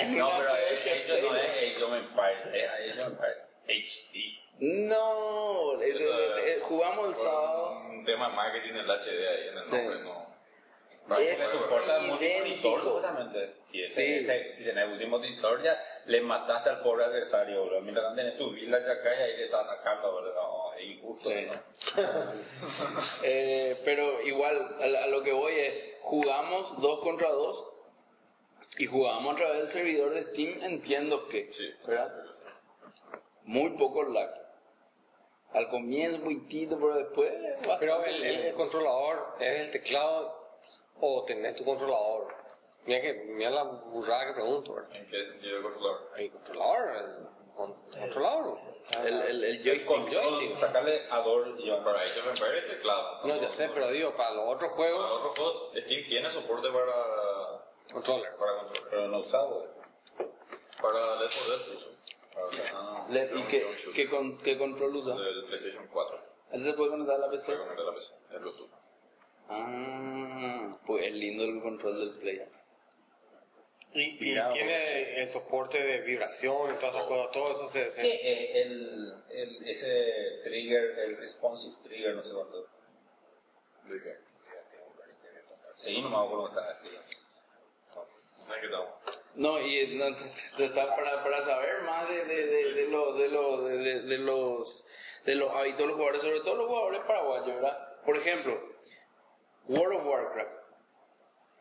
No,
Una
pero
fecha
ellos no
seis.
es Age of Empire, es Age of Empire HD.
No, el- el- el- el- jugamos el
Fue
sábado.
Un tema de marketing el HD ahí en el
Sí.
nombre, no.
Es
Se soporta mucho
idéntico.
monitor, justamente. Y ese-
Sí.
ese- si tenés último monitor, ya le mataste al pobre adversario, boludo. Mientras que tenés tu villa ya cae, ahí le estás atacando, boludo. No, es injusto,
Sí.
¿no?
Eh, pero igual, a, la- a lo que voy es, jugamos dos contra dos y jugamos a través del servidor de Steam, entiendo que,
Sí.
¿verdad? Muy poco lag. Al comienzo, poquitito, pero después... bastante
Pero el, el-
bien.
el controlador es el teclado o tenés tu controlador. Mira, que, mira la burrada que pregunto, ¿verdad?
¿En qué sentido el controlador?
El controlador, el con- controlador.
El, el- el joystick.
Con joystick, sacarle ador y
No,
para
para Age of Empires es teclado.
No, ya sé, pero digo, para los otros
Para
juegos,
otro juego, Steam tiene soporte para.
controller.
para control.
Pero no usado, boludo.
Para Left 4 Dead puso. Para-
Le- ¿Y
Para
qué,
un shoot.
qué con- qué control usa?
Del PlayStation 4.
¿Ese se puede conectar a la PC?
Para conectar la PC. Es Bluetooth.
Ah, pues es lindo el control del player.
Y, y tiene el soporte de vibración y todas esas cosas, todo eso se... se-
Sí, eh, el, el- ese trigger, el responsive trigger, no sé cuánto. Sí, no me acuerdo cómo está.
No es que estamos.
No, y no, t- t- está para, para saber más de, de, de, de, lo- de, lo- de, de- de los de los hábitos de los jugadores, sobre todo los jugadores paraguayos, ¿verdad? Por ejemplo, World of Warcraft.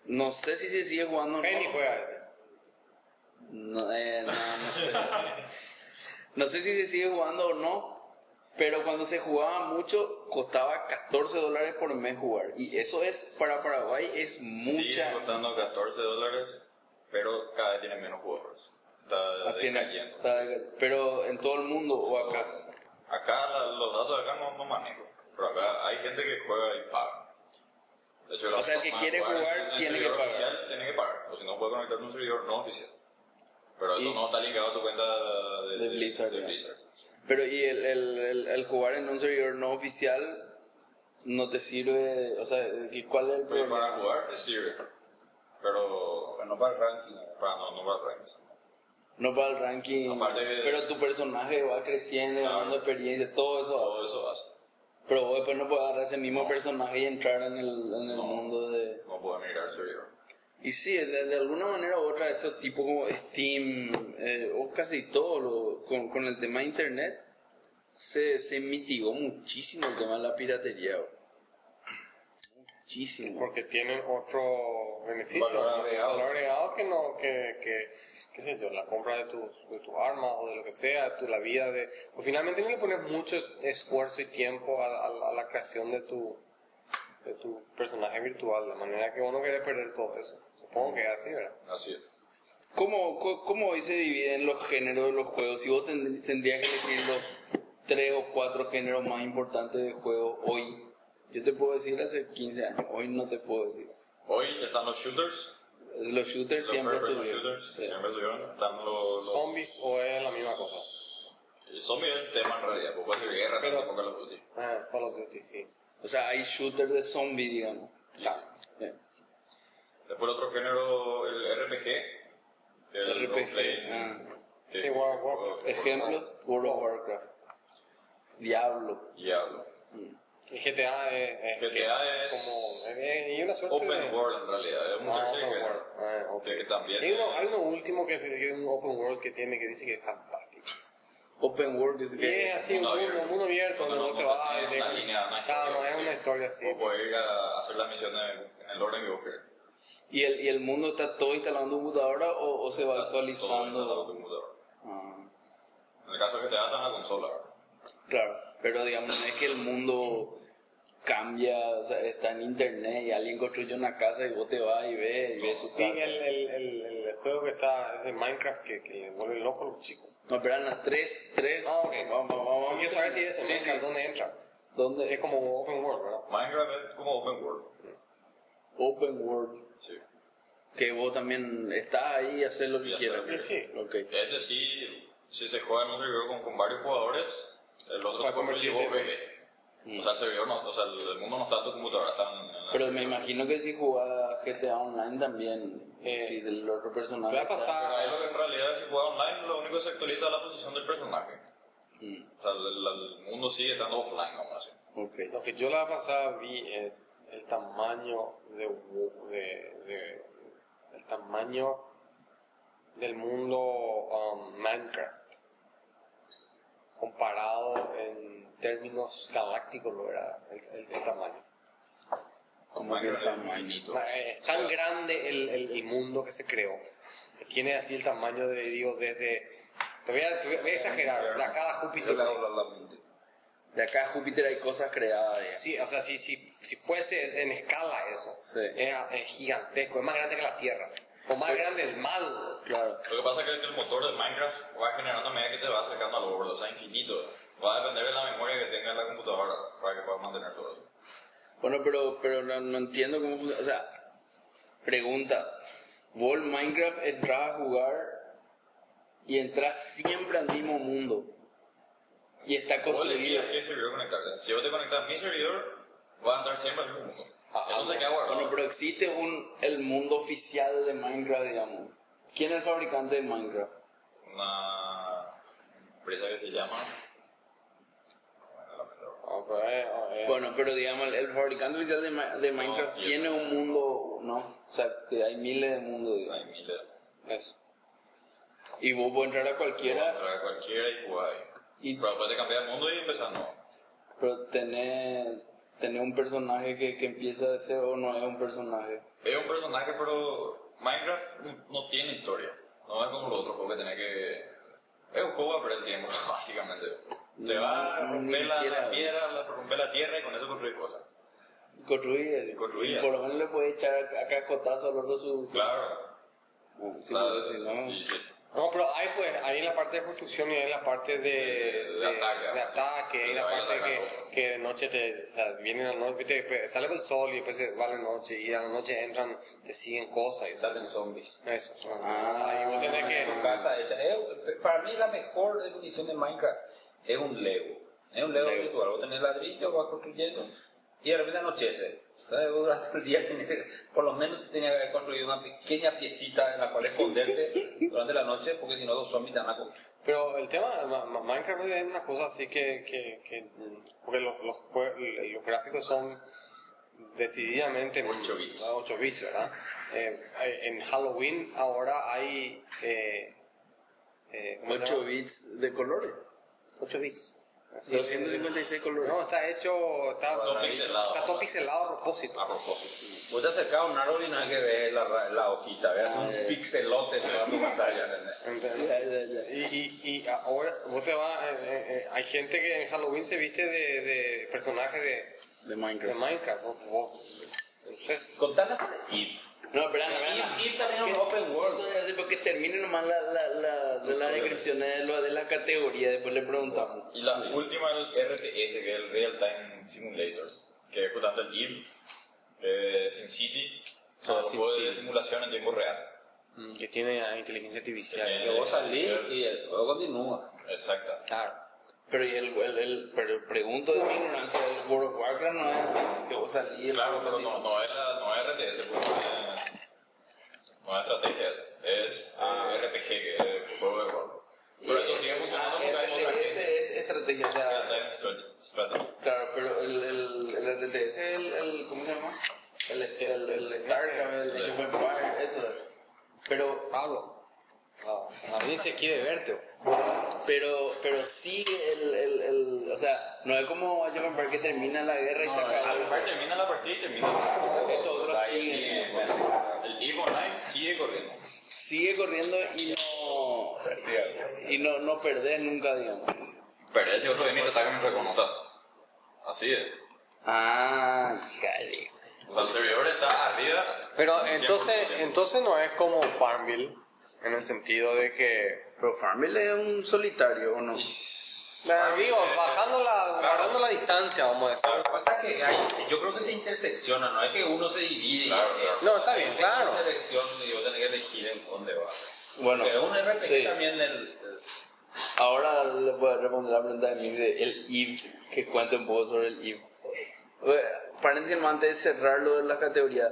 No sé si se sigue jugando o no.
Penny juega ese.
No, eh, no, no sé. No sé si se sigue jugando o no, Pero cuando se jugaba mucho, costaba 14 dólares por mes jugar. Y eso es, para Paraguay, es
Sigue
mucha.
costando 14 dólares, pero cada vez tiene menos jugadores. Está
Ah, tiene-
decayendo.
está- pero en todo el mundo o acá.
Acá la- los datos de acá no, no manejo, pero acá hay gente que juega y paga. De hecho, la
O sea, el que
forma
quiere
de
jugar
en- en
tiene que
servidor
pagar.
Oficial, tiene que pagar, o si no puede conectar a un servidor no oficial. Pero eso
Y-
no está ligado a tu cuenta de,
De Blizzard,
de
ya.
Blizzard.
Pero y el, el, el, el jugar en un servidor no oficial no te sirve. O sea, ¿y ¿cuál es el
Pero
problema?
para jugar te sirve, pero no para el ranking, para no, no para el ranking.
No para el ranking.
Aparte de-
Pero tu personaje va creciendo,
Claro.
ganando experiencia, todo eso.
Todo eso hace,
Pero vos después no puedes agarrar ese mismo personaje y entrar en el, en el
No.
mundo de...
no puede mirar el servidor.
Y sí, de, de alguna manera u otra, estos tipos como Steam, eh, o casi todo, lo- con, con el tema de Internet, se, se mitigó muchísimo el tema de la piratería. bro. Muchísimo.
porque tienen otro beneficio
Valor
valor
agregado.
agregado, que no que, que qué sé yo la compra de tus de tus armas o de lo que sea tu la vida de o finalmente no le pones mucho esfuerzo y tiempo a, a- a la creación de tu de tu personaje virtual de manera que uno quiere perder todo eso supongo que es así verdad
Así es.
¿Cómo, co- cómo hoy se dividen los géneros de los juegos? Si vos ten- tendrías que elegir los tres o cuatro géneros más importantes de juegos hoy, yo te puedo decir hace 15 años, hoy no te puedo decir.
Hoy están los shooters,
Los shooters
los
siempre
first-person
estuvieron.
shooters,
Sí.
siempre estuvieron, están los, los
zombies o es la misma cosa
Y Zombie es el tema en realidad, porque puede ser guerra,
Pero-
también Call of Duty.
ah Call of Duty sí
O sea, hay shooters de zombies, digamos.
Y
Bien.
Después otro género, el RPG. El
RPG,
roleplay,
ah.
que-
Sí, World of Warcraft.
Ejemplo, World of Warcraft. Diablo.
Diablo.
y GTA es, es
GTA es-
como es- y una suerte
Open
de,
World en realidad, es un
Ah,
tercer
open
género.
world. Ah, ok.
Que también-
Hay uno, hay uno último que es, que es un open world que tiene que dice que es fantástico.
Open World es
Y es así, un
Mundo
mundo,
abierto.
un mundo abierto donde
Donde
vos te
no- no
vas
tiene
y
una
te-
línea, una
Claro, no,
historia,
es una historia así.
O poder ir a hacer las misiones en el orden que vos querés.
¿Y el, y el mundo está todo instalado en computadora o, o se
Todo en
va
la
actualizando?
computadora.
Ah,
En el caso que te gastan la consola. ¿verdad?
claro, pero digamos, no es que el mundo cambia, o sea, está en internet y alguien construye una casa y vos te vas y ves y ves su
Y
casa.
el, el, el, el juego que está, es de Minecraft que, que le vuelve loco a los chicos.
No, pero eran las tres, tres.
Ah, ok.
Vamos, vamos, vamos.
Yo quiero saber si es
Sí,
Minecraft,
sí.
¿dónde entra?
¿Dónde?
Es como open world, ¿verdad?
Minecraft es como Open World.
Open World.
Sí.
Que vos también estás ahí y haces lo que
Y hacer
quieras.
lo que
Sí.
Ok.
Ese sí, si se juega en un servidor con, con varios jugadores, el otro
Para
se convertir
convertirse en
O sea, el servidor no, o sea, el, el mundo no está en tu computadora, está en, en el
Pero me
servidor.
imagino que si jugaba GTA Online también,
Eh,
si del otro personaje.
Voy a
está-
Pero ahí
pasar.
lo que en realidad si juega online, lo único que se actualiza es la posición del personaje.
Mm,
O sea, el, el- el mundo sigue estando offline, vamos a decir.
ok.
Lo que yo la pasada vi es el tamaño de, wo- de- de- el tamaño del mundo um, Minecraft comparado en términos galácticos lo era el, el- el tamaño.
Como que
Minecraft
está
es infinito.
Ma- eh, Es tan grande el, el- el mundo que se creó. que Tiene así el tamaño de digo desde te voy a, te voy a- voy a exagerar, de acá a Júpiter.
De acá a Júpiter hay cosas creadas. digamos.
Sí, o sea, si, si, si fuese en escala eso,
Sí.
es, es gigantesco, es más grande que la Tierra, o más grande el mal.
Claro.
Lo que pasa es que el motor de Minecraft va generando a medida que te va acercando al borde, o sea, infinito. Va a depender de la memoria que tenga la computadora para que puedas mantener todo eso.
Bueno, pero, pero no, no entiendo cómo funciona. O sea, pregunta. Vos en Minecraft entras a jugar y entras siempre al mismo mundo. Y está
Vos elegís
construido.
a qué servidor conectarte. Si vos te conectas a mi servidor, va a entrar siempre al mismo mundo.
Ah,
Entonces,
ah,
¿qué guardado?
Bueno, pero existe un, el mundo oficial de Minecraft, digamos. ¿Quién es el fabricante de Minecraft?
Una empresa que se llama... Bueno, la verdad,
Bueno, pero digamos, el fabricante oficial de, Ma- de Minecraft
tiene.
tiene un mundo, ¿no? O sea, que hay miles de mundos, digamos.
Hay miles.
Eso. Y vos puedes entrar a
Puedes
cualquiera,
entrar a cualquiera y jugar ahí.
Y-
Pero después te cambiar el mundo y empezar nuevo.
pero tener, tener un personaje que, que empieza de cero no es un personaje.
Es un personaje, pero Minecraft no- no tiene historia. No es como los otros juegos que tenés que... Es un juego a perder el tiempo, básicamente.
Ya.
Te va a
Ni-
romper
ni
la,
siquiera-
la piedra, la, romper la tierra y con eso construir cosas.
Construir,
Construir.
por lo menos le puede echar acá cotazo al otro su.
Claro.
Sí,
claro,
porque si no-
sí, sí.
No, pero hay pues, hay en la parte de construcción y hay en la parte de, de,
De ataque,
de ataque, hay en la
de
parte
ataque,
que, que de noche te, o sea, vienen a la noche, viste, pe- sale con el sol y después se va la noche y a la noche entran, te siguen cosas y salen zombies. Eso.
Ah.
Ahí vos tenés que...
tu casa hecha. Es- para mí la mejor definición de Minecraft es un Lego. Es un Lego, virtual. Vos tenés ladrillo, vas construyendo y de repente anochece. Entonces vos durante el día tenés que- por lo menos tenías que haber construido una pequeña piecita en la cual esconderte durante la noche porque si no los zombies te van a comer.
Pero el tema de Ma- Ma- Minecraft es una cosa así que, que, que mm, porque los, los, jue- los gráficos son decididamente
Ocho bits.
Ah, ocho bits, ¿verdad? Eh, hay- en Halloween ahora hay eh, eh, ¿cómo se
8
llama?
bits de colores.
8 bits. Así que-
256 colores.
no, está hecho, está,
Todo pixelado.
está todo pixelado a propósito.
A propósito.
Vos te acercás a un árbol y no hay que ver la, ra- la hojita, veas un
Ah, eh.
pixelote en toda tu pantalla. ¿entendés?
¿entendés?
Ya, ya, ya.
Y, y, y ahora vos te vas, eh, eh, eh, hay gente que en Halloween se viste de, de personajes de,
De
de
Minecraft.
Minecraft. vos- vos- entonces,
Contanos sobre Eve.
No, espera, espera.
Eve, Eve también es un open world.
Porque termine nomás la, la, la, de la descripción de, lo, de la categoría, después le preguntamos.
Y la última el RTS, que es el Real Time Simulator, que es justamente el IB, que es SimCity, o sea,
Ah,
los
Sim
juegos de
City.
simulación en tiempo real.
que tiene ah, inteligencia artificial.
Sí.
Eh,
Que vos salís y el juego continúa.
Exacto.
Claro.
Pero y el, el, el- pero pregunto de mi ignorancia, el World of Warcraft no es así, que vos salís.
Claro, pero no, no es, la- no es RTS, porque eh, no es estrategia, es eh, RPG, que es juego de rol. Pero eso sigue funcionando porque
Ah,
hay otra
ah, Ese,
gente.
ese es estrategia, o
Real
sea,
Time Strate- Strategy.
claro, pero el, el, el RTS, el, el, ¿cómo se llama? El, el, el StarCraft, el Age of Empires, eso. Pero
Pablo, a mí se quiere verte.
Pero, pero sí, el, el, el, o sea, no es como Age of Empires que termina la guerra y se acaba.
Al par termina la partida y termina la
Esto otro sigue.
El EVE Online sigue corriendo.
Sigue corriendo y no, y no, no perdés nunca, digamos.
Pero ese otro de mí te ataca mientras conota. Así es.
Ah, chale.
O sea, el servidor está arriba.
Pero
100%
entonces,
tiempo.
entonces no es como Farmville, en el sentido de que...
Pero Farmville es un solitario, ¿o no?
Nah, digo, bajando la,
Claro.
guardando la distancia, vamos a decir.
Lo que pasa es que hay- yo creo que se intersecciona, no es que uno se divide. y-
Claro, claro.
No, está bien, claro.
Una selección y yo tenés que elegir en dónde va.
Bueno,
Pero un RPG
sí.
también el, el-
Ahora le voy a responder la pregunta de mí de el IV, que cuente un poco sobre el IV. Eh, Paréntesis, no, antes de cerrar lo de la categoría,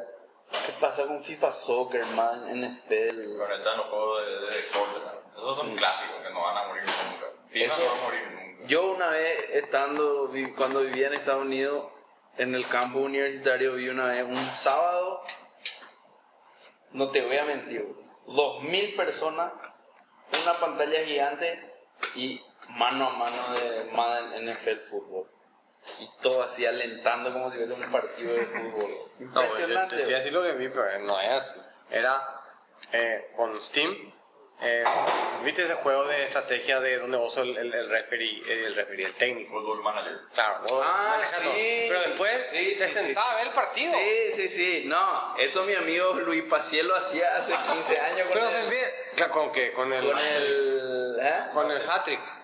¿qué pasa con FIFA Soccer, man, este, NFL?
Bueno, están los juegos de, de deporte. ¿no? Esos son clásicos que no van a morir nunca. FIFA
Mm. Eso-
no va a morir nunca.
Yo una vez estando, vi- cuando vivía en Estados Unidos, en el campo universitario vi una vez un sábado, no te voy a mentir, dos mil personas, una pantalla gigante y mano a mano de Madden NFL fútbol. Y todo así alentando como si fuera un partido de fútbol.
No, yo te
Impresionante.
estoy lo que vi, pero no es así. Era eh, con Steam. eh, ¿Viste ese juego de estrategia de donde vos sos el, el, el referee, eh, el referee, el técnico?
Football Manager.
Claro, vos
Ah,
manejando.
sí.
Pero después
Sí, sí,
te
sí.
sentaba a ver el partido.
Sí, sí, sí, no, eso mi amigo Luis Pacielo hacía hace 15 años con
Pero se
el-
ve, claro, ¿con qué? Con el,
con el ¿eh?
con el Hatrix.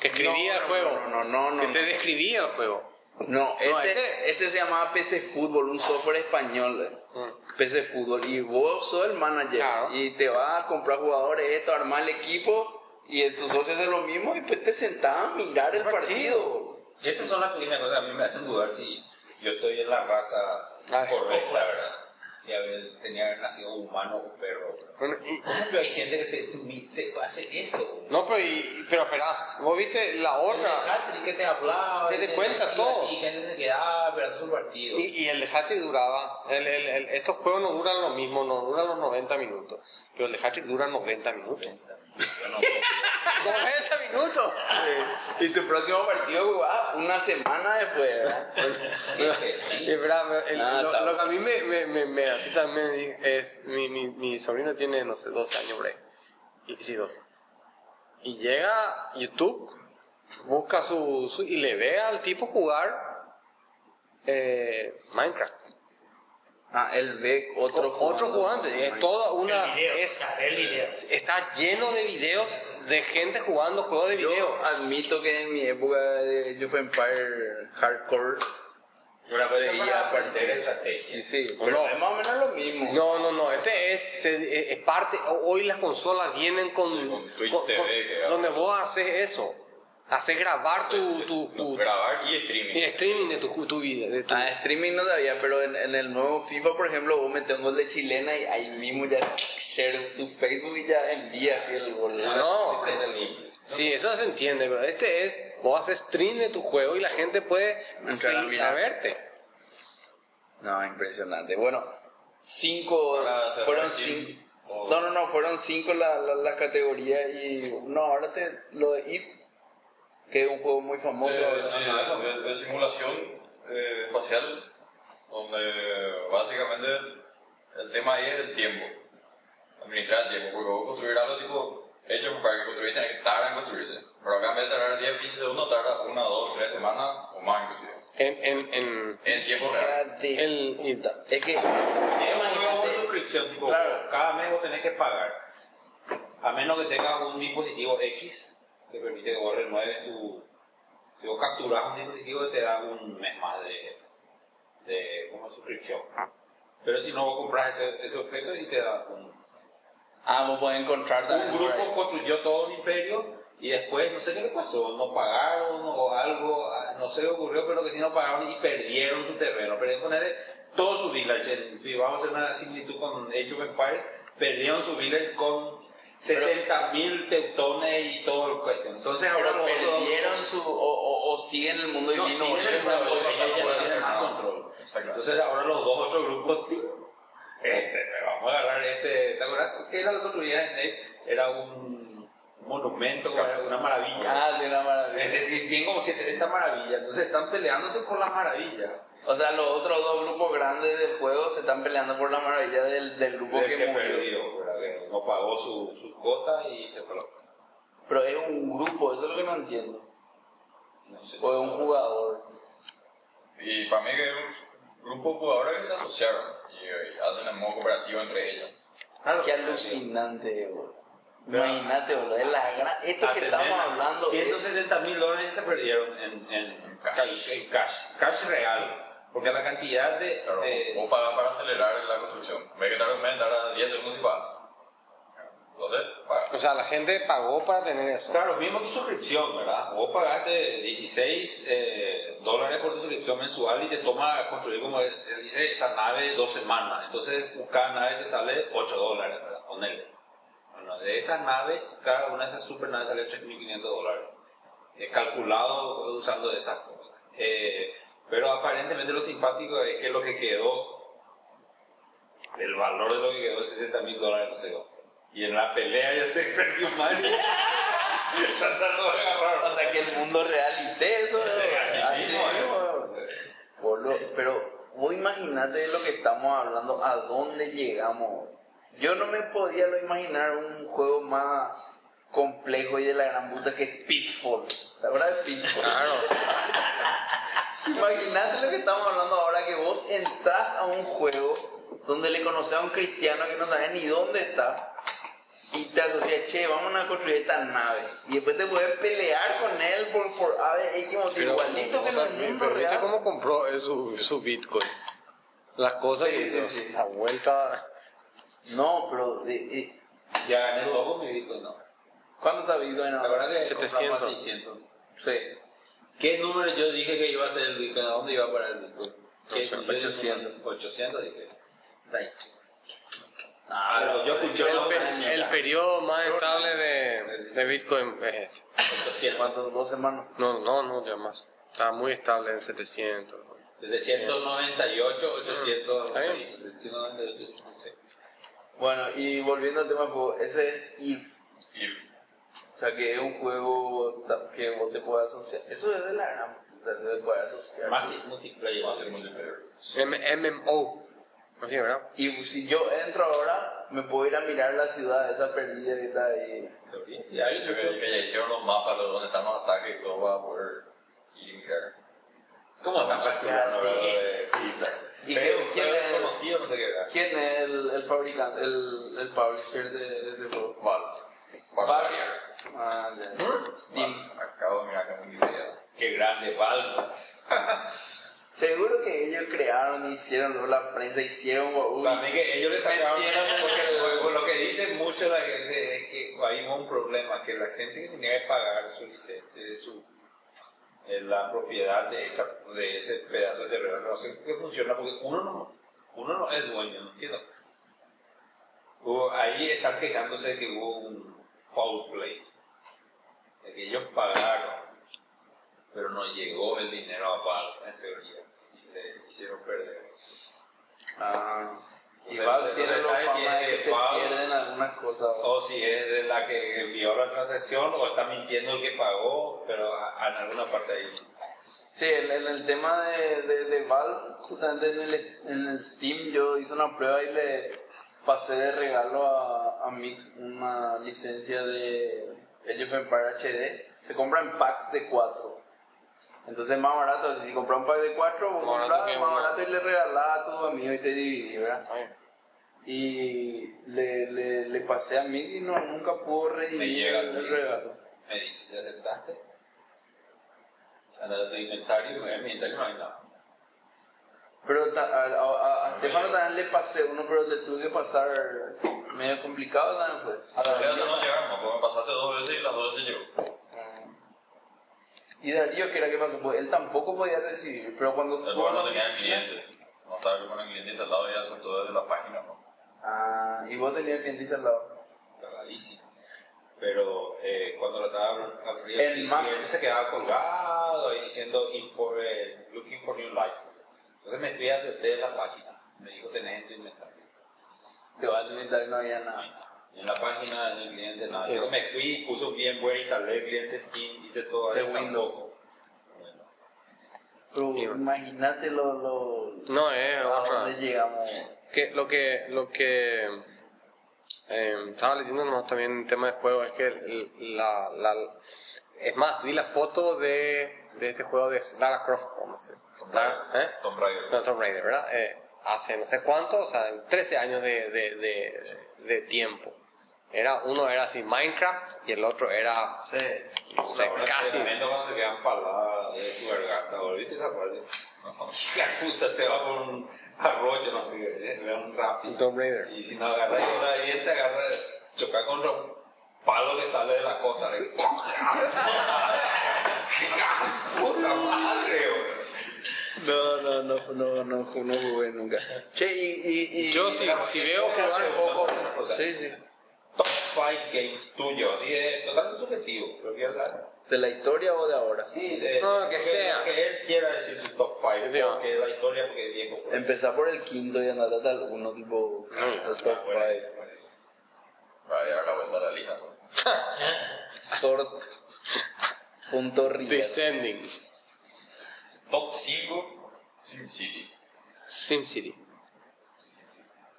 Que escribía
No,
el
no,
juego.
no, no, no, no,
que te
no.
describía el juego.
No, este,
ese-
este se llamaba PC Fútbol, un software español. eh.
Mm.
PC Fútbol. Y vos sos el manager.
Claro.
Y te vas a comprar jugadores, esto, armar el equipo. Y tus socios hacen lo mismo. Y pues te sentás a mirar el partido.
Esas son las pequeñas cosas que a mí me hacen dudar si yo estoy en la raza
Ay,
correcta, ¿verdad? Si haber, tenía que haber nacido humano o perro. ¿verdad?
Bueno, y-
Pero hay gente que se, ni- se hace eso.
no, pero, y, pero espera, vos viste la
El
otra.
hat-trick que te hablaba.
Que te
que
cuenta
decía,
todo.
Y gente se quedaba esperando su partido.
Y, y el de Hattrick duraba. el- el- el- estos juegos no duran lo mismo, no duran los 90 minutos. Pero el de Hattrick dura 90 minutos. ¡90 minutos!
Y tu próximo partido, güey, ah, una semana después. ¿verdad?
Y verdad, el-
Ah, está
lo, lo que a
bueno.
mí me, me, me, me así también es, mi, mi, mi sobrino tiene, no sé, 12 años por ahí. Y, sí, 12. Y llega YouTube busca su, su- y le ve al tipo jugar eh, Minecraft.
Ah, él ve otro
Otro, jugante, es toda
El
una.
video,
es-
o sea, el video.
está lleno de videos de gente jugando juegos de
Yo Ah,
video.
admito que en mi época de Age of Empire Hardcore
Una vez
veía
para
parte
aprender
de
estrategia.
y sí,
No.
pero es más o menos lo mismo.
No, no, no, este es, se- es parte, hoy las consolas vienen con,
Sí, con Twitch TV, que-
donde vos haces eso, haces grabar tu, tu, tu-
Pues, grabar y streaming.
y streaming de tu, ju- tu vida, de tu-
Ah, streaming no sabía, pero en, en el nuevo FIFA, por ejemplo, vos metes un gol de chilena y ahí mismo ya share tu Facebook y ya envías así el gol.
No.
Ese es el-
Sí, eso se entiende, pero este es, vos haces stream de tu juego y la gente puede
Entrar a
sí,
mirar.
a verte.
No, impresionante. Bueno, cinco,
Ahora se
fueron
recibe.
cinco.
Oh.
No, no, no, fueron cinco la- la- las categorías y no, ahora te lo de IP, que es un juego muy famoso.
Eh, sí, de, de simulación eh, espacial, donde básicamente el tema ahí es el tiempo, administrar el tiempo, porque vos construir algo tipo hecho para que construir tiene que tardar en construirse, pero acá en vez de tardar 10, 15 segundos, tarda 1, 2, 3 semanas o más inclusive,
En, en, en,
en tiempo real.
Imagínate.
en- y ta-
Es que,
Es una
imagínate.
suscripción, tipo,
Claro.
cada mes vos tenés que pagar. A menos que tengas un dispositivo X que permite que vos renueves tu. Si vos capturas un dispositivo, te da un mes más de. de como suscripción. Pero si no, vos compras ese, ese objeto y te da un.
Ah, vos podés encontrar
Un
también por ahí.
grupo construyó todo un imperio y después no sé qué le pasó, no pagaron o algo, ah, no sé qué ocurrió, pero que si no pagaron y perdieron su terreno, perdieron ponerle todo su village, el- si vamos a hacer una similitud con Age of Empires, perdieron su village con 70.000 teutones y todo lo cuestión. Entonces ahora
Pero
vos-
perdieron su. O, o, o siguen el mundo y
no,
sí, no
siguen
volvieron
el juego,
a-
porque ya no
a-
tienen más
a-
control.
Exacto.
Entonces ahora los dos otros grupos, ¡ting! este, vamos a agarrar este, ¿te acuerdas? que era lo que construían en él? Era un monumento, una maravilla.
Ah, sí, una maravilla.
Este, ti- Tienen como 70 maravillas, entonces están peleándose por las maravillas.
O sea, los otros dos grupos grandes del juego se están peleando por la maravilla del, del grupo
Porque
que
que
murió.
perdió, ¿verdad? Que no pagó su- sus cuotas y se fue.
Pero es un grupo, eso es lo que no entiendo.
No sé.
O es un jugador.
Y para mí que es un grupo de jugadores que se asociaron y, y hacen el modo cooperativo entre ellos.
Claro,
Qué
perdió.
alucinante, boludo.
Ah, Pero-
Imagínate, boludo. es la gran- Esto que estamos hablando. es-
170 mil dólares se perdieron en, en cash. en cash, cash real. Porque la cantidad de.
Claro,
de-
vos pagas para acelerar la construcción. Ve que tarda un mes, tarda 10 segundos y pagas. Entonces, pagas.
o sea, la gente pagó para tener eso.
claro, mismo tu suscripción, ¿verdad? Vos pagaste 16 eh, dólares por tu suscripción mensual y te toma construir, como se dice, esa nave dos semanas. Entonces, cada nave te sale 8 dólares, ¿verdad? Ponele. Bueno, de esas naves, cada una de esas super naves sale 3.500 dólares. Eh, calculado usando esas cosas. Eh, pero aparentemente lo simpático es que lo que quedó, el valor de lo que quedó es 60 mil dólares, no sé yo. Y en la pelea ya se perdió más. Tratando de agarrar.
O sea, que el mundo real y eso,
Así
así
mismo, ¿eh?
mismo. Boludo, pero vos imaginate de lo que estamos hablando, a dónde llegamos. Yo no me podía lo imaginar un juego más complejo y de la gran puta que es Pitfall. La verdad es Pitfall.
Claro.
Imagínate lo que estamos hablando ahora, que vos entras a un juego donde le conoces a un cristiano que no sabe ni dónde está y te asocias, che, vamos a construir esta nave. Y después te puedes pelear con él por, por A, B, X motivo, igualito que
o sea,
en el mundo
pero ¿Viste
real.
cómo compró eh, su, su Bitcoin? Las cosas
Sí,
que
sí,
hizo.
sí.
La vuelta.
No, pero... de- de-
Ya gané todo con mi Bitcoin, ¿no?
¿Cuánto está Bitcoin
La
ahora?
verdad que
700.
compramos 600. Sí. ¿Qué número yo dije que iba a ser el Bitcoin? ¿A dónde iba a parar el Bitcoin? ¿Qué- yo dije
800.
800 dije.
Ah,
pero yo escuché
El,
una
pe-
vocecita.
el periodo más estable de, de Bitcoin es este.
800.
¿Cuánto? ¿Dos semanas?
No, no, no, ya más. Estaba muy estable en 700.
Desde 198,
Está
806.
bien.
198, 806.
Bueno, y volviendo al tema, pues, ese es If.
Y
O sea, que es un juego ta- que vos te puedes asociar. Eso es de la gran puta, se puede asociar.
Massive multiplayer.
va a ser multiplayer.
M- MMO. Así, ¿verdad?
Y si yo entro ahora, me puedo ir a mirar la ciudad, esa perdida que está ahí.
Sí, hay otro que, que ya hicieron los mapas de dónde están los ataques y todo va a poder ir y mirar. ¿Cómo acá facturando, verdad? De pizzas.
¿Y
Pero,
qué- quién
pero
es?
conocido, no sé qué era.
¿Quién es el, el fabricante, el, el publisher de, de ese juego?
Valve.
Valve.
Valve.
Ah, ya. Steam.
Valve. Acabo de mirar acá en Wikipedia.
Qué grande, Valve.
Seguro que ellos crearon, hicieron, luego la prensa hicieron. uy,
Para mí que ellos le sacaron
Mentira.
porque lo- lo que dice mucho la gente es que hay un problema, que la gente que tenía que pagar su licencia, su, eh, la propiedad de, esa, de ese pedazo de terreno, no sé qué funciona, porque uno no, uno no es dueño, no entiendo. Hubo- ahí están quejándose de que hubo un foul play, de que ellos pagaron, pero no llegó el dinero a Valve, en teoría, y le hicieron perder.
Ah, y
O sea,
Valve
no
tiene
se
la
sabe si
fama de
es
que
de
se
Valve.
pierden algunas cosas.
o si es de la que envió la transacción o está mintiendo el que pagó, pero a- en alguna parte ahí.
Sí, en, en el tema de, de, de Valve, justamente en el, en el Steam, yo hice una prueba y le pasé de regalo a, a Mix una licencia de Age of Empires HD. Se compra en packs de 4. Entonces más barato, así, si compras un pack de 4, más,
Más barato que
más
uno.
barato y le regalás a tu amigo y te dividís, ¿verdad?
Ay,
Y le, le, le pasé a Mix y no, nunca pudo
Me
redimir
llega
el
el-
regalo.
Me dice, ¿ya aceptaste? Anda a tu inventario, en mi inventario no hay nada.
Pero ta- a, a- a- a Stefano también le pasé uno, pero le tuve que pasar medio complicado también pues. fue.
A la verdad Ah, no llegamos, porque me pasaste dos veces y las dos veces llegó.
Y Darío, que era que pasó, pues él tampoco podía recibir, pero cuando
El
fue a la
problema tenía el
oficina-
cliente. No estaba con el cliente instalado ya son todo desde la página, ¿no?
Ah, y vos tenías el cliente al lado.
Cagadísimo. Pero eh, cuando lo estaban abrir
El
el
Mac.
cliente se quedaba colgado ahí diciendo info- eh, looking for new life. Entonces me fui a de la página. Me dijo tenés en tu inventario.
Te vas a limitar, no había nada.
En la página del cliente nada. Yo me fui, puso bien web, instalé el cliente Steam, hice todo
De
ahí,
Windows.
tampoco. Bueno,
Pero imagínate lo, lo
No, es
Ah,
a
otra.
dónde llegamos.
que lo que lo que eh, estaba leyendo nomás también en tema de juego es que el- la, la es más vi la foto de, de este juego de Lara Croft vamos a decir Lara- ¿eh?
Tomb Raider.
no, Tomb Raider verdad Eh, hace no sé cuánto o sea 13 años de, de, de, de tiempo era uno era así Minecraft y el otro era
Sí.
no sé,
Ahora
casi
tremendo cuando te quedan paladas de tu garganta, ¿volviste esa parte? No, la puta se va por un arroyo, no sé qué, era un rápido.
Tomb Raider
Y si no agarra y con la diente, agarra, choca contra un palo que sale de la costa. de- ¡Puta madre, güey!
No, no, no, no, no, no jugué nunca. Che, y, y, y
yo si, si veo jugar
un poco.
Sí, sí.
Top 5 games tuyos, así es totalmente subjetivo, pero quiero saber.
¿De la historia o de ahora?
Sí, de,
No, que
de-
sea.
lo que él quiera decir su top 5,
Digo.
porque la historia, porque Diego. pues, Ah,
Empezar por el quinto y andar hasta el uno, tipo. el top
buena
five.
idea, buena idea. Para llevar la vuelta a la liga, pues.
Sort. Punto River.
Descending
Top 5, SimCity.
SimCity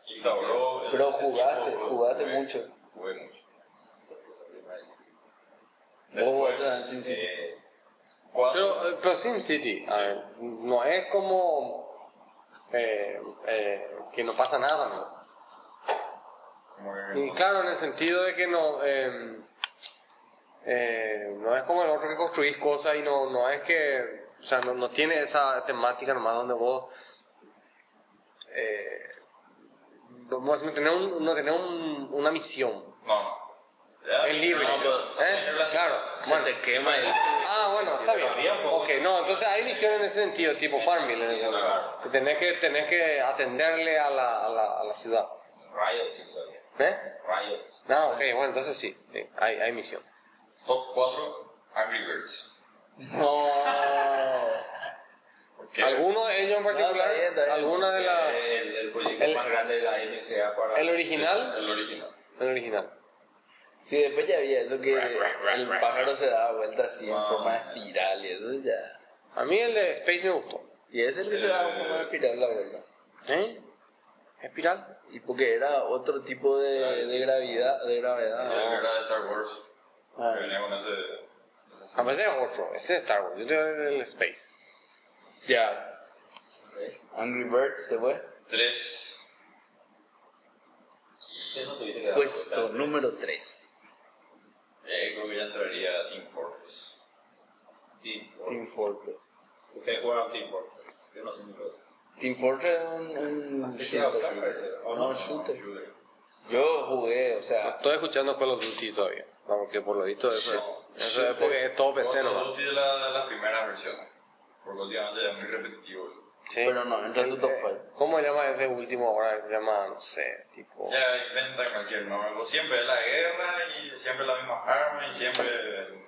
Instauró. el-
Pero
ese
jugaste,
tipo,
jugaste
jugué,
mucho.
Jugué mucho.
Vos
Después,
votaste en SimCity.
eh, cuatro,
Pero, eh, pero SimCity, a ver, no es como eh, eh, que no pasa nada, ¿no?
como que-
Y claro, en el sentido de que no, eh, eh, no es como el otro que construís cosas y no, no es que, o sea, no, no tiene esa temática nomás donde vos, eh, vamos a decir, no tenés, un- no tenés un- una misión.
No, no. Ya,
Es libre,
no, pero-
¿eh? Claro,
Se
bueno.
te quema el.
Ah, bueno, está bien. Ok, no, entonces hay misiones en ese sentido, tipo farming, en el- que tenés que, tenés que atenderle a la, a la, a la ciudad.
Riot, sí, todavía.
¿Eh?
Riot.
Ah, ok, bueno, entonces sí, sí, hay, hay misión.
Top 4, Angry Birds.
No.
¿Alguno de ellos en particular?
está bien, está bien.
¿Alguna de las...?
El, el proyecto
el-
más grande de la NSA para...
¿El original?
El original.
El original.
Sí, después ya había eso que el pájaro se daba vuelta así en
Ah.
forma de espiral y eso ya.
A mí el de Space me gustó.
Y es el que se daba en forma de espiral la vuelta.
¿Eh? ¿Espiral?
Y porque era otro tipo de, de gravedad. De
Ah.
gravedad.
Sí, que era de Star Wars.
Ah.
Que venía con ese.
A veces es otro, Ah, pues ese es Star Wars, yo tengo el Space.
Ya. Angry Birds se fue.
Tres.
Si no tuviste que dar
Puesto
vuelta.
número 3.
Eh, creo que ya entraría Team Fortress. Team Fortress.
Team Fortress.
Ustedes jugaron Team Fortress. Yo no sé ni lo
Team Fortress es un, un
que sea
shooter.
Oscar, parece. O
No,
no,
shooter.
Yo creo.
Yo jugué, o sea,
Estoy escuchando Call of Duty todavía, no, porque por lo visto eso, es- eso es porque es todo PC
Call of
nomás.
Duty es la, la primera versión. Porque últimamente ya es muy repetitivo.
Sí.
Pero no, entra en tu top
Eh,
five.
¿Cómo se llama ese último ahora? Se llama, no sé, tipo...
Ya inventan cualquier nombre. Siempre es la guerra y siempre las mismas armas y siempre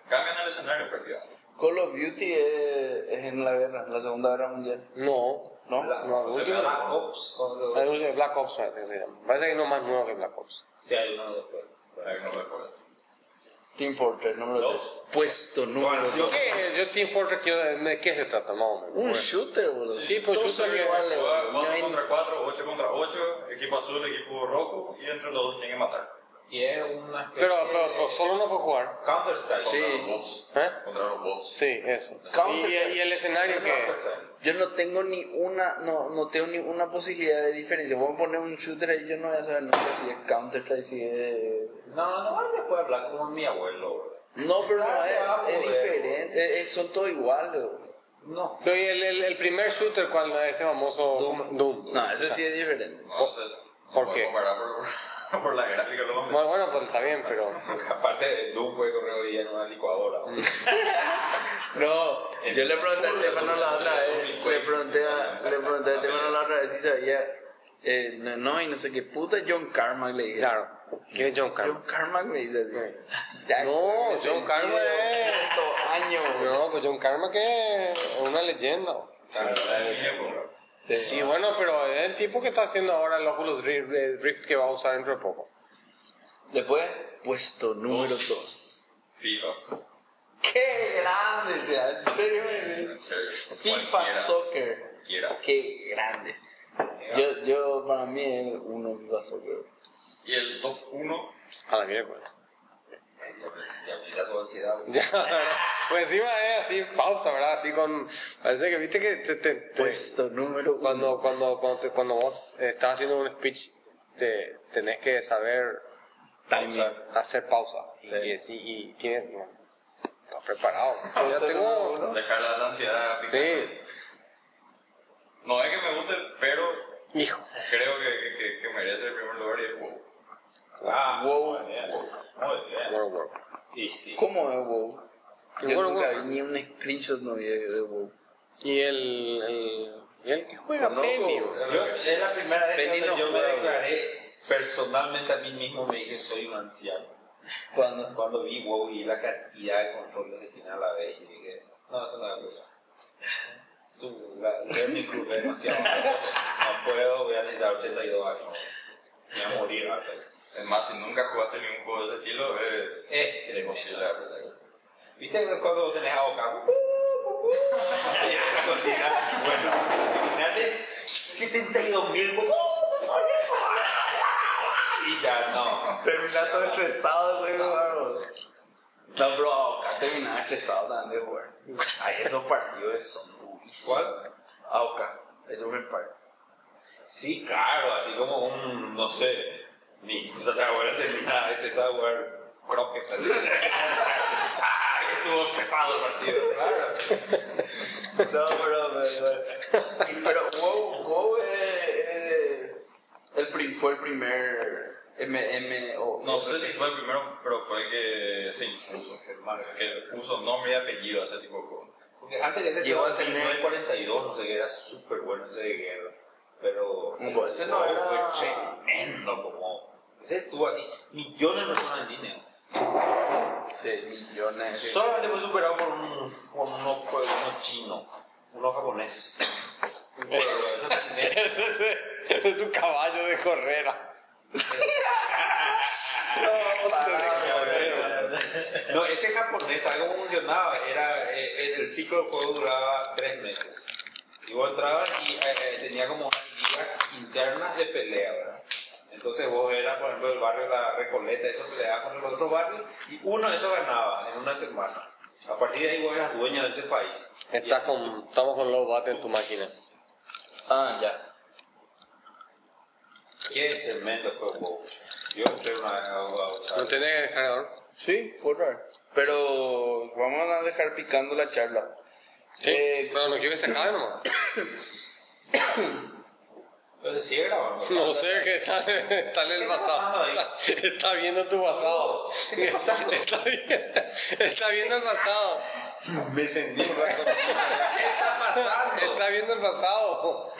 cambian el escenario prácticamente.
Call of Duty es, es en la guerra, en la Segunda Guerra Mundial.
No,
¿No?
no, el
O sea,
último...
Black
Black Ops. con lo-
El último Black Ops parece que se llama. Parece que es uno más nuevo que Black Ops.
Sí, hay uno después.
Ahí no recuerdo.
Team Fortress, número 3. Puesto número
¿Y
2.
qué es? Yo Team Fortress quiero saber de qué se trata, más o menos.
Un shooter, boludo.
Sí, pues
Todos
shooter
son
que-
iguales,
Juega
boludo. No
4
hay-
contra 4, 8 contra 8, equipo azul, equipo rojo y entre los dos tienen que matar.
Y es una especie
Pero, pero, pero solo uno puede jugar.
de Counter Strike.
Contra
Sí.
los bots.
¿Eh?
Contra los bots.
Sí, eso. Y,
Counter
y- y el escenario que...
Yo no tengo ni una, no, no tengo ni una posibilidad de diferencia. Voy a poner un shooter ahí, yo no voy a saber nunca si es Counter Strike, si es...
No, no vayas después a hablar como mi abuelo. bro.
No, pero no
Ah,
es,
ya,
es
boludo.
diferente, es- es- son todos iguales, boludo.
No.
Pero y el, el, el primer shooter, ¿cuál es ese famoso?
Doom.
Doom.
No, eso
O sea,
sí es diferente.
No, sé eso. No
¿Por
puedo
qué?
comparar por, por la gráfica de los hombres.
Bueno, bueno, pues está bien, pero...
Aparte, Doom puede correr hoy día en una licuadora. bro.
No, yo le pregunté a Estefano la otra vez, le pregunté a, le pregunté a Estefano la otra vez si sabía, eh, no, no, y no sé qué puta John Carmack le dije.
Claro. ¿Quién es John
John
Carmack?
Carmack me dice así. Ya,
No, John Carmack es...
200 años, boludo.
No, pues John Carmack es una leyenda.
La verdad es mi época.
Sí, bueno, pero es el tipo que está haciendo ahora el Oculus Rift, eh, Rift que va a usar dentro de poco.
Después, puesto número 2.
FIFA.
¡Qué grande! Sea, en serio, me-
En serio.
FIFA
Cualquiera.
Soccer.
Cualquiera.
¡Qué grande! Yo, yo, para mí, es uno FIFA Soccer.
Y el top 1.
A la mierda.
Ya me da su ansiedad.
Ya, pues encima es así, pausa, ¿verdad? Así con... Parece que viste que te- te- te-
Puesto número 1.
cuando, cuando, cuando, te- cuando vos eh, estás haciendo un speech, te, tenés que saber hacer pausa. Y, y, así- y tienes... no, estás preparado. Yo ya tengo...
Dejar la ansiedad picante.
Sí,
No es que me guste, pero
hijo.
creo que, que- que- que merece el primer lugar y el juego.
Ah,
Wow.
muy bien. Muy bien.
World War.
Y sí.
¿Cómo es WoW? Yo
Bueno,
nunca
bueno.
vi ni un screenshot no vi de de WoW.
Y el, el, y el que juega
Loco,
Penny. bro.
era
Yo,
lo que-
es la primera vez
Penny
que
no
yo me
juega, güey.
declaré personalmente a mí mismo, me dije soy un anciano.
Cuando
Cuando vi WoW y la cantidad de controles que tiene a la vez, yo dije, no, esto no es cosa. Tú, la, yo mi club es demasiado. No puedo, voy a necesitar 82 años. Me voy a morir antes.
Es más, si nunca jugaste ningún juego de ese estilo, es.
Es tremendo.
imposible.
la verdad. ¿Viste cuando tenés a Oka? Y en esa cocina, bueno, imagínate 72 mil. Y ya no.
terminas todo estresado, güey, bárbaro. No, bro, acá terminaba estresado también de jugar. Ay, esos partidos son durísimos.
¿Cuál?
Aoka, el Urban Park.
Sí, claro, así como un, no sé, ni o sea, te abuela terminaba estresado de jugar croquet. así. Ah, Estuvo pesado el partido, claro.
No, bro, pero, pero WoW, WoW es, es el prim- fue el primer MMO.
No sé si fue el primero, pero fue el que se impuso. Que puso nombre y apellido a ese tipo de juego.
Porque antes de ese
Llegó a
juego, el
tener-
42, no sé qué, era súper bueno ese de guerra. Pero
Como ese no era-
fue tremendo, como. Ese tuvo así millones de personas en línea.
Sí, millones. de-
Solamente fue superado por, un, por unos, por unos chinos, unos japoneses. Pero eso también-
Ese ese- ese es tu caballo de correra. Ah,
No, ese japonés, algo funcionaba, era, eh, eh, el ciclo de juego duraba tres meses. Y vos entrabas y eh, eh, tenía como unas ligas internas de pelea, ¿verdad? Entonces vos eras, por ejemplo, el barrio La Recoleta, eso peleaba contra los otros barrios y uno de esos ganaba en una semana. A partir de ahí vos eras dueño de ese país.
Estás con, estamos con low bat en tu máquina.
Ah, ya. Qué tremendo fue WoW. Yo entré una vez a WoW.
¿No tenés descargador?
Sí, por favor. Pero vamos a dejar picando la charla.
Sí.
Eh,
pero no quiero que se acabe nomás.
Entonces sí era, ¿no?
No sé que está, está en el WhatsApp. Está, está viendo tu pasado. Está, está viendo el pasado.
Me sentí un rato. ¿Qué está pasando?
Está viendo el pasado.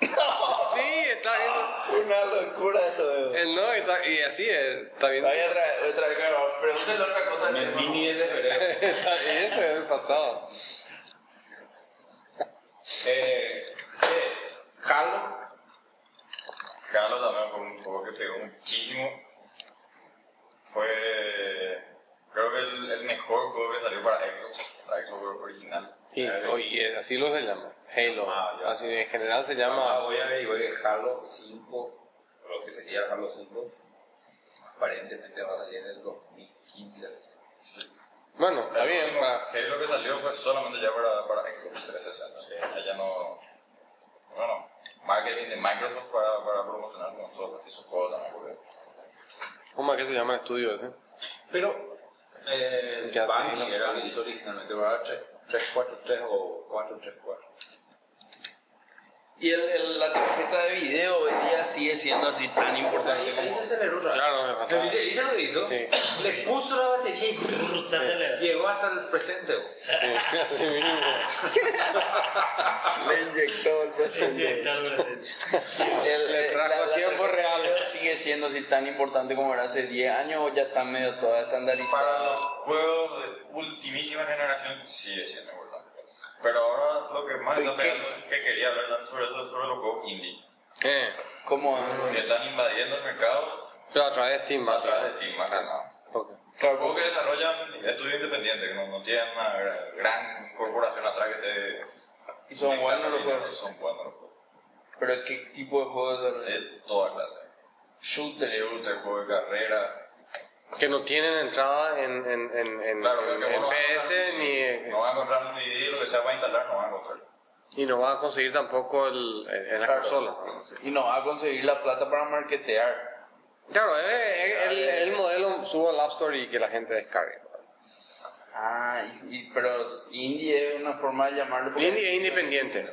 Sí, está viendo.
una locura eso,
Él no, está- y así es, está viendo.
Vaya otra, otra vez, claro, pregúntale otra cosa.
Me vi ni ese cerebro.
Está- y eso es el pasado.
Eh, ¿qué? ¿Halo? Carlos también fue un juego que pegó muchísimo. Fue, creo que el, el mejor juego que salió para Xbox, para Xbox original.
Y, y es- así lo se llama. Halo.
Ah, ya.
Así en general se
Ah,
llama.
voy a averiguar que Halo 5, o lo que sería Halo 5, aparentemente va a salir en el 2015.
Bueno, está bien.
Pero
para-
que lo que salió fue solamente ya para, para Xbox 360. que Ya, ya no. Bueno, marketing de Microsoft para, para promocionar consolas y sus cosas, ¿no? Porque-
¿Cómo es que se llama el estudio ese?
Pero eh,
Ya sé,
Bungie
¿no?
era el que hizo originalmente, ¿verdad? 343 o 434.
Y el, el- la tarjeta de video hoy día sigue siendo así tan importante
Ahí
como.
aceleró,
Claro, me pasaba.
¿Viste viste lo que hizo?
Sí.
Le puso la batería y
Se acelera.
llegó hasta el presente. bo.
Sí, así mismo.
Le inyectó el
Sí,
presente.
claro, sí.
El- eh,
Le
el-
trajo a tiempo
tarjeta
real.
de video Sigue siendo así tan importante como era hace 10 años o ya está medio toda
Para los
estandarizada.
juegos de ultimísima generación sigue siendo importante. Pero ahora lo que más está
¿Y qué?
pegando es que quería hablar tanto sobre eso, sobre los juegos indie.
Eh,
Como.
Que están invadiendo el mercado
pero a través de Steam,
a través de
básicamente.
Steam, más que nada.
Ok.
Claro,
Juegos
porque-
que desarrollan estudios independientes, que no, no tienen una gra- gran corporación atrás que te...
Y son buenos los
dinero,
juegos.
Son buenos los juegos.
Pero ¿qué tipo de juegos?
Eh,
son?
De toda clase.
Shooter.
Shooter, juego de carrera,
Que no tienen entrada en, en, en, en,
Claro,
en-
porque vos
en
no vas a
PS
encontrar-
ni. eh,
No va a encontrar un DVD, lo que sea para instalar, no va a encontrar.
Y no vas a conseguir tampoco el, en, en la
Claro.
consola. ¿no? Sí.
Y no va a conseguir la plata para marketear.
Claro, eh. es, es- el, el modelo subo al App Store y que la gente descargue.
Ah, y, y- pero indie es una forma de llamarlo. porque-
Indie es independiente.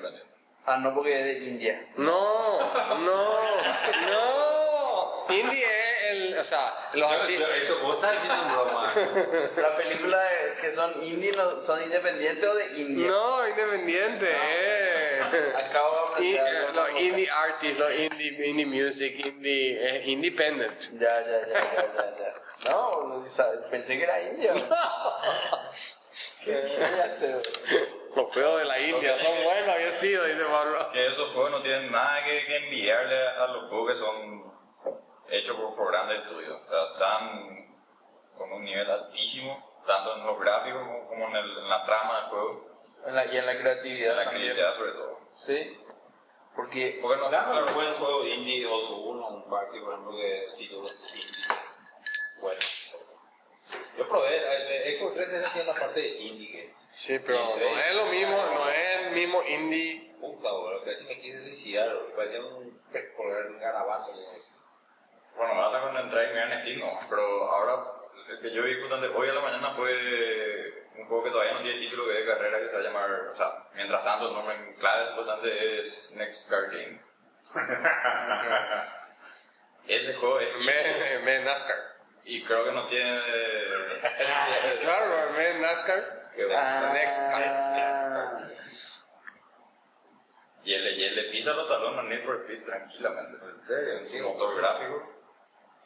Ah, no, porque es de India.
No, no, no. Indie es el. O sea, los artistas.
Eso vos estás diciendo broma.
Las películas que son indie no, son independientes o de India.
No, independiente. eh.
Acabo de
Y- eh,
aprender.
los indie artists, los indie, indie music, indie, eh, independent.
Ya, ya, ya, ya, ya, ya. No, no, sabe, pensé que era India. ¿Qué ya sé.
Los juegos de la India son buenos, había sido, dice Pablo.
Que esos juegos no tienen nada que, que enviarle a los juegos que son hechos por programas de estudio. O sea, están con un nivel altísimo, tanto en los gráficos como, como en, el- en la trama del juego,
En la- y en la
y en
creatividad
la
también.
creatividad sobre todo.
Sí. Porque
Porque no
Dame
claro,
un buen juego indie o uno, un party, por ejemplo, que título indie. Bueno. Yo probé, el, el Xbox 360 tiene la parte de indie que.
Sí, pero no es lo mismo, no es el mismo indie.
Puta, boludo, casi me quise suicidar, boludo. Parecía un colgar un garabato, boludo.
Bueno, ahora cuando entré y me en Steam, no, pero ahora el que yo vi justamente hoy a la mañana fue un juego que todavía no tiene título que es de carrera que se va a llamar, o sea, mientras tanto el nombre en clave importante es Next Car Game. Ese juego es
Me, me NASCAR.
y creo que no tiene
Claro, me NASCAR.
que va a ser
Ah.
Next Car. Y él, le- y él le pisa los talones a Need for Speed tranquilamente. ¿En serio? Un motor gráfico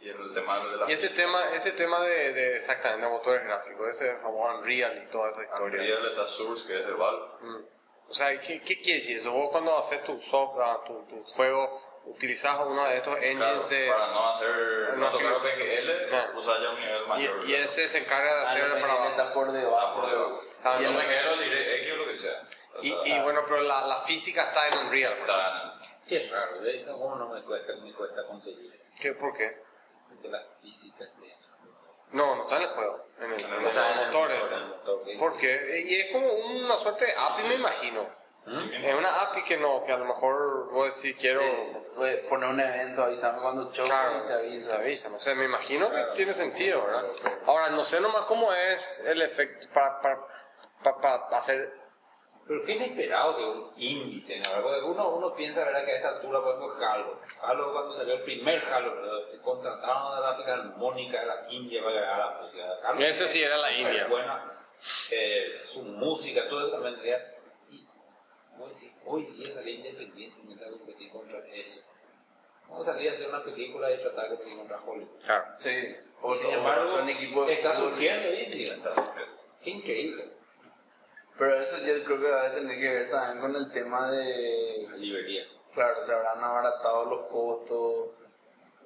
y el tema de la
Y ese tema, ese tema de, de exactamente de motores gráficos, ese famoso Unreal y toda esa historia.
Unreal está Source que es de Valve.
Mm. O sea, ¿qué, qué quiere decir eso? Vos cuando haces tu software, ah, tu, tu juego, utilizas uno de estos
Claro,
engines de...
para no hacer
este no
no tocar
escribir.
PGL,
Claro.
usar ya un nivel mayor.
Y, y ese se encarga de
ah,
hacer
no,
para
PNL
abajo.
está por
va
debajo.
por debajo.
Ah,
Y
no.
el PGL diré X o lo que sea. O
Y,
sea,
y bueno, pero la, la física está en Unreal.
está- Qué raro, ¿eh? No, ¿Cómo no me cuesta, me cuesta conseguir eso?
¿Qué? ¿Por qué?
Porque las físicas de...
No, no está en el juego. En el, en los motores.
El motor, ¿eh?
¿Por qué? Y es como una suerte de API, me imagino.
¿Mm?
Es una API que no, que a lo mejor vos decís quiero.
eh, Puede poner un evento, avisarme cuando choque y te avisa.
te avisa, no sé, me imagino que tiene sentido, ¿verdad? Ahora, no sé nomás cómo es el efecto para, para, para, para hacer.
Pero qué inesperado que un índice, ¿no? Porque uno, uno piensa, ¿verdad? Que a esta altura, por ejemplo, Halo. Halo cuando salió el primer Halo, ¿verdad? Se contrataron a la gráfica armónica de la India para grabar la música de Halo.
Ese sí era la
Súper
India.
buena, eh, su música, todo eso también era- Y vos decís, hoy día salir independiente y intentar competir contra eso. Vamos a salir a hacer una película y tratar de competir contra Hollywood.
Claro.
Sí. O,
Sin
o
embargo,
son equipos de
está
fútbol.
surgiendo hoy en día. Está surgiendo. Qué increíble.
Pero eso yo creo que va a tener que ver también con el tema de.
La librería.
Claro, se habrán abaratado los costos.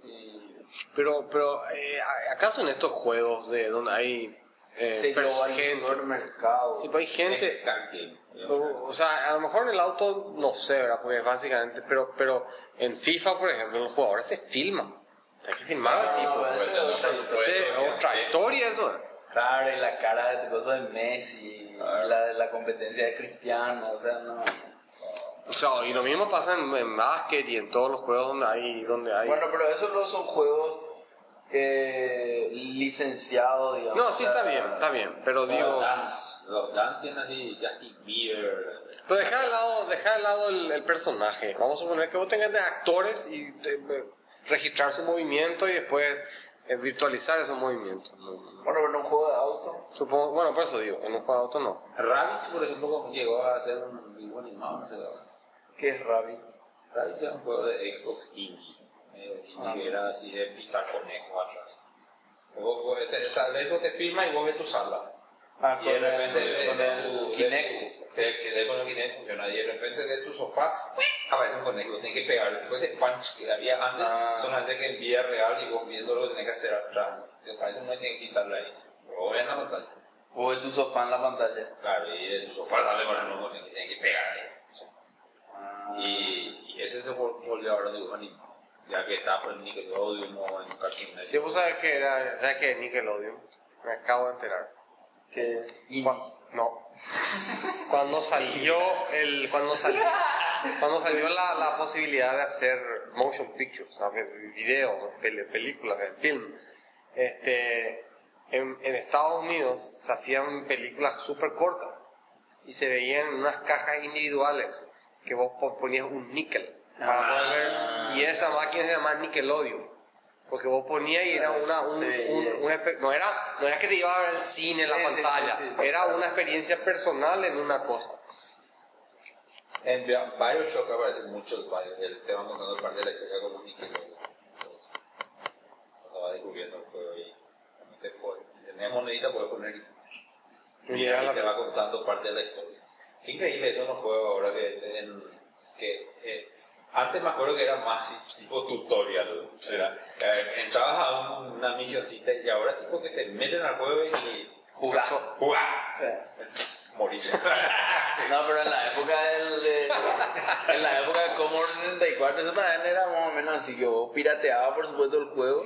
Y
Pero, pero eh, ¿acaso en estos juegos de donde hay. Eh,
se
pers-
globalizó
gente,
el mercado.
tipo, hay gente.
Next Game.
O, o sea, a lo mejor en el auto no sé, ¿verdad? Porque básicamente, pero, pero en FIFA, por ejemplo, los jugadores se filman. Hay que filmar al tipo.
pues,
¿verdad?
esa es otra
Entonces,
historia.
otra
eh,
historia eso.
Claro, y la cara de cosas de Messi, y
Claro.
la de la competencia de Cristiano, o sea, no.
O sea, y lo mismo pasa en, en básquet y en todos los juegos donde hay, donde hay.
Bueno, pero esos no son juegos eh, licenciados, digamos.
no, sí
o sea,
está bien, está bien. Pero
Los
digo,
ah.
Dance, los Dance tienen así Justin Bieber.
pero deja de lado, deja de lado el, el personaje. Vamos a suponer que vos tengas de actores y te- eh, registrar su movimiento y después eh, virtualizar esos movimientos.
Bueno, pero un juego de auto.
Supongo, bueno, por eso digo, en un juego de auto no.
Rabbids, por ejemplo, como llegó a ser un dibujo animado, no sé de dónde.
¿Qué es Rabbit?
Rabbids era un juego de Xbox Indie. medio indie
Ah.
que era así de pisar conejo atrás. Vos, vos, te, o sea, de eso te firma y vos ves tu sala.
Ah,
Y de repente
el,
ves
con el
tu-
Kinect.
ves tu- Que, que de con el Kinect funciona. Y de repente de tu sofá aparece un conejo. Tienes que pegarle. Tipo ese punch que había antes,
Ah.
solamente que en vida real y vos viéndolo tenés que hacer atrás. Te parece que no tienes que pisarla ahí. Pero vos ves en la pantalla.
O de tu sofá en la pantalla.
Claro, y de tu sofá sale con el nuevo que tienen que pegar ahí.
Ah.
Y, y ese se vol- volvió ahora un dibujo animado. Ya que está por el Nickelodeon o en Cartoon
Si
Network.
vos sabes que pues, era, sabes que es Nickelodeon, me acabo de enterar.
Que
Cu- no. Cuando salió el, cuando salió, cuando salió la, la posibilidad de hacer motion pictures, ¿no? videos, pel- películas, eh, film, este, en, en Estados Unidos se hacían películas súper cortas y se veían en unas cajas individuales que vos po- ponías un níquel
Ah.
para poder ver y esa máquina se llamaba Nickelodeon. Porque vos ponías y era una, un,
Se veía.
un- una espe- no era, no era que te iba a ver el cine en la
Sí, sí, sí,
pantalla,
sí.
era una experiencia personal en una cosa.
En Bio- Bioshock aparece mucho el Bioshock. El tema contando parte de la historia con los Nickelodeon. pues, Cuando va descubriendo pues, el juego y te pon- pues, si tenés monedita puedes poner y,
Y era
ahí te
la-
va contando parte de la historia. Qué increíble eso en los juegos ahora que, en- que eh, antes me acuerdo que era más tipo tutorial. Era, eh, entrabas a un- una misioncita y ahora tipo que te meten al juego y
Jugá.
¡guau! morís.
No, pero en la época del. de- en la época de Commodore 64, eso también era más o menos así que vos pirateabas, por supuesto, el juego.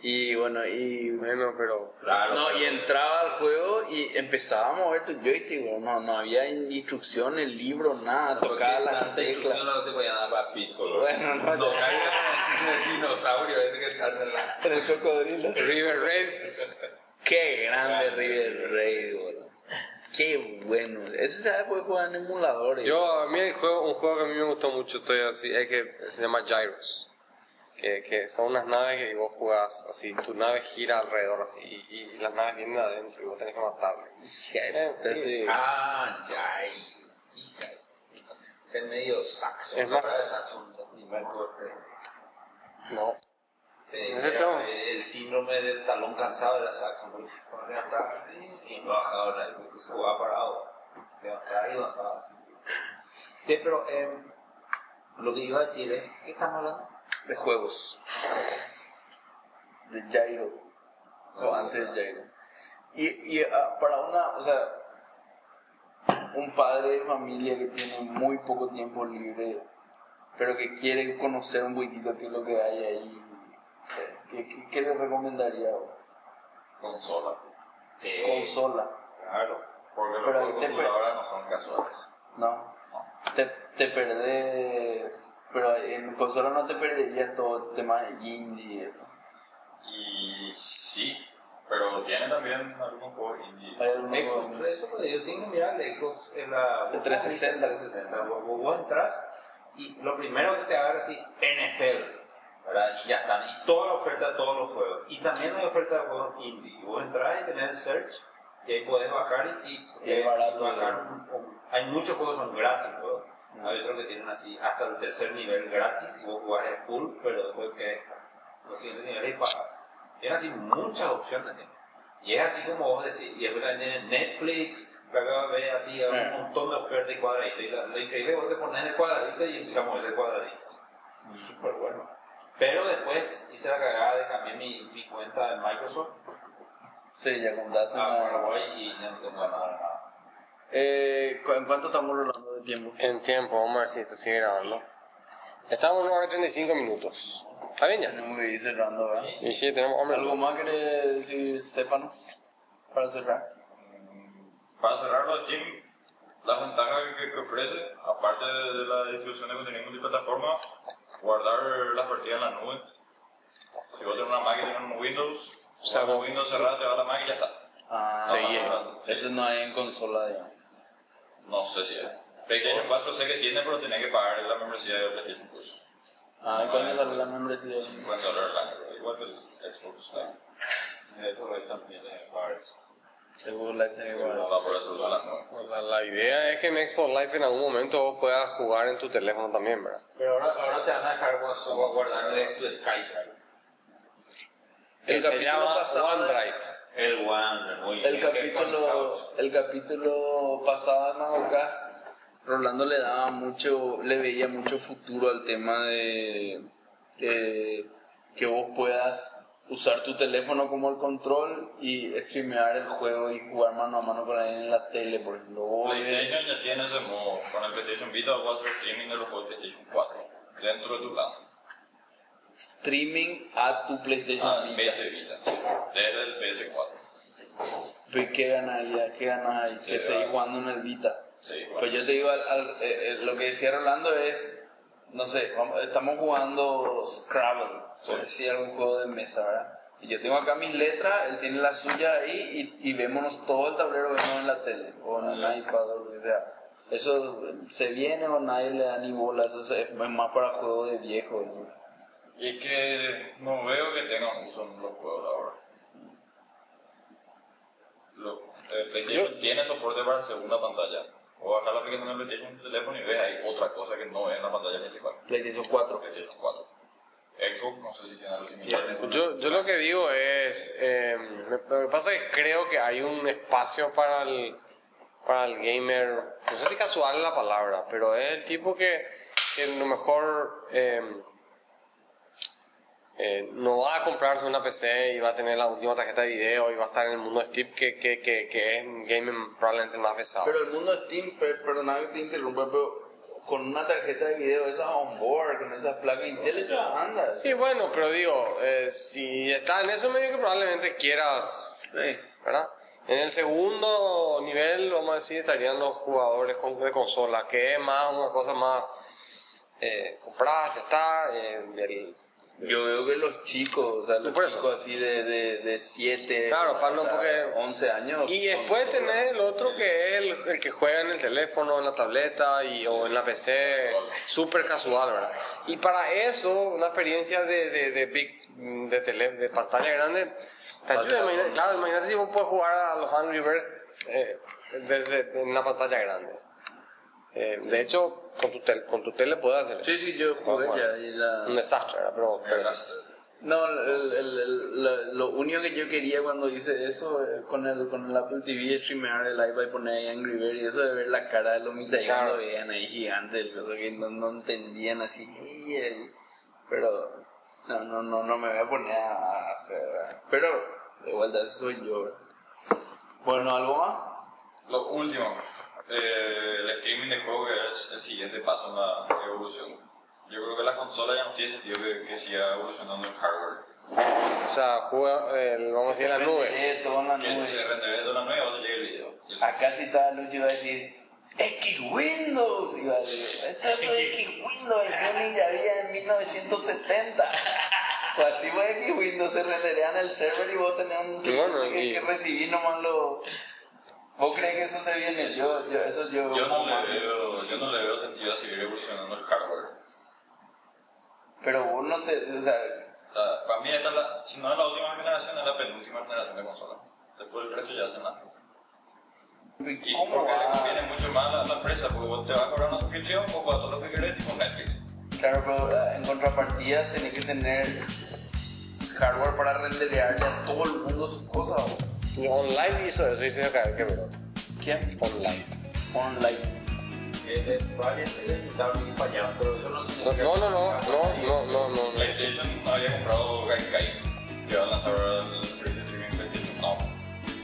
Y bueno, y.
Bueno, pero
Claro,
no,
pero-
y entraba al juego y empezaba a mover tu joystick, bro. No, no había instrucciones, libros, nada, tocaba las
tanta
teclas.
instrucción no te podían dar para Piccolo.
Bueno, no,
no
ya.
caigas en el dinosaurio ese que está en la...
En el cocodrilo.
River Raid,
Qué grande River Raid, bro. Qué bueno. Eso se sabe porque juegan emuladores.
yo a mí hay juego, un juego que a mí me gustó mucho, estoy así, es que se llama Gyros, que, que son unas naves que vos jugás así, tu nave gira alrededor así y, y las naves vienen de adentro y vos tenés que matarlas.
Hija de puta, sí.
Ah, ya. Hija. Es medio saxo.
Es más-
¿verdad? saxo. nivel fuerte.
No.
Te-
¿Es cierto?
El síndrome del talón cansado era saxo. porque Levantaba y bajaba, la- jugaba parado. Levantaba y bajaba. así. Sí, pero eh, lo que iba a decir es, ¿qué estamos hablando?
de juegos. De Jairo. O antes de Jairo. Y, y ah, para una, o sea, un padre de familia que tiene muy poco tiempo libre, pero que quiere conocer un poquitito qué es lo que hay ahí, ¿qué, qué, qué le recomendaría? vos?
Consola.
Sí.
Eh,
Consola,
pues. Claro. Porque
Pero
los
ahí te
juegos de
fue.
ahora no son casuales.
¿no? Te, te perdés, pero en consola no te perderías todo el tema de indie y eso.
Y sí, pero tiene también algunos juegos indie.
Hay algunos juegos
Xbox, eso pues, yo tengo que mirar el Xbox en la...
El 360.
360. Vos, vos- vos entras y lo primero que te agarra es así, NFL, ¿verdad? Y ya están, y toda la oferta de todos los juegos. Y también hay oferta de juegos indie. Y Vos entras y tenés el search y ahí podés bajar y,
Y es barato,
bajar
¿verdad?
un- un- Hay muchos juegos que son gratis, juegos.
Mm.
Hay otros que tienen así hasta el tercer nivel gratis y vos jugás el full, pero después que los siguientes niveles pagas. Tienen así muchas opciones. ¿eh? Y es así como vos decís, y después también tienes Netflix, que acá ves así hay
Mm.
un montón de ofertas y cuadraditos. Y la- lo increíble es que vos te pones en el cuadradito y empieza a moverse el cuadradito. Súper bueno. Pero después hice la cagada de cambiar mi, mi cuenta de Microsoft
Sí, ya contaste.
Ah.
a
nada.
Paraguay y ya no tengo nada.
Eh, ¿cu- ¿En cuánto estamos hablando de tiempo?
En tiempo, vamos a ver si esto sigue grabando. Estamos en una hora y 35 minutos. ¿Está bien ya?
Tenemos que ir cerrando, ¿verdad?
Y sí, tenemos hombre.
¿Algo más que decir, Stefano? Para cerrar.
Para cerrarlo, Steam, la ventaja que, que ofrece, aparte de, de la distribución de contenido multiplataforma, guardar las partidas en la nube. Si vos tenés una máquina en un Windows,
O sea,
guardas
vos-
Windows cerrada, te va la máquina y ya está.
Ah,
Sí,
eso no hay en consola, digamos.
No sé si es. PlayStation 4 sé que tiene, pero tenés que pagar la membresía de PlayStation pues. Plus.
Ah, ¿y ¿cuándo sale la membresía?
50 dólares al año, pero igual que el Xbox Live. Eh, El Xbox Live también tiene que pagar eso.
Seguro la tiene que
Pero no
guardar.
va por eso, usa la nube.
La, la idea es que en Xbox Live en algún momento vos puedas jugar en tu teléfono también, ¿verdad?
Pero ahora, ahora te van a dejar guas- guas- guardar de tu Skype.
Que
El
se
capítulo
llama
pasado-
OneDrive.
El One, muy
El capítulo, el capítulo pasado de Majocas, Rolando le daba mucho, le veía mucho futuro al tema de, de que vos puedas usar tu teléfono como el control y streamear el juego y jugar mano a mano con alguien en la tele, por ejemplo. Vos ves-
PlayStation ya tiene ese modo. Con el PlayStation Vita vas a ver streaming de los juegos de PlayStation 4 dentro de tu plan.
streaming a tu PlayStation
Ah,
Vita.
PS Vita, sí. Desde el PS4.
Pero ¿Qué ganaría? ¿Qué ganaría?
Sí,
Que seguís
va.
jugando en el Vita.
Sí,
Pues
bueno.
yo te digo, al- al- eh, eh, lo que decía Rolando es, no sé, vamos- estamos jugando Scrabble, por
Sí.
decir algún juego de mesa, ¿verdad? Y yo tengo acá mis letras, él tiene la suya ahí y, y vémonos todo el tablero, vemos en la tele, o en el iPad, o lo que sea. Eso eh, se viene o nadie le da ni bola, eso se- es más para juego de viejo. ¿no?
Y que no veo que tengan uso en los juegos ahora. Lo, el PlayStation tiene soporte para segunda pantalla. O bajar la aplicación del PlayStation en tu teléfono y ves ahí otra cosa que no es en la pantalla principal.
PlayStation 4.
PlayStation 4. Xbox no sé si tiene algo similar.
Yo, yo lo que digo es, eh, me, me pasa que creo que hay un espacio para el, para el gamer, no sé si casual es la palabra, pero es el tipo que, que a lo mejor eh, eh, no va a comprarse una PC y va a tener la última tarjeta de video y va a estar en el mundo de Steam, que, que, que, que es un gamer probablemente más pesado.
Pero el mundo Steam, per- perdona que te interrumpa, pero con una tarjeta de video, esa onboard, con esas placas Intel, ya andas.
Sí, bueno, pero digo, eh, si está en eso medio que probablemente quieras
Sí.
¿verdad? En el segundo nivel, vamos a decir, estarían los jugadores con- de consola, que es más una cosa más eh, comprar, ya está, eh, el-
Yo veo que los chicos, o sea, los
Por eso.
chicos así de, de, de 7,
Claro, para no, porque-
11 años.
y después
son-
tenés el otro que es el, el que juega en el teléfono, en la tableta y, o en la PC, súper casual, ¿verdad? Y para eso, una experiencia de, de, de big, de, tele, de pantalla grande, te ayuda. Imagina- claro, imagínate si vos puedes jugar a los Angry Birds eh, desde en una pantalla grande. Eh, De hecho, con tu, tel- con tu tele puedes hacer eso.
Sí, sí, yo jugué
Bueno.
ya. Ah, y la-
Un desastre, ¿verdad? Pero, pero es-
No, el- el- el- la- lo único que yo quería cuando hice eso eh, con el, con el Apple TV, streamear el iPad y poner ahí Angry Bird y eso de ver la cara de los mitadianos
Claro.
lo veían ahí gigantes, cosa que no, no entendían así. y el- Pero no, no, no, no me voy a poner a hacer. ¿verdad? Pero de vuelta, eso soy yo. ¿verdad? Bueno, ¿algo más?
Lo último, eh, el streaming de juego es el siguiente paso en la evolución. Yo creo que la consola ya no tiene sentido que, que siga evolucionando el hardware.
O sea, juega, eh, vamos a decir, en la nube.
Eh, todo en la
Que se
nube.
renderé de una nueva, donde llegue el video. Y el
Acá si estaba Lucho iba a decir X Windows iba a decir esto es un X Windows el Johnny ya había en 1970 o así fue X Windows se renderean el server y vos tenés un
Claro,
que,
y-
que recibir nomás lo vos crees que eso se viene yo, yo eso yo,
Yo no, le veo, yo no le veo sentido a seguir evolucionando el hardware.
pero vos no te o sea
O sea, para mí esta es la, si no es la última generación, es la penúltima generación de consola. Después el resto ya se la Y
¿cómo
porque le
va?
conviene mucho más a la- a la empresa, porque vos te vas a cobrar una suscripción o para todo lo que querés, tipo Netflix.
Claro, pero ah, en contrapartida tenés que tener hardware para renderearle a todo el mundo sus cosas. ¿o?
Online hizo eso, hizo acá, qué bueno.
¿Quién?
Online.
Online.
Eh, eh, varias veces estaban y fallaron, pero eso no
No, no, no, no, no, no, no, no.
PlayStation había comprado Gaikai, que va a lanzar ahora el servicio de streaming PlayStation Now,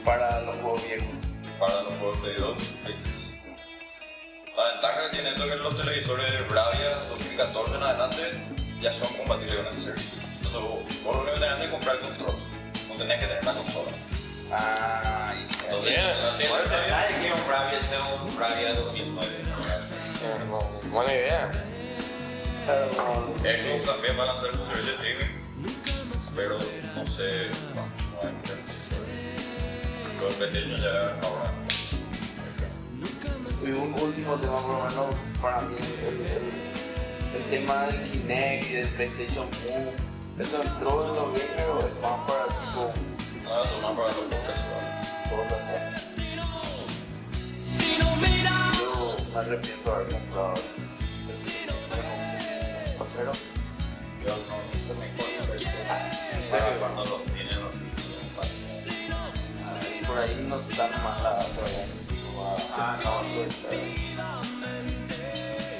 Para los juegos viejos.
para los juegos de 2 La ventaja que tiene esto es que los televisores Bravia 2014 en adelante ya son compatibles con ese servicio. Entonces vos, vos lo único que tenés que comprar el control, no tenés que tener la consola.
Ah,
Entonces,
Bien,
no tiene-
Nadie quiere un Bravia, sea un Bravia 2009.
Eh, no, Buena idea.
Xbox también van a hacer su servicio de streaming, pero no sé, no, no hay mucha necesidad. Los PlayStation ya ahora.
y un último tema, por lo menos para mí, el, el- el tema del Kinect y del PlayStation Move. Eso entró en los gamers o es más para tipo.
Nada, eso más para los podcasts. ¿verdad?
cosas? Yo me arrepiento de haber comprado. Pero,
Yo no, eso me importa. pero- Para cuando los tienen, los tienen.
ahí por ahí no están mal la todavía.
Ah, no, no,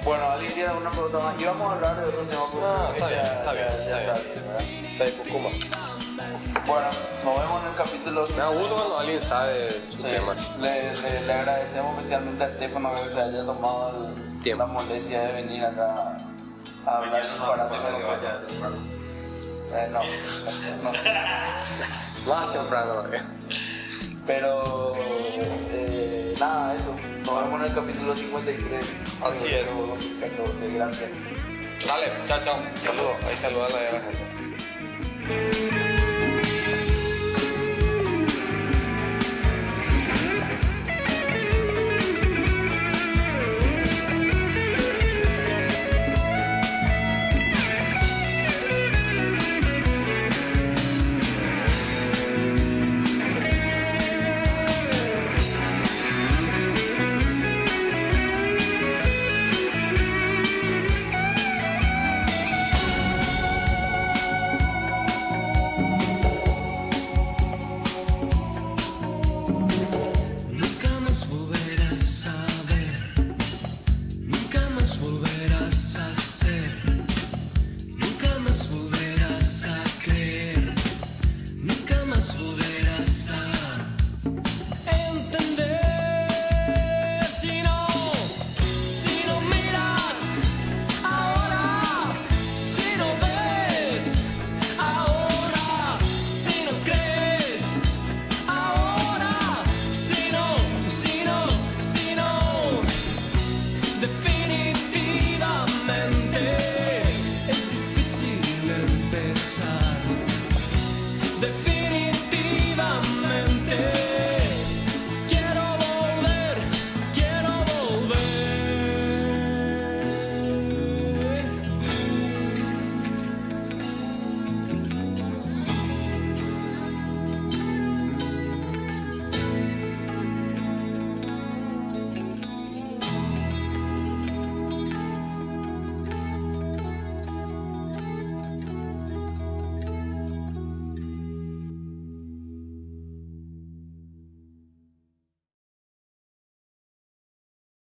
Bueno, alguien tiene alguna pregunta más. Y vamos a hablar de otro tema. porque
No, está bien,
ya-
está bien,
ya- ya
está bien.
¿verdad?
Está ahí, Pukuma.
Bueno, nos vemos en el capítulo
Me da gusto cuando alguien sabe sus
Sí,
temas.
Le, le- le agradecemos especialmente a Estefano que se haya tomado el-
Tiempo.
la molestia de venir acá a hablar
mañana no
para
hace falta que
nosotros.
vaya a comprar.
Eh, no, no.
Más temprano. eh.
Pero eh, nada, eso. Nos vemos en el capítulo 53.
Así es.
Gracias.
Dale, chao, chao. Saludos. Ahí saluda a la gente.
Thank